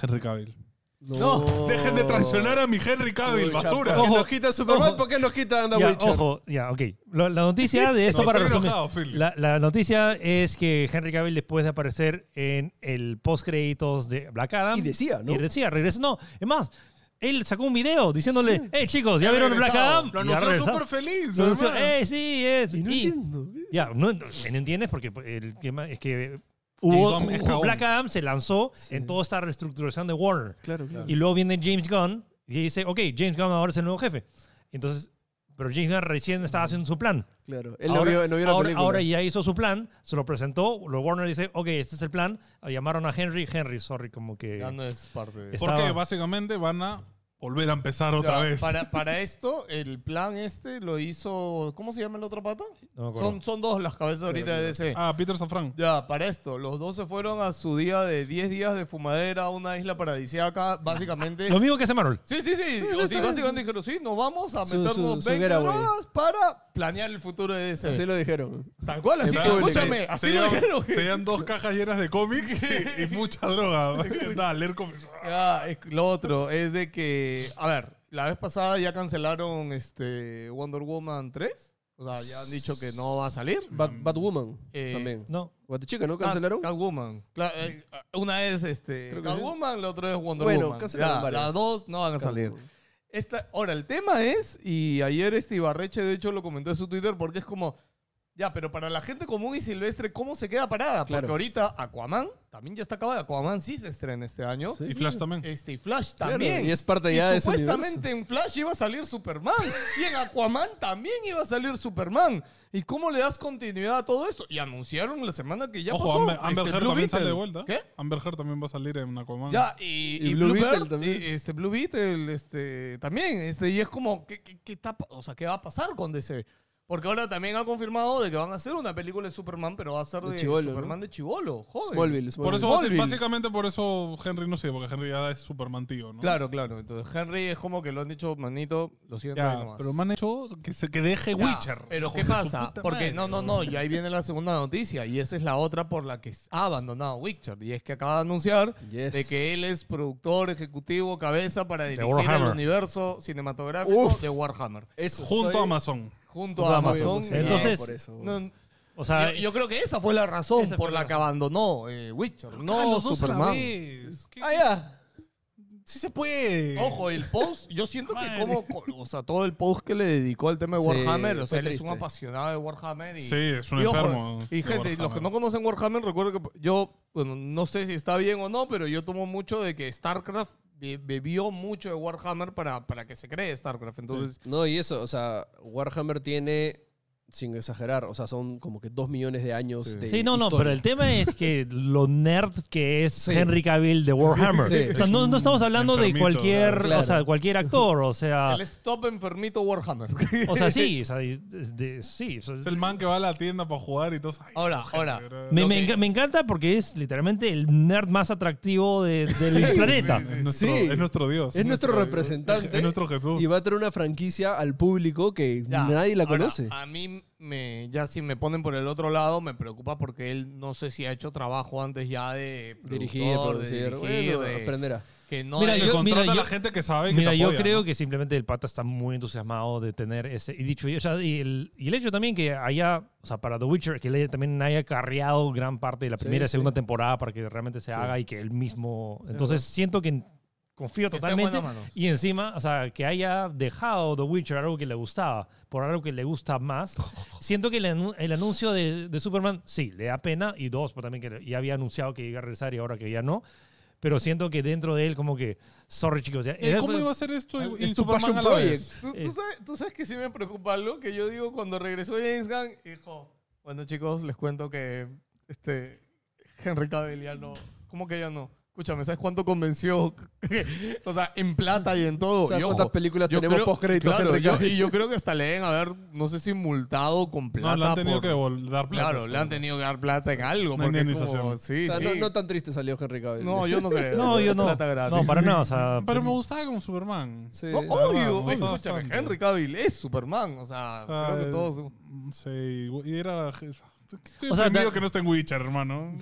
Speaker 2: Henry Cavill.
Speaker 3: No,
Speaker 2: Dejen de traicionar a mi Henry Cavill,
Speaker 1: Uy,
Speaker 2: basura.
Speaker 1: chapa.
Speaker 4: Ojo.
Speaker 1: nos quita Superman?
Speaker 4: Ojo.
Speaker 1: ¿Por qué nos quita The
Speaker 4: Ya,
Speaker 1: Witcher?
Speaker 4: ojo, ya, ok. La, la noticia de esto
Speaker 2: No,
Speaker 4: para
Speaker 2: estoy
Speaker 4: resumir.
Speaker 2: enojado, Phil.
Speaker 4: La, la noticia es que Henry Cavill, después de aparecer en el post créditos de Black Adam,
Speaker 1: Y decía, ¿no?
Speaker 4: y decía, regreso. No, es más, él sacó un video diciéndole,
Speaker 1: Sí.
Speaker 4: hey chicos, ¿ya
Speaker 3: Ha
Speaker 4: vieron Black
Speaker 3: regresado.
Speaker 4: Adam?
Speaker 2: Lo
Speaker 4: Y ha
Speaker 2: anunció
Speaker 4: regresado.
Speaker 2: súper feliz.
Speaker 4: Lo anunció,
Speaker 2: hermano.
Speaker 4: "Eh, sí, es.
Speaker 1: Y no
Speaker 4: Y-
Speaker 1: entiendo.
Speaker 4: Ya, no, no, no entiendes porque el tema es que
Speaker 2: Y
Speaker 4: hubo,
Speaker 2: Dom es
Speaker 4: ju-
Speaker 2: Kaon.
Speaker 4: Black Adam se lanzó
Speaker 1: Sí.
Speaker 4: en toda esta reestructuración de Warner.
Speaker 1: Claro, claro.
Speaker 4: Y luego viene James Gunn y dice, ok, James Gunn ahora es el nuevo jefe. Entonces, pero James Gunn recién estaba haciendo su plan.
Speaker 1: claro. Él no vio, no vio la
Speaker 4: ahora-
Speaker 1: película.
Speaker 4: ahora ya hizo su plan, se lo presentó, lo Warner dice, ok, este es el plan. Llamaron a Henry, Henry, sorry, como que...
Speaker 3: Ya no es parte de...
Speaker 4: Es-
Speaker 2: Porque
Speaker 4: estaba-
Speaker 2: básicamente van a volver a empezar otra
Speaker 3: Ya,
Speaker 2: vez.
Speaker 3: Para, para esto, el plan este lo hizo... ¿Cómo se llama el otro pata?
Speaker 4: No me acuerdo.
Speaker 3: Son, son dos las cabezas ahorita de DC.
Speaker 2: Ah, Peter Safran.
Speaker 3: Ya, para esto, los dos se fueron a su día de 10 días de fumadera a una isla paradisíaca, básicamente.
Speaker 4: Lo mismo que hace Marvel.
Speaker 3: Sí, sí, sí. o sí,
Speaker 1: exactamente.
Speaker 3: básicamente dijeron, sí, nos vamos a
Speaker 1: Su-
Speaker 3: meternos
Speaker 1: su- su
Speaker 3: 20
Speaker 1: getaway.
Speaker 3: horas para planear el futuro de DC.
Speaker 1: Así lo dijeron.
Speaker 2: Mm.
Speaker 3: Tal cual, así,
Speaker 1: En
Speaker 3: que,
Speaker 1: público.
Speaker 3: escúchame, así lo
Speaker 2: llevan-
Speaker 3: dijeron.
Speaker 2: se llevan dos cajas llenas de cómics y, y mucha droga. Nada, leer cómics.
Speaker 3: Ya, es- lo otro es de que, a ver, la vez pasada ya cancelaron este Wonder Woman 3. O sea, ya han dicho que no va a salir.
Speaker 1: Bad, Batwoman
Speaker 3: Eh,
Speaker 1: también.
Speaker 4: No,
Speaker 1: Guatachica, ¿no? ¿Cancelaron?
Speaker 3: Cat- Catwoman. Cla- eh, una es este,
Speaker 1: Creo que sí.
Speaker 3: Catwoman, la otra es Wonder
Speaker 1: Bueno,
Speaker 3: Woman.
Speaker 1: cancelaron
Speaker 3: Ya,
Speaker 1: varias.
Speaker 3: Las dos no van a salir.
Speaker 1: Catwoman.
Speaker 3: Esta, ahora, el tema es, y ayer este Ibarreche de hecho lo comentó en su Twitter, porque es como, ya, pero para la gente común y silvestre, ¿cómo se queda parada?
Speaker 1: Claro.
Speaker 3: Porque ahorita Aquaman también ya está acabada. Aquaman sí se estrena este año.
Speaker 1: Sí.
Speaker 2: Y Flash también.
Speaker 3: Este, y Flash
Speaker 1: Claro,
Speaker 3: también.
Speaker 1: Y es parte ya de ese
Speaker 3: Supuestamente en Flash iba a salir Superman y en Aquaman también iba a salir Superman. ¿Y cómo le das continuidad a todo esto? Y anunciaron la semana que ya
Speaker 2: Ojo,
Speaker 3: pasó.
Speaker 2: Amber, Amber
Speaker 3: este,
Speaker 2: Heard
Speaker 3: Blue
Speaker 2: también
Speaker 3: Beetle.
Speaker 2: sale de vuelta.
Speaker 3: ¿Qué?
Speaker 2: Amber Heard también va a salir en Aquaman.
Speaker 3: Ya, y,
Speaker 1: Y
Speaker 3: y
Speaker 1: Blue
Speaker 3: Blue
Speaker 1: Beetle
Speaker 3: Bird,
Speaker 1: también.
Speaker 3: y, este, Blue Beetle, este, también, este, y es como, ¿qué, qué, qué está pa- o sea, ¿qué va a pasar con DC? Porque ahora también ha confirmado de que van a hacer una película de Superman, pero va a ser
Speaker 1: De
Speaker 3: de,
Speaker 1: chivolo,
Speaker 3: Superman
Speaker 1: ¿no?
Speaker 3: de chivolo, joven.
Speaker 1: Smallville,
Speaker 2: Por
Speaker 1: Smallville.
Speaker 2: eso,
Speaker 3: Smallville.
Speaker 2: básicamente por eso Henry no sigue, porque Henry ya es Superman tío, ¿no?
Speaker 3: Claro, claro. Entonces Henry es como que lo han dicho, manito, lo siento,
Speaker 2: Ya,
Speaker 3: ahí nomás.
Speaker 2: pero me han hecho que, se, que deje
Speaker 3: Ya,
Speaker 2: Witcher.
Speaker 3: Pero
Speaker 2: hijo
Speaker 3: ¿qué
Speaker 2: de su
Speaker 3: pasa?
Speaker 2: puta
Speaker 3: Porque
Speaker 2: madre.
Speaker 3: no, no, no, y ahí viene la segunda noticia, y esa es la otra por la que ha abandonado Witcher, y es que acaba de anunciar
Speaker 1: Yes.
Speaker 3: de que él es productor, ejecutivo, cabeza para dirigir el
Speaker 4: Warhammer.
Speaker 3: universo cinematográfico
Speaker 1: Uf.
Speaker 3: de Warhammer,
Speaker 1: Eso,
Speaker 2: Junto
Speaker 1: estoy
Speaker 2: a Amazon.
Speaker 3: junto a
Speaker 1: muy
Speaker 3: Amazon.
Speaker 1: emocionado
Speaker 4: Entonces-
Speaker 1: por eso.
Speaker 3: No, no,
Speaker 4: o sea,
Speaker 3: yo, yo creo que esa fue la razón
Speaker 4: Ah, Esa
Speaker 3: por
Speaker 4: fue
Speaker 3: la,
Speaker 4: la
Speaker 3: que abandonó eh, Witcher,
Speaker 2: Ah,
Speaker 3: no
Speaker 2: los dos a la
Speaker 3: Superman.
Speaker 2: vez. ¿Qué-
Speaker 1: Ah, ya.
Speaker 2: Sí se puede.
Speaker 3: Ojo, el post, yo siento que
Speaker 2: Madre.
Speaker 3: como, o sea, todo el post que le dedicó al tema de
Speaker 1: Sí,
Speaker 3: Warhammer, o
Speaker 1: fue
Speaker 3: sea, él es un
Speaker 1: triste.
Speaker 3: apasionado de Warhammer y
Speaker 2: Sí, es un
Speaker 3: Y ojo,
Speaker 2: enfermo.
Speaker 3: Y
Speaker 2: de
Speaker 3: gente, los que
Speaker 2: Warhammer.
Speaker 3: no conocen Warhammer, recuerdo que yo, bueno, no sé si está bien o no, pero yo tomo mucho de que StarCraft be- bebió mucho de Warhammer para, para que se cree StarCraft. Entonces,
Speaker 1: No, y eso, o sea, Warhammer tiene, sin exagerar, o sea, son como que dos millones de años de
Speaker 4: Sí, no, no,
Speaker 1: historia.
Speaker 4: pero el tema es que lo nerd que es
Speaker 1: Sí.
Speaker 4: Henry Cavill de Warhammer.
Speaker 1: Sí.
Speaker 4: O sea, no, no estamos hablando de
Speaker 2: Enfermito,
Speaker 4: cualquier,
Speaker 1: claro.
Speaker 4: o sea, cualquier actor, o sea,
Speaker 3: el stop enfermito Warhammer.
Speaker 4: o sea, sí, o sea, de- de- sí. o sea,
Speaker 2: Es el man que va a la tienda para jugar y todo. Ay,
Speaker 3: Ahora,
Speaker 2: gente,
Speaker 3: ahora.
Speaker 2: bro.
Speaker 4: me,
Speaker 3: lo
Speaker 4: me
Speaker 3: que-
Speaker 4: enca- me encanta porque es literalmente el nerd más atractivo de- del planeta.
Speaker 2: Es nuestro,
Speaker 1: Sí.
Speaker 2: es nuestro Dios.
Speaker 1: Es nuestro
Speaker 3: nuestro-
Speaker 1: representante
Speaker 2: Es nuestro Jesús.
Speaker 1: y va a tener una franquicia al público que
Speaker 3: Ya, Ah,
Speaker 1: nadie la
Speaker 3: ahora,
Speaker 1: conoce.
Speaker 3: a mí, me, ya si me ponen por el otro lado, me preocupa porque él no sé si ha hecho trabajo antes ya de
Speaker 1: Dirigir,
Speaker 3: productor, de
Speaker 1: producir,
Speaker 3: dirigir,
Speaker 1: bueno,
Speaker 3: de-
Speaker 1: aprenderá.
Speaker 3: que no
Speaker 4: Mira,
Speaker 3: es-
Speaker 2: Se
Speaker 4: yo-
Speaker 2: contrata
Speaker 4: mira,
Speaker 2: a la
Speaker 4: yo-
Speaker 2: gente que sabe que
Speaker 4: Mira,
Speaker 2: te
Speaker 4: yo
Speaker 2: apoya,
Speaker 4: creo
Speaker 2: ¿no?
Speaker 4: que simplemente el pata está muy entusiasmado de tener ese. Y dicho, y- o sea, y, el, y el hecho también que haya, o sea, para The Witcher, que le también haya carreado gran parte de la
Speaker 1: Sí,
Speaker 4: primera y
Speaker 1: sí.
Speaker 4: segunda temporada para que realmente se haga y que él mismo. Entonces siento que confío
Speaker 3: Que está en buenas
Speaker 4: totalmente.
Speaker 3: manos.
Speaker 4: Y encima, o sea, que haya dejado The Witcher algo que le gustaba por algo que le gusta más. Siento que el, anu- el anuncio de, de Superman, sí, le da pena. Y dos, pues también que ya había anunciado que iba a regresar y ahora que ya no. Pero siento que dentro de él, como que, sorry chicos, ya-
Speaker 2: Eh,
Speaker 4: ya-
Speaker 2: ¿Cómo iba a ser esto y,
Speaker 1: Es
Speaker 2: y
Speaker 1: tu passion
Speaker 2: Superman a la vez?
Speaker 3: ¿Tú, tú
Speaker 4: Eh.
Speaker 3: sabes, tú sabes que sí me preocupa algo que yo digo cuando regresó James Gunn, hijo, bueno chicos, les cuento que este Henry Cavill ya no, ¿cómo que ya no? Escúchame, ¿sabes cuánto convenció? o sea, en plata y en todo.
Speaker 1: O sea,
Speaker 3: y ojo,
Speaker 1: ¿Cuántas películas
Speaker 3: yo
Speaker 1: tenemos
Speaker 3: creo-
Speaker 1: post créditos?
Speaker 3: claro, yo- y yo creo que hasta le deben haber, no sé si multado con plata.
Speaker 2: No, le han tenido
Speaker 3: por-
Speaker 2: que vol- dar plata.
Speaker 3: Claro, le han tenido que dar plata en algo.
Speaker 2: Una
Speaker 3: porque es
Speaker 2: indemnización.
Speaker 3: como- sí,
Speaker 1: o sea, no,
Speaker 3: sí.
Speaker 1: no tan triste salió Henry Cavill.
Speaker 3: No, yo Eh, no creo.
Speaker 4: No, yo no.
Speaker 3: Plata gratis.
Speaker 4: No, para nada. O sea,
Speaker 2: Pero me gustaba como Superman.
Speaker 1: Sí.
Speaker 3: No,
Speaker 2: verdad,
Speaker 3: obvio,
Speaker 2: me gusta
Speaker 3: escúchame,
Speaker 2: bastante.
Speaker 3: Henry Cavill es Superman, o sea,
Speaker 2: O sea,
Speaker 3: creo que todos...
Speaker 2: mm, Sí, y era... Estoy
Speaker 4: O sea,
Speaker 2: deprimido
Speaker 4: da-
Speaker 2: que no esté en Witcher, hermano.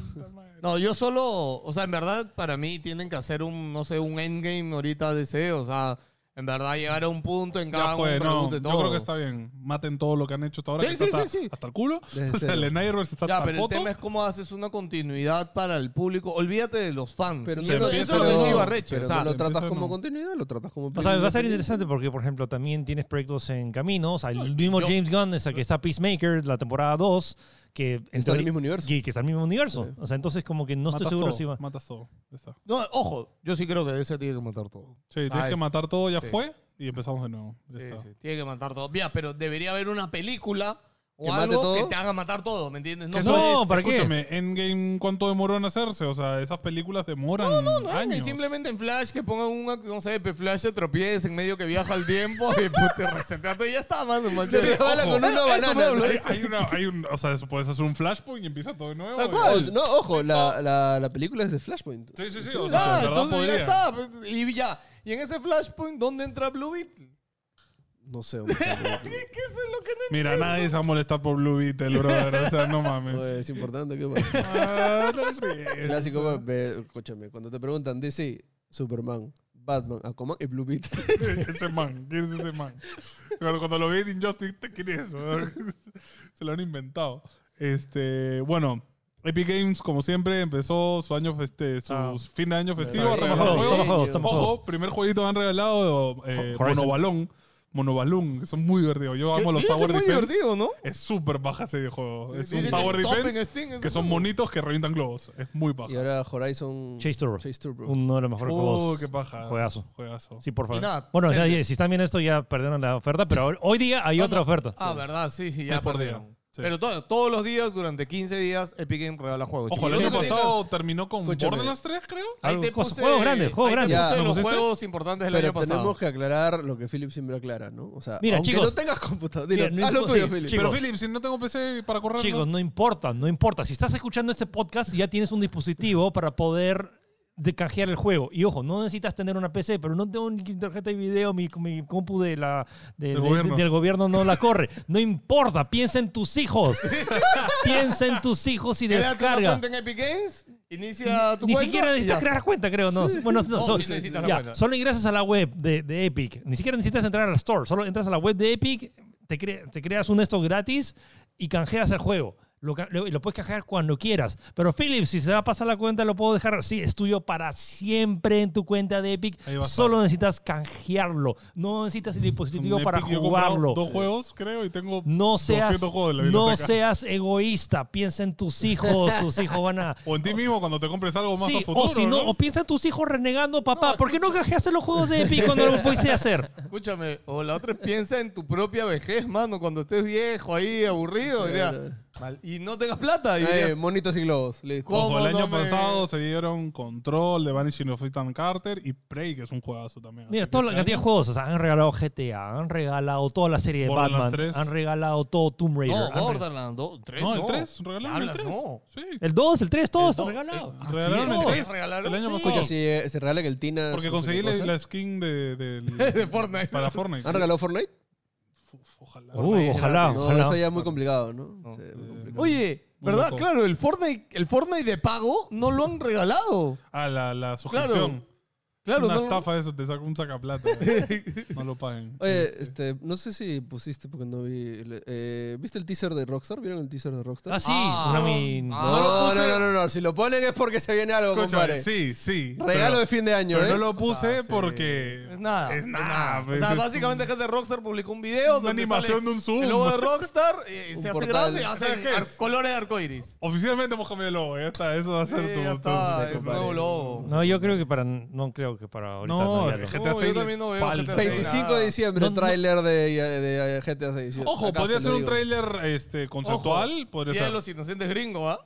Speaker 3: No, yo solo, o sea, en verdad para mí tienen que hacer un, no sé, un endgame ahorita DC, o sea, en verdad llegar a un punto en cada
Speaker 2: Ya fue,
Speaker 3: uno
Speaker 2: no.
Speaker 3: reboot de
Speaker 2: Yo
Speaker 3: todo.
Speaker 2: creo que está bien. Maten todo lo que han hecho hasta ahora.
Speaker 3: Sí,
Speaker 2: que
Speaker 3: sí,
Speaker 2: está
Speaker 3: sí, sí.
Speaker 2: Hasta el culo.
Speaker 1: Desde
Speaker 2: O sea,
Speaker 1: cero.
Speaker 2: el Snyderverse está
Speaker 3: Ya,
Speaker 2: hasta el
Speaker 3: pero el
Speaker 2: poto.
Speaker 3: tema es cómo haces una continuidad para el público. Olvídate de los fans.
Speaker 1: Pero
Speaker 3: Y
Speaker 1: tú
Speaker 3: eso,
Speaker 1: no-
Speaker 3: eso
Speaker 2: pero-
Speaker 3: es lo que digo a Reche.
Speaker 1: pero
Speaker 3: o sea,
Speaker 1: no lo tratas
Speaker 2: eso
Speaker 1: como
Speaker 2: no.
Speaker 1: continuidad, lo tratas como.
Speaker 4: O sea, va a ser
Speaker 1: película.
Speaker 4: interesante porque, por ejemplo, también tienes proyectos en camino. O sea, el mismo
Speaker 3: yo-
Speaker 4: James Gunn, esa que está Peacemaker, la temporada 2, que
Speaker 1: Está en el
Speaker 4: teoría-
Speaker 1: mismo universo.
Speaker 4: Que, que está en el mismo universo.
Speaker 1: Sí.
Speaker 4: O sea, entonces como que no
Speaker 2: Matas
Speaker 4: estoy seguro
Speaker 2: todo,
Speaker 4: si va.
Speaker 2: Matas todo. Ya está.
Speaker 3: no, ojo, yo sí creo que ese tiene que matar todo.
Speaker 2: Sí, tienes
Speaker 3: Ah,
Speaker 2: que
Speaker 3: es-
Speaker 2: matar todo, ya
Speaker 3: sí.
Speaker 2: fue. Y empezamos de nuevo. Ya
Speaker 3: Sí,
Speaker 2: está.
Speaker 3: sí, tiene que matar todo. Ya, pero debería haber una película o
Speaker 1: ¿Que mate
Speaker 3: algo que
Speaker 1: todo?
Speaker 3: te haga matar todo, ¿me entiendes?
Speaker 2: Que
Speaker 4: no,
Speaker 2: eso
Speaker 4: ¿para qué?
Speaker 2: Escúchame, Endgame, ¿cuánto demoró en hacerse? O sea, esas películas demoran
Speaker 3: No, es que
Speaker 2: años.
Speaker 3: simplemente en Flash que pongan un, act- no sé, pe- Flash se tropieza en medio que viaja al tiempo y pues, te reseteaste y ya está, mano. man.
Speaker 1: Se resbala
Speaker 2: ojo.
Speaker 1: con una
Speaker 3: Eso me
Speaker 1: banana.
Speaker 3: habló.
Speaker 2: Hay, hay una, hay un, o sea, eso puedes hacer un flashpoint y empieza todo de nuevo.
Speaker 3: Tal
Speaker 2: y-
Speaker 3: cual.
Speaker 1: No, ojo, la, la, la película es de Flashpoint.
Speaker 2: Sí, sí, sí. O sea,
Speaker 3: Ya,
Speaker 2: en verdad
Speaker 3: Ah, entonces ya
Speaker 2: podría.
Speaker 3: está. pues, Y ya. Y en ese Flashpoint, ¿dónde entra Blue Beetle?
Speaker 1: No sé. hombre,
Speaker 3: ¿Qué,
Speaker 1: tampoco.
Speaker 3: qué es lo que te...
Speaker 2: Mira, nadie se va a molestar por Blue Beetle, brother. O sea, no mames.
Speaker 1: Oye, es importante. ¿qué pasa?
Speaker 2: Ah, no sé,
Speaker 1: Clásico,
Speaker 2: o sea.
Speaker 1: ve- escúchame, cuando te preguntan DC, Superman, Batman, Aquaman y Blue Beetle.
Speaker 2: ese man, ¿quién es ese man? Cuando, cuando lo vi en Injustice, ¿te- ¿quién es? Se lo han inventado. Este, bueno, Epic Games, como siempre, empezó su año feste, su
Speaker 4: Ah.
Speaker 2: fin de año festivo.
Speaker 1: Está bien,
Speaker 2: regaló
Speaker 1: está
Speaker 4: Estamos
Speaker 2: juegos.
Speaker 1: bien.
Speaker 4: todos, estamos todos, estamos todos.
Speaker 2: Ojo, primer jueguito han regalado eh,
Speaker 4: Ho- Horizon.
Speaker 2: Monobalón. Monobalón, que son muy divertidos. Yo amo los
Speaker 3: Mira que
Speaker 2: Tower
Speaker 3: es muy
Speaker 2: Defense.
Speaker 3: divertido, ¿no?
Speaker 2: Es súper baja ese juego. es
Speaker 3: Dicen
Speaker 2: un
Speaker 3: que
Speaker 2: Tower
Speaker 3: es top en
Speaker 2: Defense
Speaker 3: Steam,
Speaker 2: que
Speaker 3: ese
Speaker 2: son
Speaker 3: juego.
Speaker 2: monitos que revientan globos. Es muy baja.
Speaker 1: Y ahora Horizon
Speaker 4: Chase Turbo.
Speaker 1: Chase Turbo.
Speaker 4: Uno de los mejores
Speaker 2: Oh,
Speaker 4: juegos.
Speaker 2: qué paja.
Speaker 4: Juegazo.
Speaker 2: Juegazo.
Speaker 4: Sí, por favor.
Speaker 3: Y nada,
Speaker 4: bueno, ya,
Speaker 3: gente.
Speaker 4: si están viendo esto ya perdieron la oferta, pero ahora- hoy día hay
Speaker 3: No,
Speaker 4: otra
Speaker 3: no.
Speaker 4: oferta.
Speaker 3: Ah,
Speaker 4: Sí.
Speaker 3: verdad, sí, sí, ya
Speaker 2: Es por día,
Speaker 3: perdieron.
Speaker 2: sí.
Speaker 3: Pero to- todos los días, durante 15 días, Epic Games regala juegos.
Speaker 4: Pues
Speaker 2: Ojo, el
Speaker 3: Chiquillos,
Speaker 2: año
Speaker 3: no tengan-
Speaker 2: pasado terminó con
Speaker 1: Escúchame.
Speaker 2: Borderlands 3, creo.
Speaker 3: Ahí
Speaker 4: Algo-
Speaker 3: te
Speaker 4: cosas-
Speaker 3: puse,
Speaker 4: juegos grandes, juegos
Speaker 3: ahí te
Speaker 4: grandes.
Speaker 1: Ya.
Speaker 3: puse
Speaker 1: ¿Lo
Speaker 3: los
Speaker 2: pusiste?
Speaker 3: juegos importantes del
Speaker 1: Pero
Speaker 3: año pasado.
Speaker 1: tenemos que aclarar lo que Philip siempre aclara, ¿no? O sea,
Speaker 4: Mira,
Speaker 1: aunque
Speaker 4: chicos.
Speaker 1: no tengas computadora, dilo,
Speaker 4: Mira, no
Speaker 1: haz lo
Speaker 4: impo-
Speaker 1: tuyo,
Speaker 4: sí,
Speaker 1: Philip.
Speaker 4: chicos.
Speaker 2: Pero Philip, si no tengo PC para correr.
Speaker 4: Chicos,
Speaker 2: ¿no?
Speaker 4: no importa, no importa. Si estás escuchando este podcast, ya tienes un dispositivo para poder de canjear el juego. Y ojo, no necesitas tener una PC, pero no tengo ni tarjeta de video, mi, mi compu de la, de-
Speaker 2: Del
Speaker 4: de-
Speaker 2: gobierno.
Speaker 4: del gobierno no la corre. No importa, piensa en tus hijos. piensa en tus hijos y
Speaker 3: Créate una
Speaker 4: descarga.
Speaker 3: cuenta en Epic Games, inicia tu
Speaker 4: Ni
Speaker 3: cuenta
Speaker 4: siquiera
Speaker 3: y
Speaker 4: necesitas
Speaker 3: ya.
Speaker 4: crear cuenta, creo, no. Bueno, no,
Speaker 3: No,
Speaker 4: solo,
Speaker 3: sí necesitas la
Speaker 4: ya,
Speaker 3: cuenta.
Speaker 4: solo ingresas a la web de, de Epic. Ni siquiera necesitas entrar al store. Solo entras a la web de Epic, te, cre- te creas un esto gratis y canjeas el juego. Lo, ca- lo- lo puedes canjear cuando quieras. Pero Philip, si se va a pasar la cuenta, lo puedo dejar. Sí, es tuyo para siempre en tu cuenta de Epic.
Speaker 2: Ahí va a estar.
Speaker 4: Solo necesitas canjearlo. No necesitas el dispositivo
Speaker 2: En
Speaker 4: para
Speaker 2: Epic yo he comprado
Speaker 4: jugarlo.
Speaker 2: Dos juegos, creo, y tengo
Speaker 4: No seas,
Speaker 2: 200 juegos de la
Speaker 4: no
Speaker 2: biblioteca.
Speaker 4: seas egoísta. Piensa en tus hijos. Tus hijos van a
Speaker 2: O en ti mismo cuando te compres algo más
Speaker 4: Sí,
Speaker 2: a futuro.
Speaker 4: o si no,
Speaker 2: ¿no?
Speaker 4: o piensa en tus hijos renegando, papá. ¿Por qué no cajeaste los juegos de Epic cuando lo pudiste hacer?
Speaker 3: Escúchame, o la otra es piensa en tu propia vejez, mano, cuando estés viejo ahí, aburrido, diría,
Speaker 1: Claro.
Speaker 3: mal- y no tengas plata. Y
Speaker 1: Eh,
Speaker 3: dirías,
Speaker 1: monitos y globos, listo.
Speaker 3: ¿Cómo
Speaker 2: Ojo, el año
Speaker 3: no me-
Speaker 2: pasado se dieron Control, The Vanishing of Ethan Carter y Prey, que es un juegazo también.
Speaker 4: Mira,
Speaker 2: Así que
Speaker 4: toda la
Speaker 2: este
Speaker 4: cantidad de
Speaker 2: año-
Speaker 4: juegos. O sea, han regalado GTA, han regalado toda la serie de
Speaker 2: Borderlands
Speaker 4: Batman,
Speaker 2: 3.
Speaker 4: han regalado todo Tomb Raider.
Speaker 3: no,
Speaker 4: han re-
Speaker 3: Borderlands 2, 3,
Speaker 2: No, el 3, regalaron el
Speaker 3: Hablas,
Speaker 2: 3.
Speaker 3: no.
Speaker 2: Sí,
Speaker 4: El 2, el 3, todo
Speaker 3: El
Speaker 4: está
Speaker 3: dos,
Speaker 4: regalado.
Speaker 3: el-
Speaker 2: eh, regalaron el
Speaker 4: Así es.
Speaker 2: 3.
Speaker 3: Regalaron,
Speaker 2: El año
Speaker 3: sí.
Speaker 2: pasado.
Speaker 1: Escucha, si eh, se regalan el Tina.
Speaker 2: Porque conseguí la, la
Speaker 1: ¿Han
Speaker 2: skin de, del-
Speaker 3: De Fortnite. Ah,
Speaker 2: Para Fortnite.
Speaker 1: regalado Fortnite?
Speaker 2: Uf, ojalá.
Speaker 4: Uh, ojalá,
Speaker 1: no,
Speaker 4: ojalá.
Speaker 1: eso ya es muy complicado, ¿no?
Speaker 3: No.
Speaker 1: Sí, muy
Speaker 2: Eh,
Speaker 1: complicado.
Speaker 3: Oye,
Speaker 2: Muy
Speaker 3: ¿verdad?
Speaker 2: loco.
Speaker 3: Claro, el Fortnite, el Fortnite de pago no lo han regalado.
Speaker 2: Ah, la, la suscripción.
Speaker 3: Claro,
Speaker 2: Una
Speaker 3: no,
Speaker 2: estafa eso, te saca un sacaplata. no lo paguen.
Speaker 1: Oye, este, no sé si pusiste porque no vi. el- eh, ¿Viste el teaser de Rockstar? ¿Vieron el teaser de Rockstar?
Speaker 4: Ah, sí.
Speaker 3: Ah.
Speaker 4: una min-
Speaker 3: Ah.
Speaker 1: No,
Speaker 2: no lo
Speaker 1: no,
Speaker 2: puse.
Speaker 1: no, no, no, Si lo ponen es porque se viene algo,
Speaker 2: Escúchame,
Speaker 1: compadre.
Speaker 2: sí, sí.
Speaker 1: Regalo
Speaker 2: pero-
Speaker 1: de fin de año,
Speaker 2: Pero no
Speaker 1: ¿eh?
Speaker 2: lo puse
Speaker 3: Ah, sí.
Speaker 2: porque.
Speaker 3: Es nada.
Speaker 2: Es nada.
Speaker 3: O
Speaker 2: pues,
Speaker 3: sea,
Speaker 2: es
Speaker 3: básicamente
Speaker 2: un-
Speaker 3: gente de Rockstar publicó un video
Speaker 2: Una
Speaker 3: donde
Speaker 2: animación
Speaker 3: sale
Speaker 2: de un Zoom.
Speaker 3: El logo de Rockstar eh,
Speaker 1: Un
Speaker 3: se hace
Speaker 1: portal.
Speaker 3: grande y
Speaker 2: ¿Sabes
Speaker 3: hacen
Speaker 2: qué es?
Speaker 3: ar- colores arcoiris.
Speaker 2: Oficialmente hemos cambiado el logo, ya está. Eso va a
Speaker 3: Sí,
Speaker 2: ser tu.
Speaker 3: ya
Speaker 2: tu-
Speaker 3: está,
Speaker 1: tu-
Speaker 3: es nuevo
Speaker 1: compadre.
Speaker 3: logo.
Speaker 4: No, yo creo que para. No creo que para ahorita.
Speaker 2: No,
Speaker 4: ya
Speaker 2: el
Speaker 3: No,
Speaker 2: GTA
Speaker 3: yo
Speaker 2: 6
Speaker 3: también no veo
Speaker 2: falta.
Speaker 3: GTA 6
Speaker 2: 25
Speaker 1: 25 de diciembre,
Speaker 4: No, no.
Speaker 1: tráiler de, de GTA 6.
Speaker 2: Ojo,
Speaker 1: Acá
Speaker 2: podría
Speaker 1: se
Speaker 2: ser
Speaker 1: lo
Speaker 2: un
Speaker 1: digo.
Speaker 2: trailer este, conceptual. podría
Speaker 3: Día de
Speaker 2: ser.
Speaker 3: los inocentes gringos, ¿ah?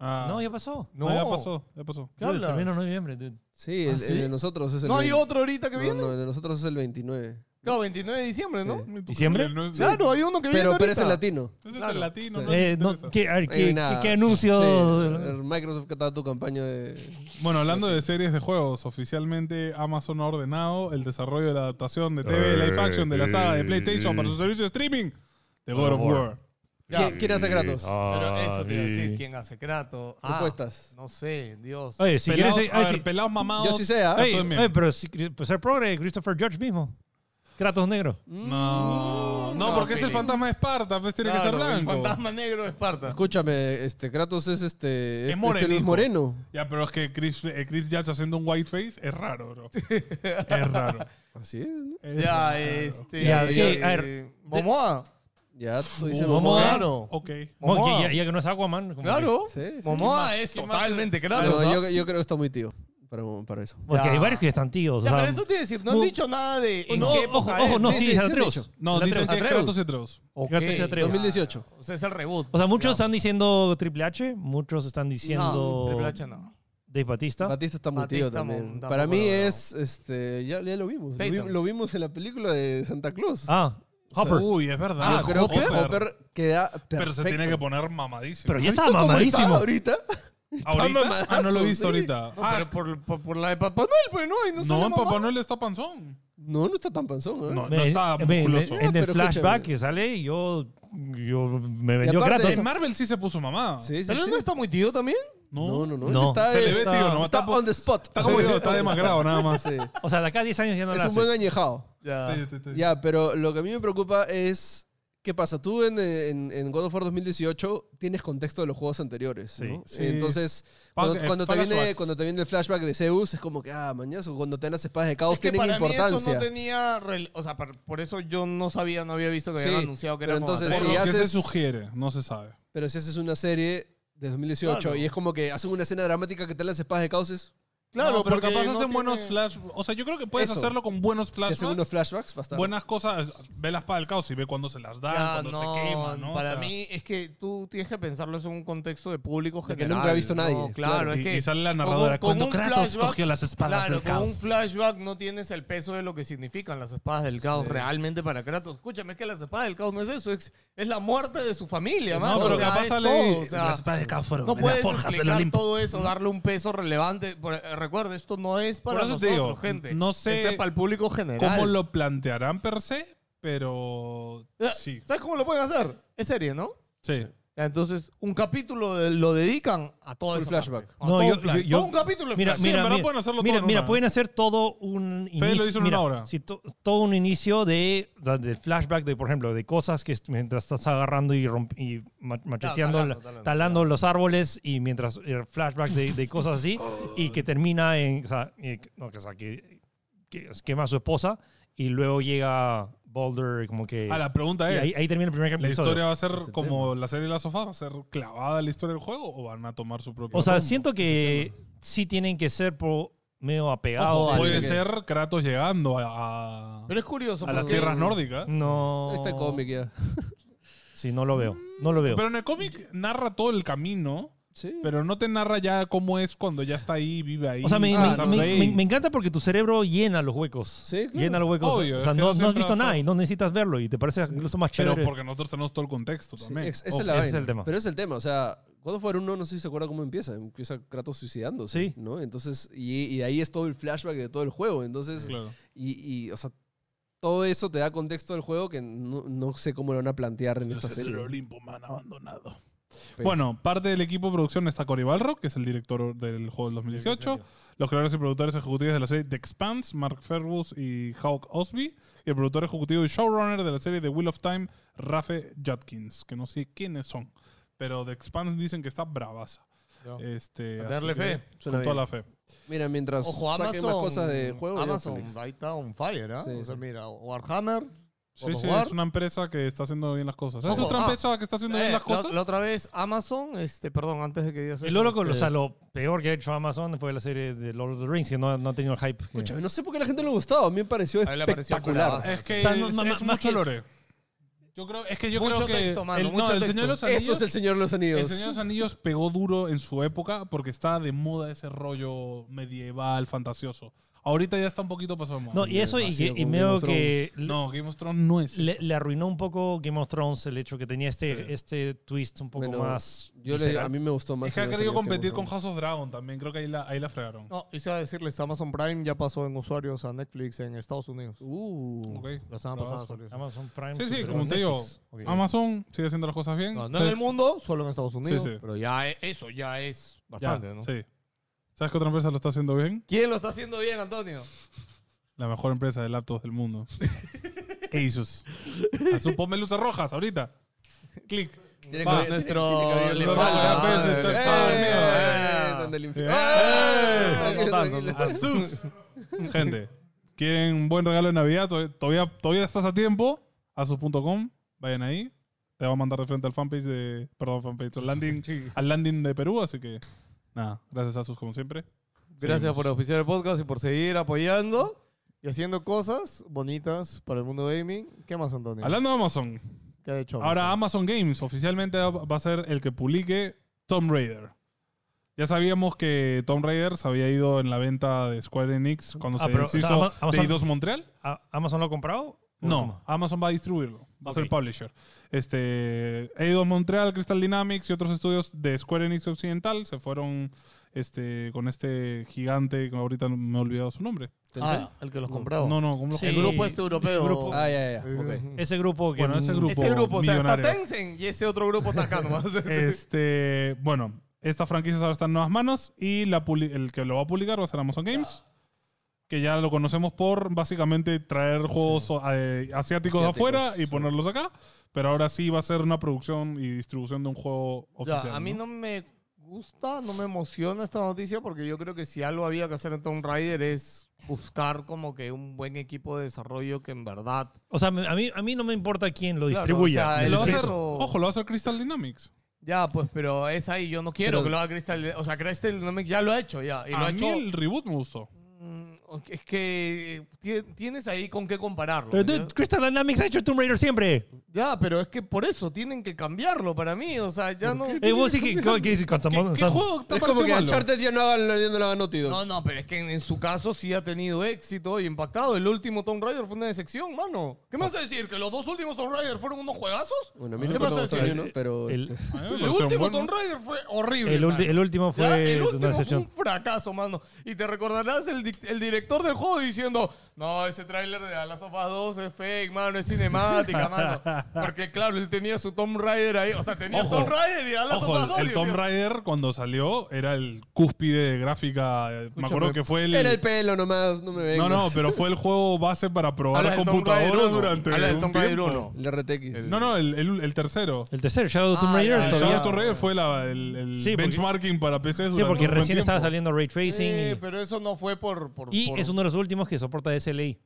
Speaker 2: Ah.
Speaker 4: No, ya pasó.
Speaker 2: No, ya pasó. Ya pasó.
Speaker 3: ¿Qué
Speaker 4: Dude,
Speaker 3: hablas?
Speaker 4: Primero de noviembre, dude.
Speaker 1: Sí, el,
Speaker 2: ¿Ah, sí?
Speaker 1: el de nosotros es el.
Speaker 3: ¿No hay
Speaker 1: 20.
Speaker 3: otro ahorita que
Speaker 1: No,
Speaker 3: viene?
Speaker 1: no, el de nosotros es el 29.
Speaker 3: Claro, 29 de diciembre, ¿no?
Speaker 1: Sí.
Speaker 4: ¿Diciembre?
Speaker 2: No es-
Speaker 3: Claro, hay uno que viene
Speaker 1: Pero, pero es
Speaker 3: ahorita.
Speaker 1: el latino.
Speaker 2: Ese es
Speaker 3: Claro.
Speaker 2: el latino,
Speaker 1: Ah, Sí.
Speaker 2: ¿no?
Speaker 4: Eh, no,
Speaker 2: Interesa.
Speaker 4: ¿qué, a ver,
Speaker 1: Ahí
Speaker 4: ¿qué,
Speaker 1: nada.
Speaker 4: qué- qué anuncio?
Speaker 1: Sí, el- Microsoft que está tu campaña de.
Speaker 2: Bueno, hablando de series de juegos, oficialmente Amazon ha ordenado el desarollo de la adaptación de TV Live Action de la saga de PlayStation para su servicio de streaming de God of War.
Speaker 3: Ya,
Speaker 1: ¿Quién, quién hace Kratos?
Speaker 3: Pero eso te iba a decir, ¿quién hace Kratos? Ah,
Speaker 1: Propuestas.
Speaker 3: no sé, Dios.
Speaker 4: Oye, si
Speaker 2: pelados,
Speaker 4: quieres. eh,
Speaker 2: a
Speaker 4: ay,
Speaker 2: ver,
Speaker 4: si-
Speaker 2: pelados mamados.
Speaker 1: Yo sí sé, ¿ah?
Speaker 4: Ey,
Speaker 2: todo en mí.
Speaker 4: ey, pero si, pues ser progre, Christopher George mismo. Kratos negro.
Speaker 2: No, no,
Speaker 3: No,
Speaker 2: porque es el
Speaker 3: Felipe.
Speaker 2: fantasma de Esparta, pues tiene que
Speaker 3: Claro,
Speaker 2: ser
Speaker 3: el
Speaker 2: blanco.
Speaker 3: Fantasma negro de Esparta.
Speaker 1: Escúchame, este Kratos es
Speaker 2: Es
Speaker 1: este. este- este no
Speaker 2: morenito.
Speaker 1: moreno.
Speaker 2: Ya, pero es que Chris, eh, Chris Judge haciendo un whiteface es raro, bro. es raro.
Speaker 1: Así es, ¿no?
Speaker 2: Es raro.
Speaker 3: Ya, este.
Speaker 4: Ya,
Speaker 3: eh,
Speaker 4: ¿qué? A ver,
Speaker 3: Momoa.
Speaker 1: Ya tú dices.
Speaker 4: Momoa.
Speaker 1: Momoa.
Speaker 3: Claro.
Speaker 2: Ok.
Speaker 4: Bueno,
Speaker 3: Momoa.
Speaker 4: ya, ya que no es Aquaman. como
Speaker 3: Claro.
Speaker 1: Sí, sí.
Speaker 3: Momoa
Speaker 2: ¿Qué más-
Speaker 3: es
Speaker 2: qué más-
Speaker 3: totalmente
Speaker 1: Ah,
Speaker 3: Kratos.
Speaker 1: no,
Speaker 3: ¿ah?
Speaker 1: yo, yo creo que está muy tío para, para eso.
Speaker 4: que- Porque
Speaker 3: Ya.
Speaker 4: hay varios que están tíos. o
Speaker 3: Ya,
Speaker 4: sea,
Speaker 3: pero eso te iba a decir, no han
Speaker 4: no-
Speaker 3: dicho nada de en
Speaker 4: no,
Speaker 3: qué
Speaker 4: ojo,
Speaker 3: época ¿eh?
Speaker 4: ojo,
Speaker 3: es.
Speaker 4: no,
Speaker 1: Sí,
Speaker 4: sí,
Speaker 1: sí,
Speaker 4: es
Speaker 1: sí han
Speaker 4: Atreus.
Speaker 1: dicho.
Speaker 2: No,
Speaker 4: El
Speaker 2: dicen
Speaker 4: Atreus.
Speaker 2: que es
Speaker 3: Atreus.
Speaker 2: Kratos Atreus.
Speaker 3: Ok,
Speaker 4: Kratos y Atreus.
Speaker 3: ya.
Speaker 1: 2018.
Speaker 3: O sea, es el reboot.
Speaker 4: O sea, muchos
Speaker 3: Ya.
Speaker 4: están diciendo Triple H, muchos están
Speaker 3: No,
Speaker 4: diciendo
Speaker 3: Triple H no.
Speaker 4: Dave Batista.
Speaker 1: Batista está muy
Speaker 3: Batista
Speaker 1: tío también.
Speaker 3: tampoco
Speaker 1: Para mí
Speaker 3: lo veo.
Speaker 1: es. este Ya, ya lo vimos. Lo, vi-
Speaker 3: Statham.
Speaker 1: lo vimos en la película de Santa Claus.
Speaker 4: Ah, Hopper.
Speaker 2: Uy, es verdad.
Speaker 1: Yo Ah, creo que
Speaker 2: Hopper.
Speaker 1: Hopper queda perfecto.
Speaker 2: ah, Pero se tiene que poner mamadísimo.
Speaker 4: pero
Speaker 1: ¿Has
Speaker 4: ya estaba
Speaker 1: visto cómo está
Speaker 4: mamadísimo.
Speaker 1: ahorita.
Speaker 2: ¿Ahorita? Ah, no lo he
Speaker 1: mamadazo,
Speaker 2: visto
Speaker 1: sí.
Speaker 2: ahorita.
Speaker 3: No,
Speaker 2: ah,
Speaker 3: pero por, por, por la de Papá Noel, pues no, y no
Speaker 2: no,
Speaker 3: sale
Speaker 2: en
Speaker 3: mamá.
Speaker 2: Papá Noel está panzón.
Speaker 1: No, no está tan panzón. ¿eh?
Speaker 2: No, no
Speaker 4: Me-
Speaker 2: está
Speaker 4: me- me-
Speaker 2: musculoso.
Speaker 4: en
Speaker 1: Ah,
Speaker 4: el
Speaker 1: pero
Speaker 4: flashback
Speaker 1: escúchame.
Speaker 4: que sale, y yo, yo me vendió
Speaker 1: aparte-
Speaker 4: Kratos.
Speaker 2: En Marvel sí se puso mamá.
Speaker 1: Sí, sí,
Speaker 3: ¿Pero
Speaker 1: sí.
Speaker 3: no está muy tío también?
Speaker 1: No, no, no.
Speaker 4: No.
Speaker 1: Está,
Speaker 2: Se le ve,
Speaker 1: está-
Speaker 2: tío, nomás
Speaker 1: está
Speaker 2: tampoco-
Speaker 1: on the spot.
Speaker 2: Está como yo, está demacrado nada más.
Speaker 1: Sí.
Speaker 4: O sea, de acá a 10 años ya no la
Speaker 1: Es un
Speaker 4: hace.
Speaker 1: buen añejado.
Speaker 3: Ya.
Speaker 2: Sí, sí, sí.
Speaker 1: Ya, pero lo que a mí me preocupa es. ¿Qué pasa? Tú en, en, en God of War 2018 tienes contexto de los juegos anteriores.
Speaker 4: Sí,
Speaker 1: ¿no?
Speaker 2: sí.
Speaker 1: Entonces, cuando,
Speaker 2: eh,
Speaker 1: cuando te
Speaker 2: Paga
Speaker 1: viene,
Speaker 2: Schwartz.
Speaker 1: cuando te viene el flashback de Zeus, es como que, ah, mañana, cuando te dan las espadas de caos,
Speaker 3: Es que
Speaker 1: tienen
Speaker 3: para mí
Speaker 1: importancia.
Speaker 3: eso no tenía... rel- O sea, par- por eso yo no sabía, no había visto que
Speaker 1: Sí,
Speaker 3: habían anunciado que
Speaker 1: pero
Speaker 3: era con
Speaker 1: entonces,
Speaker 2: Por
Speaker 3: Atreus.
Speaker 1: si
Speaker 2: lo que se
Speaker 1: haces-
Speaker 2: sugiere, no se sabe.
Speaker 1: Pero si haces una serie de 2018
Speaker 3: Claro.
Speaker 1: y es como que hacen una escena dramática que te dan las espadas de caos, es-
Speaker 3: Claro,
Speaker 2: No, pero
Speaker 3: porque
Speaker 2: capaz
Speaker 3: no
Speaker 2: hacen
Speaker 3: tiene-
Speaker 2: buenos flash. O sea, yo creo que puedes
Speaker 1: Eso.
Speaker 2: hacerlo con buenos
Speaker 1: si hacen unos
Speaker 2: flashbacks.
Speaker 1: flashbacks, va a estar.
Speaker 2: Buenas cosas. Ve la espada del caos y ve cuando se las dan,
Speaker 3: Ya,
Speaker 2: cuando se queman, ¿no? O
Speaker 3: Para
Speaker 2: sea,
Speaker 3: mí es que tú tienes que pensarlo en un contexto de público
Speaker 1: que
Speaker 3: general.
Speaker 1: nunca ha visto
Speaker 3: ¿no?
Speaker 1: nadie,
Speaker 3: Claro,
Speaker 1: claro.
Speaker 3: es
Speaker 2: Y-
Speaker 3: que...
Speaker 2: y sale la
Speaker 3: con un-
Speaker 2: narradora,
Speaker 3: con
Speaker 2: "Cuando
Speaker 3: un
Speaker 2: Kratos
Speaker 3: flashback-
Speaker 2: cogió las espadas
Speaker 3: claro,
Speaker 2: del
Speaker 3: con
Speaker 2: caos".
Speaker 3: un flashback no tienes el peso de lo que significan las espadas del caos
Speaker 1: Sí.
Speaker 3: realmente para Kratos. Escúchame, es que las espadas del caos no es eso, es, es la muerte de su familia, mano.
Speaker 2: No, pero
Speaker 3: o sea,
Speaker 2: capaz
Speaker 3: es
Speaker 2: sale.
Speaker 3: todo,
Speaker 2: y
Speaker 3: o sea,
Speaker 2: las espadas del caos fueron
Speaker 3: no
Speaker 2: en las
Speaker 3: puedes
Speaker 2: forjas del
Speaker 3: explicar
Speaker 2: Olimpo.
Speaker 3: todo eso, darle un peso relevante. Por- eh, Recuerda, esto no es para
Speaker 2: Por eso te
Speaker 3: nosotros,
Speaker 2: digo,
Speaker 3: gente.
Speaker 2: no sé
Speaker 3: Esto es para el público general.
Speaker 2: ¿Cómo lo plantearán per se? Pero.
Speaker 3: Eh,
Speaker 2: Sí.
Speaker 3: ¿Sabes cómo lo pueden hacer? Es serie, ¿no?
Speaker 2: Sí.
Speaker 3: Ya, Entonces, un capítulo de- lo dedican a todo
Speaker 1: Full
Speaker 3: ese
Speaker 1: flashback.
Speaker 4: No, yo- yo- yo-
Speaker 3: un capítulo de
Speaker 4: Mira,
Speaker 3: flashback.
Speaker 2: Sí, en
Speaker 4: mira,
Speaker 2: verdad
Speaker 4: mira,
Speaker 2: pueden hacerlo todo
Speaker 4: mira,
Speaker 2: en
Speaker 4: mira,
Speaker 2: una.
Speaker 4: pueden hacer todo un inicio.
Speaker 2: Fede lo hizo en
Speaker 4: mira,
Speaker 2: una hora.
Speaker 4: sí, to- todo un inicio de, de flashback de, por ejemplo, de cosas que est- mientras estás agarrando y, romp- y ma- macheteando,
Speaker 3: talando,
Speaker 4: la-
Speaker 3: talando,
Speaker 4: talando los árboles y mientras eh, flashback de, de cosas así y que termina en, o sea, eh, no, o sea, que, que quema a su esposa y luego llega Boulder como que...
Speaker 2: Ah, la pregunta
Speaker 4: y
Speaker 2: es.
Speaker 4: ahí, ahí termina el primer
Speaker 2: ¿La
Speaker 4: episodio.
Speaker 2: historia va a ser
Speaker 1: el
Speaker 2: como la serie de las sofás? ¿Va a ser clavada a la historia del juego o van a tomar su propio
Speaker 4: O sea,
Speaker 2: rumbo?
Speaker 4: siento que sí tienen que ser po- medio
Speaker 1: Ojo,
Speaker 4: apegados al-
Speaker 2: Puede
Speaker 1: que-
Speaker 2: ser Kratos llegando a, a-
Speaker 3: Pero es curioso.
Speaker 2: a las
Speaker 3: porque-
Speaker 2: tierras nórdicas.
Speaker 4: No.
Speaker 1: Este cómic ya.
Speaker 4: Sí, no lo veo. No lo veo.
Speaker 2: Pero en el cómic narra todo el camino,
Speaker 1: Sí.
Speaker 2: pero no te narra ya cómo es cuando ya está ahí, vive ahí.
Speaker 4: o sea, me,
Speaker 1: Ah,
Speaker 4: me-
Speaker 1: no.
Speaker 4: me-
Speaker 2: ahí.
Speaker 4: me- me encanta porque tu cerebro llena los huecos.
Speaker 1: Sí, claro.
Speaker 4: Llena los huecos.
Speaker 2: Obvio,
Speaker 4: o sea,
Speaker 2: es que eso
Speaker 4: no, no has
Speaker 2: siempre
Speaker 4: visto
Speaker 2: va a
Speaker 4: nada
Speaker 2: ser.
Speaker 4: y no necesitas verlo y te parece incluso más
Speaker 2: pero
Speaker 4: chévere.
Speaker 2: porque nosotros tenemos todo el contexto
Speaker 1: Sí,
Speaker 2: también.
Speaker 1: ex- esa es
Speaker 4: Ojo,
Speaker 1: la
Speaker 4: ese es
Speaker 1: vaina.
Speaker 4: el tema.
Speaker 1: Pero es el tema, o sea, God of War 1 no sé si se acuerda cómo empieza, empieza Kratos suicidándose,
Speaker 4: Sí.
Speaker 1: ¿no? Entonces, y, y ahí es todo el flashback de todo el juego, entonces,
Speaker 2: Claro.
Speaker 1: y, y, o sea, todo eso te da contexto del juego que no, no sé cómo lo van a plantear en esta
Speaker 2: Dioses del
Speaker 1: serie.
Speaker 2: Olimpo me han abandonado. Bueno, parte del equipo de producción está Cory Balrock, que es el director del juego del 2018. Los creadores y productores ejecutivos de la serie The Expanse, Mark Fergus y Hawk Osby. Y el productor ejecutivo y showrunner de la serie The Wheel of Time, Rafe Judkins, que no sé quiénes son. Pero The Expanse dicen que está bravaza.
Speaker 3: No.
Speaker 2: Este,
Speaker 3: A
Speaker 2: así
Speaker 3: darle
Speaker 2: que,
Speaker 3: fe.
Speaker 2: Con
Speaker 1: Oh. Suena
Speaker 2: toda
Speaker 1: bien.
Speaker 2: la fe.
Speaker 1: Mira, mientras
Speaker 3: Ojo, Amazon.
Speaker 1: saquen más cosas de juego, ya
Speaker 3: Amazon,
Speaker 1: feliz.
Speaker 3: ahí está on fire, ¿ah?
Speaker 1: Sí,
Speaker 3: o sea,
Speaker 1: sí.
Speaker 3: mira, Warhammer.
Speaker 2: Sí, sí,
Speaker 3: War.
Speaker 2: es una empresa que está haciendo bien las cosas. ¿Es
Speaker 3: Ojo,
Speaker 2: otra
Speaker 3: ah.
Speaker 2: empresa que está haciendo bien
Speaker 3: Eh,
Speaker 2: las
Speaker 3: la-
Speaker 2: cosas?
Speaker 3: La, otra vez, Amazon, este, perdón, antes de que digas
Speaker 4: Y
Speaker 3: eso,
Speaker 4: lo loco, o
Speaker 3: este,
Speaker 4: sea, lo peor que ha hecho Amazon fue la serie de Lord of the Rings, que no, no ha tenido el hype. que-
Speaker 1: Escúchame, no sé por qué a la gente le gustaba, a mí me pareció
Speaker 3: A él le pareció
Speaker 1: espectacular.
Speaker 3: bravazo.
Speaker 2: Es que
Speaker 4: O sea, no-
Speaker 2: es,
Speaker 4: ma- ma-
Speaker 2: es
Speaker 4: más
Speaker 2: mucho
Speaker 4: que-
Speaker 2: lore. Yo creo, es que yo
Speaker 3: Mucho
Speaker 2: creo que
Speaker 3: texto, mano,
Speaker 2: el, no,
Speaker 3: mucho
Speaker 2: el Señor de los
Speaker 3: texto.
Speaker 2: Anillos,
Speaker 1: Eso es el Señor de los Anillos.
Speaker 2: El Señor de los Anillos pegó duro en su época porque está de moda ese rollo medieval, fantasioso. Ahorita ya está un poquito pasado de moda.
Speaker 4: No, y eso, y,
Speaker 1: Demasiado
Speaker 4: que- y
Speaker 1: con Game
Speaker 4: medio
Speaker 1: of
Speaker 4: que
Speaker 2: No, Game of Thrones no es.
Speaker 4: le, le arruinó un poco Game of Thrones el hecho que tenía este,
Speaker 2: Sí.
Speaker 4: este twist un poco
Speaker 1: Bueno,
Speaker 4: más.
Speaker 1: Yo le-
Speaker 4: visceral.
Speaker 1: a mí me gustó más.
Speaker 2: es que ha
Speaker 1: Señor de los
Speaker 2: querido
Speaker 1: Anillos que
Speaker 2: competir
Speaker 1: Game
Speaker 2: con
Speaker 1: of
Speaker 2: House of Dragon también. Creo que ahí la, ahí la fregaron.
Speaker 3: No, y se va a decirles, Amazon Prime ya pasó en usuarios a Netflix en Estados Unidos.
Speaker 1: Thrones. Uh.
Speaker 2: Ok.
Speaker 3: La semana
Speaker 2: Bravazo.
Speaker 3: pasada salió eso.
Speaker 4: Amazon Prime.
Speaker 2: Sí, sí,
Speaker 4: superó
Speaker 2: como te digo,
Speaker 4: Netflix. Ok.
Speaker 2: Amazon sigue haciendo las cosas bien.
Speaker 3: No, no en el mundo, solo en Estados Unidos.
Speaker 2: sí.
Speaker 3: Pero ya e- eso ya es
Speaker 2: Ya,
Speaker 3: bastante, ¿no?
Speaker 2: sí. ¿Sabes qué otra empresa lo está haciendo bien?
Speaker 3: ¿Quién lo está haciendo bien, Antonio?
Speaker 2: La mejor empresa de laptops del mundo. Asus. A su ponme luces rojas ahorita. Clic.
Speaker 1: Tiene
Speaker 2: Va,
Speaker 1: cabello-
Speaker 3: nuestro
Speaker 1: tiene- tiene cabello
Speaker 2: liberal,
Speaker 1: colorado.
Speaker 2: ah, pues, está-
Speaker 1: ¡Eh!
Speaker 2: está dormido.
Speaker 1: Donde el infierno.
Speaker 2: ¡Eh!
Speaker 1: ¡Ah!
Speaker 3: No, no tanto, no tanto.
Speaker 2: Asus. Gente, ¿quieren un buen regalo de Navidad? Tod- Todavía, todavía estás a tiempo. Asus.com. Vayan ahí. Te va a mandar de frente al fanpage de. Perdón, fanpage. Al landing, al landing de Perú. Así que, nada. Gracias, Asus, como siempre.
Speaker 3: Gracias
Speaker 2: Seguimos.
Speaker 3: por auspiciar el podcast y por seguir apoyando y haciendo cosas bonitas para el mundo gaming. ¿Qué más, Antonio?
Speaker 2: Hablando de Amazon.
Speaker 3: ¿Qué ha hecho? Ah,
Speaker 2: Ahora Amazon Games oficialmente va- va a ser el que publique Tomb Raider. Ya sabíamos que Tomb Raider se había ido en la venta de Square Enix cuando
Speaker 4: Ah,
Speaker 2: se
Speaker 4: pero, o sea,
Speaker 2: deshizo
Speaker 4: Ama- Amazon-
Speaker 2: de Eidos Montreal.
Speaker 4: ¿A- ¿Amazon lo ha comprado?
Speaker 2: No, Amazon va a distribuirlo. Va a ser
Speaker 4: Ok.
Speaker 2: el publisher. Este, Eidos Montreal, Crystal Dynamics y otros estudios de Square Enix Occidental se fueron este, con este gigante que ahorita me he olvidado su nombre.
Speaker 3: Ah, el que los compraba.
Speaker 2: No, no, ¿cómo lo-
Speaker 4: Oh. Sí.
Speaker 3: El grupo este europeo.
Speaker 4: El grupo-
Speaker 1: Ah, ya, ya.
Speaker 3: Eh,
Speaker 1: ok.
Speaker 4: Ese grupo que.
Speaker 2: Bueno, ese grupo.
Speaker 3: Ese grupo, o sea, está
Speaker 2: millonario.
Speaker 3: Tencent y ese otro grupo está acá nomás.
Speaker 2: Este, bueno, estas franquicias ahora están en nuevas manos y la publi- el que lo va a publicar va a ser Amazon Games, que ya lo conocemos por básicamente traer juegos eh, asiáticos de afuera
Speaker 1: Asiáticos,
Speaker 2: y
Speaker 1: sí.
Speaker 2: ponerlos acá, pero ahora sí va a ser una producción y distribución de un juego
Speaker 3: Ya,
Speaker 2: oficial.
Speaker 3: a mí
Speaker 2: ¿no?
Speaker 3: no me gusta, no me emociona esta noticia porque yo creo que si algo había que hacer en Tomb Raider es buscar como que un buen equipo de desarrollo que en verdad...
Speaker 4: O sea, a mí, a mí no me importa quién lo
Speaker 3: Claro,
Speaker 4: distribuya.
Speaker 3: o sea,
Speaker 2: Lo va a
Speaker 3: Sí.
Speaker 2: hacer-
Speaker 3: Eso-
Speaker 2: ojo, lo va a hacer Crystal Dynamics.
Speaker 3: Ya, pues, pero es ahí. Yo no quiero
Speaker 1: Pero-
Speaker 3: que lo haga Crystal... O sea, Crystal Dynamics ya lo ha hecho, ya. Y lo
Speaker 2: a
Speaker 3: ha
Speaker 2: mí
Speaker 3: hecho...
Speaker 2: el reboot me gustó.
Speaker 3: Mm, ok, Es que tie- tienes ahí con qué compararlo.
Speaker 4: Pero
Speaker 3: ¿ya?
Speaker 4: tú, Crystal Dynamics ha hecho Tomb Raider siempre.
Speaker 3: Ya, pero es que por eso tienen que cambiarlo para mí. O sea, ya no.
Speaker 4: Eh, vos sí que. ¿Qué, qué, cuánto-
Speaker 2: ¿Qué, qué
Speaker 4: son-
Speaker 2: juego te
Speaker 1: Es
Speaker 2: pareció
Speaker 1: como que
Speaker 2: malo?
Speaker 1: Uncharted ya no haga- ya no lo ha notido.
Speaker 3: No, no, pero es que en, en su caso sí ha tenido éxito y impactado. El último Tomb Raider fue una decepción, mano. ¿Qué me vas a decir? ¿Que los dos últimos Tomb Raider fueron unos juegazos?
Speaker 1: Bueno, a mí
Speaker 3: ¿Qué
Speaker 1: no
Speaker 3: vas
Speaker 1: me
Speaker 3: a
Speaker 1: gusta
Speaker 3: decir?
Speaker 1: ni uno, pero...
Speaker 4: El-
Speaker 1: este,
Speaker 2: A mí me
Speaker 3: El
Speaker 2: parecieron
Speaker 3: último
Speaker 2: buenos.
Speaker 3: Tomb Raider fue horrible.
Speaker 4: El, ulti-
Speaker 3: mano.
Speaker 4: el último
Speaker 3: Ya,
Speaker 4: fue
Speaker 3: el
Speaker 4: una
Speaker 3: último fue
Speaker 4: excepción.
Speaker 3: un fracaso, mano. Y te recordarás el, dic- el director del juego diciendo, no, ese tráiler de Las of Us 2 es fake, mano, es cinemática, mano. Porque claro, él tenía su Tomb Raider ahí. O sea, tenía
Speaker 2: Ojo,
Speaker 3: Tomb Raider y a Last
Speaker 2: Ojo,
Speaker 3: of Us 2.
Speaker 2: el, el
Speaker 3: y
Speaker 2: Tomb
Speaker 3: decía,
Speaker 2: Raider cuando salió era el cúspide de gráfica. eh, Me acuerdo
Speaker 3: Escúchame,
Speaker 2: que fue
Speaker 1: Era el pelo nomás, no me
Speaker 2: No,
Speaker 1: vengas.
Speaker 2: no, pero fue el juego base para
Speaker 3: Habla
Speaker 2: probar
Speaker 3: del Tomb
Speaker 2: computadoras
Speaker 3: Raider uno.
Speaker 2: durante
Speaker 3: Habla del
Speaker 2: un
Speaker 3: Tomb Raider
Speaker 2: tiempo.
Speaker 3: uno.
Speaker 1: El RTX.
Speaker 2: No, no, el, el- el tercero.
Speaker 4: El tercero, Shadow
Speaker 3: Ah,
Speaker 4: Tomb Raider.
Speaker 3: ya, ya,
Speaker 2: El
Speaker 4: todavía-
Speaker 2: Shadow
Speaker 3: ya.
Speaker 2: of Tomb Raider fue la- el, el
Speaker 4: Sí, porque-
Speaker 2: benchmarking para PC durante
Speaker 4: Sí, porque
Speaker 2: un buen
Speaker 4: recién estaba
Speaker 2: tiempo.
Speaker 4: saliendo Ray Tracing.
Speaker 3: Sí,
Speaker 4: y-
Speaker 3: pero eso no fue por... por-
Speaker 4: y
Speaker 3: por-
Speaker 4: es uno de los últimos que soporta SLI.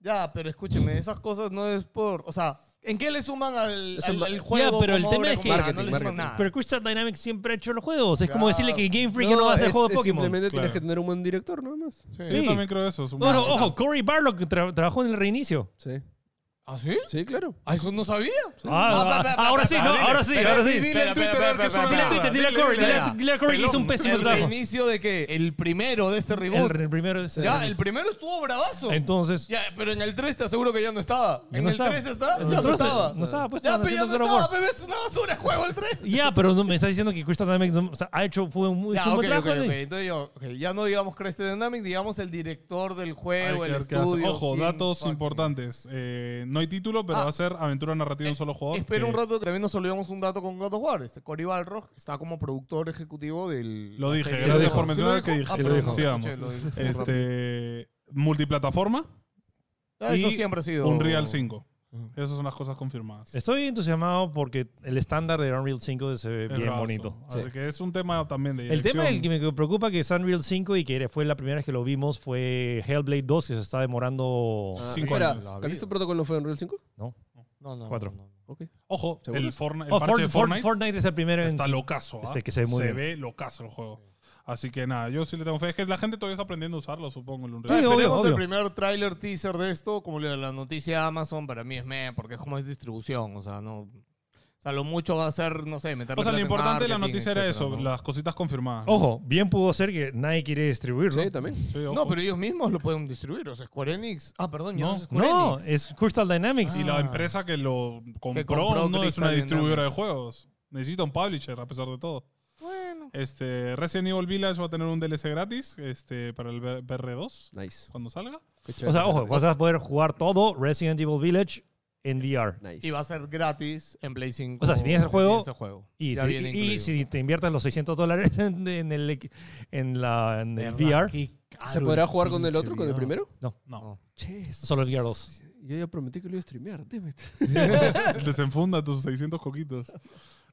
Speaker 3: Ya, pero escúcheme, esas cosas no es por... O sea, ¿en qué le suman al,
Speaker 1: Eso
Speaker 3: al,
Speaker 1: ma-
Speaker 3: al
Speaker 1: Ya,
Speaker 3: juego?
Speaker 4: pero el
Speaker 3: como
Speaker 4: tema
Speaker 3: obra
Speaker 4: es que-
Speaker 3: completa? no
Speaker 1: Marketing,
Speaker 3: le suman
Speaker 1: marketing.
Speaker 3: nada.
Speaker 4: Pero Crystal Dynamics siempre ha hecho los juegos. Es como
Speaker 3: Claro.
Speaker 4: decirle que Game Freak ya no va a hacer
Speaker 1: es-
Speaker 4: juegos de
Speaker 1: es
Speaker 4: Pokémon.
Speaker 1: Simplemente tienes
Speaker 2: Claro.
Speaker 1: que tener un buen director nomás.
Speaker 3: Sí.
Speaker 2: Sí,
Speaker 4: Sí.
Speaker 2: yo también creo eso. es un-
Speaker 4: Bueno, ojo, Cory Barlock tra- trabajó en el reinicio.
Speaker 1: Sí,
Speaker 3: ¿Ah, sí?
Speaker 1: sí, claro.
Speaker 3: ¿Ah, eso no sabía? Ah,
Speaker 4: Ah, ah,
Speaker 3: pa, pa, pa,
Speaker 4: ahora
Speaker 3: pa,
Speaker 4: sí,
Speaker 3: pa,
Speaker 4: no,
Speaker 3: dile.
Speaker 4: ahora sí,
Speaker 3: Pero
Speaker 4: ahora
Speaker 3: di-
Speaker 4: sí.
Speaker 3: di- Espera, espera, espera,
Speaker 2: una
Speaker 4: Dile a
Speaker 3: espera,
Speaker 2: mierda.
Speaker 4: Twitter, dile a
Speaker 2: Dile,
Speaker 4: Cory,
Speaker 2: dile,
Speaker 4: dile
Speaker 2: dile.
Speaker 4: a- dile a Cory que hizo un pésimo
Speaker 3: El
Speaker 4: trabajo.
Speaker 3: reinicio de qué? El primero de este
Speaker 4: El,
Speaker 3: reboot.
Speaker 4: re- el primero es-
Speaker 3: ya, el primero estuvo bravazo.
Speaker 4: Entonces.
Speaker 3: Ya, pero en el 3 te aseguro que ya no estaba.
Speaker 4: Ya
Speaker 3: en
Speaker 4: no
Speaker 3: el
Speaker 4: estaba.
Speaker 3: 3 está, ya
Speaker 4: el
Speaker 3: no
Speaker 4: troce-
Speaker 3: estaba.
Speaker 4: No estaba, pues.
Speaker 3: ya,
Speaker 4: estaban
Speaker 3: pero ya
Speaker 4: haciendo
Speaker 3: no
Speaker 4: God of
Speaker 3: estaba,
Speaker 4: War.
Speaker 3: bebé, es una basura el juego el 3.
Speaker 4: Ya, pero no, me estás diciendo que Crystal Dynamics no- o sea, ha hecho fue un muy
Speaker 3: Ya,
Speaker 4: fue un
Speaker 3: ok,
Speaker 4: buen
Speaker 3: ok,
Speaker 4: trabajo.
Speaker 3: ok.
Speaker 4: ¿no?
Speaker 3: Entonces yo, ok, ya no digamos Crystal Dynamics, digamos el director del
Speaker 2: Hay
Speaker 3: juego,
Speaker 2: que
Speaker 3: el
Speaker 2: ver qué hace.
Speaker 3: estudio.
Speaker 2: Ojo,
Speaker 3: quién
Speaker 2: datos
Speaker 3: fucking-
Speaker 2: importantes. Eh, no hay título, pero
Speaker 3: Ah.
Speaker 2: va a ser aventura narrativa en un solo jugador. Eh,
Speaker 3: Espera un
Speaker 2: que
Speaker 3: rato, que también nos olvidamos un dato con God of War. Este Cory Balrog está como productor ejecutivo del...
Speaker 2: Lo
Speaker 3: la
Speaker 2: dije,
Speaker 3: serie.
Speaker 4: gracias
Speaker 3: ¿Sí lo
Speaker 4: por
Speaker 3: dijo?
Speaker 2: mencionar
Speaker 3: ¿Sí
Speaker 2: que dije.
Speaker 3: Ah,
Speaker 2: Sí lo
Speaker 3: perdón,
Speaker 2: dijo.
Speaker 3: no
Speaker 2: Sigamos.
Speaker 3: escuché, lo dije.
Speaker 2: Este, multiplataforma,
Speaker 3: Ah, Eso
Speaker 2: y
Speaker 3: siempre ha sido...
Speaker 2: Unreal 5.
Speaker 3: Ujú.
Speaker 2: Esas son las cosas confirmadas.
Speaker 4: Estoy entusiasmado porque el estándar de Unreal 5 se ve
Speaker 2: Es
Speaker 4: bien
Speaker 2: bravazo.
Speaker 4: bonito.
Speaker 2: Así
Speaker 1: Sí.
Speaker 2: que es un tema también de
Speaker 4: El tema del
Speaker 2: dirección.
Speaker 4: que me preocupa que es Unreal 5 y que fue la primera vez que lo vimos fue Hellblade 2 que se está demorando
Speaker 1: Ah,
Speaker 2: Cinco
Speaker 1: espera,
Speaker 2: años.
Speaker 1: ¿Calisto Protocol no fue en Real 5?
Speaker 3: No, no,
Speaker 4: Cuatro.
Speaker 3: no, no.
Speaker 1: Ok.
Speaker 2: Ojo,
Speaker 1: ¿Seguro?
Speaker 2: el, Fortnite, el
Speaker 4: Oh,
Speaker 2: parche
Speaker 4: Fort-
Speaker 2: de
Speaker 4: Fort-
Speaker 2: Fortnite
Speaker 4: Fortnite, es el primero en-
Speaker 2: está locazo. ¿ah?
Speaker 4: Este que se ve muy bien.
Speaker 2: ve locazo el juego. Así que nada, yo sí le tengo fe. Es que la gente todavía está aprendiendo a usarlo, supongo, el
Speaker 4: Sí,
Speaker 2: Unreal.
Speaker 4: obvio,
Speaker 3: Esperemos el
Speaker 4: obvio.
Speaker 3: primer tráiler teaser de esto, como la la noticia de Amazon para mí es meh, porque es como es distribución, o sea, no... O sea, lo mucho va a ser, no sé, meterle
Speaker 2: o sea,
Speaker 3: plata
Speaker 2: lo
Speaker 3: en
Speaker 2: importante de la
Speaker 3: marketing,
Speaker 2: noticia era
Speaker 3: etcétera,
Speaker 2: eso,
Speaker 3: ¿no?
Speaker 2: las cositas confirmadas. ¿no?
Speaker 4: Ojo, bien pudo ser que nadie quiere distribuirlo.
Speaker 1: Sí, también.
Speaker 2: Sí, ojo.
Speaker 3: No, pero ellos mismos lo pueden distribuir. O sea, Square Enix. Ah, perdón, ya
Speaker 2: No.
Speaker 3: no, es Square
Speaker 4: No,
Speaker 3: Enix.
Speaker 4: es Crystal Dynamics.
Speaker 2: Y
Speaker 3: Ah.
Speaker 2: la empresa que lo compró,
Speaker 3: compró
Speaker 2: no es
Speaker 3: Crystal
Speaker 2: una distribuidora de
Speaker 3: Dynamics.
Speaker 2: juegos. Necesita un publisher, a pesar de todo.
Speaker 3: Bueno.
Speaker 2: Este, Resident Evil Village va a tener un DLC gratis este, para el B- BR2
Speaker 1: Nice.
Speaker 2: cuando salga.
Speaker 1: Qué
Speaker 4: O
Speaker 1: chévere.
Speaker 4: sea, ojo, vas a poder jugar todo Resident Evil Village en VR.
Speaker 1: Nice.
Speaker 3: Y va a ser gratis en Play 5.
Speaker 4: O sea, si tienes el juego,
Speaker 3: ese juego.
Speaker 4: Y,
Speaker 3: ya
Speaker 4: si,
Speaker 3: viene
Speaker 4: y
Speaker 3: incluido.
Speaker 4: si te inviertas los 600 dólares en, en el, equi- en la, en el
Speaker 3: Verdad,
Speaker 4: VR,
Speaker 3: qué caro
Speaker 1: ¿Se podrá
Speaker 3: el
Speaker 1: jugar con el
Speaker 3: pinche
Speaker 1: otro, con el
Speaker 3: VR.
Speaker 1: primero?
Speaker 2: No.
Speaker 1: Che.
Speaker 4: Solo el VR 2.
Speaker 1: ¿Y Yo ya prometí que lo iba a streamear, damn it.
Speaker 2: Desenfunda tus 600 coquitos.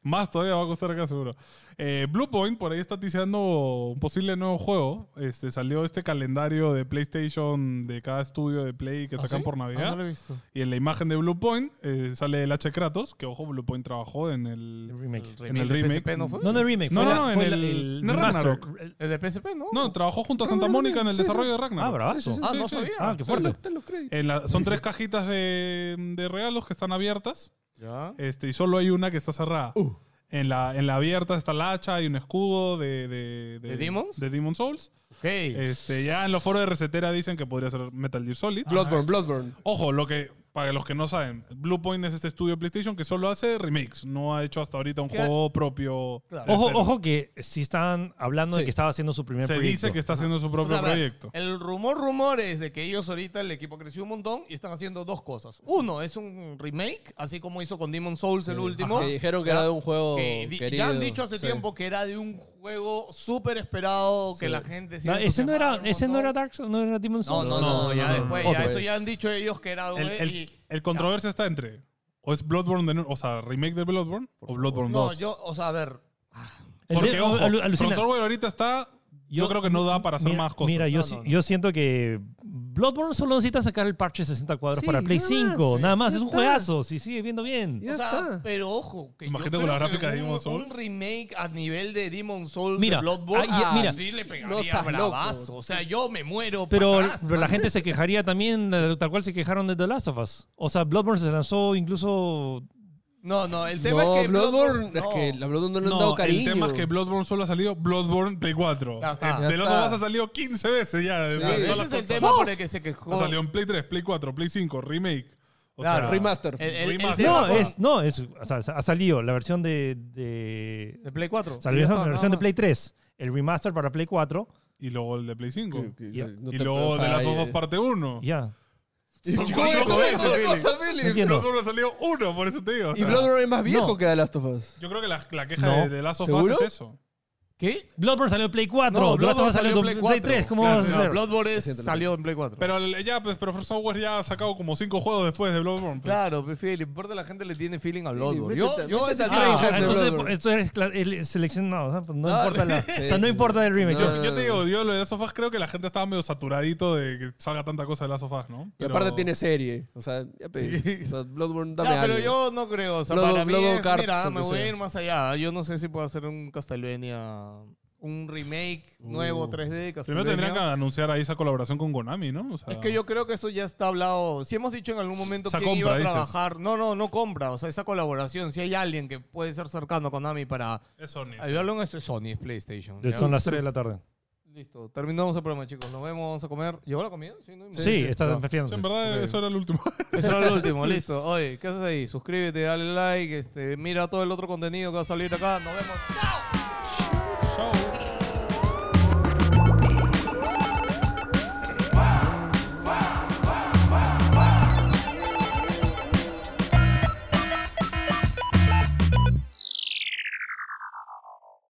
Speaker 2: Más todavía va a costar acá, seguro. Eh, Bluepoint por ahí está tiseando un posible nuevo juego. Este, salió este calendario de PlayStation de cada estudio de Play que
Speaker 3: ¿Ah,
Speaker 2: sacan
Speaker 3: sí?
Speaker 2: por
Speaker 3: Ah, no
Speaker 2: Navidad.
Speaker 3: lo he visto.
Speaker 2: Y en la imagen de Bluepoint eh, sale el H. Kratos, que ojo, Bluepoint trabajó en
Speaker 4: El
Speaker 2: el.
Speaker 4: remake.
Speaker 2: En el
Speaker 3: de
Speaker 2: remake.
Speaker 3: PSP no fue.
Speaker 4: No, no el remake.
Speaker 2: No,
Speaker 4: fue
Speaker 2: no,
Speaker 4: la-
Speaker 2: no, en
Speaker 4: fue la-
Speaker 2: el- en el
Speaker 4: remaster. Ah,
Speaker 2: Ragnarok.
Speaker 4: El-
Speaker 3: El de PSP Ah, no.
Speaker 2: No, trabajó junto a Santa
Speaker 1: no, no,
Speaker 2: Mónica en el
Speaker 1: sí, sí.
Speaker 2: desarrollo de Ragnarok.
Speaker 4: Ah, bravazo.
Speaker 1: Sí, sí,
Speaker 3: Ah, no sabía.
Speaker 4: Ah, qué
Speaker 1: Están los-
Speaker 4: fuerte.
Speaker 1: están los créditos.
Speaker 2: En la- son tres cajitas de, de regalos que están abiertas.
Speaker 3: Ya.
Speaker 2: Este, y solo hay una que está cerrada.
Speaker 1: Uh.
Speaker 2: En, la, en la abierta está la hacha y un escudo de, de,
Speaker 3: ¿De Demons?
Speaker 2: de Demon Souls.
Speaker 3: Ok.
Speaker 2: Este, ya en los foros de recetera dicen que podría ser Metal Gear Solid.
Speaker 1: Bloodborne, Bloodborne.
Speaker 2: Ojo, lo que, para los que no saben, Bluepoint es este estudio de PlayStation que solo hace remakes. No ha hecho hasta ahorita un
Speaker 3: ¿Qué?
Speaker 2: juego propio.
Speaker 3: Claro.
Speaker 2: de
Speaker 4: Ojo,
Speaker 2: cero.
Speaker 4: ojo que si están hablando de
Speaker 1: Sí.
Speaker 4: que estaba haciendo su primer
Speaker 2: Se
Speaker 4: proyecto.
Speaker 2: dice que está haciendo su propio
Speaker 3: O sea, a ver,
Speaker 2: proyecto.
Speaker 3: El rumor, rumor es de que ellos ahorita, el equipo creció un montón y están haciendo dos cosas. Uno, es un remake, así como hizo con Demon Souls el último.
Speaker 1: Que dijeron que era de un juego
Speaker 3: que di-
Speaker 1: querido.
Speaker 3: ya han dicho hace
Speaker 1: Eh, Sí.
Speaker 3: tiempo que era de un juego súper esperado, que
Speaker 1: Sí.
Speaker 3: la gente
Speaker 4: No,
Speaker 3: siempre
Speaker 4: Ah, ese no
Speaker 3: se
Speaker 4: era,
Speaker 3: amaba un
Speaker 4: ese no
Speaker 3: montón.
Speaker 4: era Dark Souls, no era Demon
Speaker 3: No,
Speaker 4: Souls.
Speaker 3: no,
Speaker 1: No,
Speaker 3: no,
Speaker 1: no,
Speaker 3: ya
Speaker 1: no,
Speaker 3: después,
Speaker 1: no.
Speaker 3: ya
Speaker 1: Otro
Speaker 3: eso
Speaker 1: es.
Speaker 3: ya han dicho ellos que era un...
Speaker 2: El, el-
Speaker 3: y-
Speaker 2: el controversia está entre o es Bloodborne, de nuevo, o sea, remake de Bloodborne o Bloodborne
Speaker 3: no,
Speaker 2: 2.
Speaker 3: yo, o sea, a ver,
Speaker 4: El
Speaker 2: Porque,
Speaker 4: de-
Speaker 2: ojo,
Speaker 4: alu- alucina.
Speaker 2: From Software ahorita está. Yo, creo que no da para hacer
Speaker 4: mira,
Speaker 2: más cosas.
Speaker 4: Mira, yo,
Speaker 3: No,
Speaker 4: si-
Speaker 3: no, no.
Speaker 4: yo siento que Bloodborne solo necesita sacar el parche 60 cuadros
Speaker 1: Sí,
Speaker 4: para Play
Speaker 1: nada
Speaker 4: 5.
Speaker 1: más.
Speaker 4: Nada más,
Speaker 1: Ya
Speaker 4: es un
Speaker 1: está.
Speaker 4: juegazo. Si sigue viendo bien.
Speaker 1: Ya
Speaker 3: o sea,
Speaker 1: está.
Speaker 3: pero ojo, que yo
Speaker 2: Imagínate con
Speaker 3: creo
Speaker 2: la
Speaker 3: que
Speaker 2: gráfica de
Speaker 3: un-
Speaker 2: Demon's Souls.
Speaker 3: Un remake a nivel de Demon Souls
Speaker 4: Mira,
Speaker 3: de Bloodborne,
Speaker 4: ah, y- mira,
Speaker 3: sí le
Speaker 1: no
Speaker 3: pegaría
Speaker 1: seas loco.
Speaker 3: bravazo. O sea, yo me muero
Speaker 4: Pero
Speaker 3: pa' atrás,
Speaker 4: pero la gente se quejaría también, eh, tal cual se quejaron de The Last of Us. O sea, Bloodborne se lanzó incluso.
Speaker 3: No, no, el tema
Speaker 1: No,
Speaker 3: es que
Speaker 1: Bloodborne,
Speaker 3: no.
Speaker 1: es que la Bloodborne no le han
Speaker 2: No,
Speaker 1: dado cariño.
Speaker 2: el tema es que Bloodborne solo ha salido Bloodborne Play 4.
Speaker 3: Ya está.
Speaker 2: de
Speaker 1: Ya
Speaker 2: los
Speaker 1: está.
Speaker 2: dos ha salido 15 veces ya. de
Speaker 1: Sí.
Speaker 2: todas las
Speaker 1: Ese
Speaker 3: Ese es el
Speaker 2: consolas.
Speaker 3: tema por el que se
Speaker 2: Ha
Speaker 3: quejó.
Speaker 2: salido en Play 3, Play 4, Play 5, remake. O
Speaker 3: Claro.
Speaker 2: sea,
Speaker 1: Remaster.
Speaker 3: El- el- el
Speaker 2: Remaster.
Speaker 3: tema
Speaker 4: No,
Speaker 3: con-
Speaker 4: es, no, es, o sea, ha salido la versión de. de
Speaker 3: De Play 4.
Speaker 4: salió
Speaker 3: Ya
Speaker 4: la
Speaker 3: está, nada
Speaker 4: versión de
Speaker 3: más.
Speaker 4: Play 3, el remaster para Play 4.
Speaker 2: Y luego el de Play 5.
Speaker 1: Que- que-
Speaker 4: Ya.
Speaker 1: no
Speaker 2: y
Speaker 1: te-
Speaker 2: luego
Speaker 1: o sea,
Speaker 2: de las
Speaker 1: eh,
Speaker 2: ojos parte 1.
Speaker 4: Ya.
Speaker 2: Son
Speaker 1: ¿Cómo
Speaker 2: cuatro
Speaker 1: eso
Speaker 2: juegos,
Speaker 1: es otra
Speaker 3: Billy.
Speaker 1: cosa,
Speaker 4: No
Speaker 1: Billy?
Speaker 4: entiendo.
Speaker 2: Bloodborne ha salido 1, por eso te digo. o
Speaker 1: Y
Speaker 2: sea,
Speaker 1: Bloodborne es más viejo
Speaker 4: No.
Speaker 1: que The Last of Us.
Speaker 2: Yo creo que la, la queja
Speaker 4: No.
Speaker 2: de, de Last of
Speaker 1: ¿Seguro?
Speaker 2: Us es eso.
Speaker 3: ¿Qué?
Speaker 4: Bloodborne salió en Play 4.
Speaker 3: No,
Speaker 4: The Last of
Speaker 3: Bloodborne
Speaker 4: Us
Speaker 3: salió en
Speaker 4: en
Speaker 3: Play
Speaker 4: Play
Speaker 3: 4.
Speaker 4: 3. ¿Cómo
Speaker 2: Claro,
Speaker 4: vas a
Speaker 2: no,
Speaker 4: hacer?
Speaker 3: Bloodborne es-
Speaker 1: Siento lo
Speaker 3: salió en Play 4.
Speaker 2: Pero el- ya, pues, pero From Software ya ha sacado como 5 juegos después de Bloodborne. pues.
Speaker 3: claro, pues, Philip, importa la gente le tiene feeling a Bloodborne.
Speaker 1: métete-
Speaker 3: Yo, yo
Speaker 1: métete
Speaker 3: ese
Speaker 1: al
Speaker 3: sí-
Speaker 1: tren,
Speaker 4: Ah,
Speaker 1: Dreamhack de
Speaker 4: entonces
Speaker 1: Bloodborne.
Speaker 4: esto es cla- el seleccionado. No, pues no
Speaker 3: Ah,
Speaker 4: importa, la-
Speaker 1: sí,
Speaker 4: o sea, no
Speaker 1: sí,
Speaker 4: importa el remake.
Speaker 1: No.
Speaker 4: Yo-
Speaker 2: Yo, yo te digo, yo lo de Last of Us creo que la gente estaba medio saturadito de que salga tanta cosa de Last of Us, ¿no?
Speaker 1: Y
Speaker 2: Pero-
Speaker 1: aparte tiene serie. O sea, ya pedí. O sea, Bloodborne, dame
Speaker 3: Ya, pero
Speaker 1: algo.
Speaker 3: yo no creo. O sea,
Speaker 1: Bloodborne-
Speaker 3: para mí
Speaker 1: Bloodborne
Speaker 3: es,
Speaker 1: Cards,
Speaker 3: mira,
Speaker 1: aunque
Speaker 3: me voy a
Speaker 1: sea.
Speaker 3: ir más allá. Yo no sé si puedo hacer un Castlevania, un remake nuevo 3D de Castlevania.
Speaker 2: Primero tendrían que anunciar ahí esa colaboración con Konami, ¿no? O sea,
Speaker 3: Es que yo creo que eso ya está hablado. Si hemos dicho en algún momento
Speaker 2: Esa
Speaker 3: quién iba a
Speaker 2: compra, dices.
Speaker 3: trabajar. No, no, no compra. O sea, esa colaboración. Si hay alguien que puede ser cercano a Konami para
Speaker 2: Es Sony.
Speaker 3: ayudarlo en esto, es Sony, es PlayStation. ¿ya?
Speaker 4: Son las 3 de la tarde.
Speaker 3: Listo. Terminamos el programa, chicos. Nos vemos, vamos a comer. ¿Llegó la comida? Sí, no hay-
Speaker 4: Sí, está
Speaker 3: No.
Speaker 4: enfriándose.
Speaker 2: En verdad,
Speaker 3: Ok.
Speaker 2: eso era el último.
Speaker 3: Eso era lo último, listo. Oye, ¿qué haces ahí? Suscríbete, dale like, este, mira todo el otro contenido que va a salir acá. Nos vemos. ¡Chao!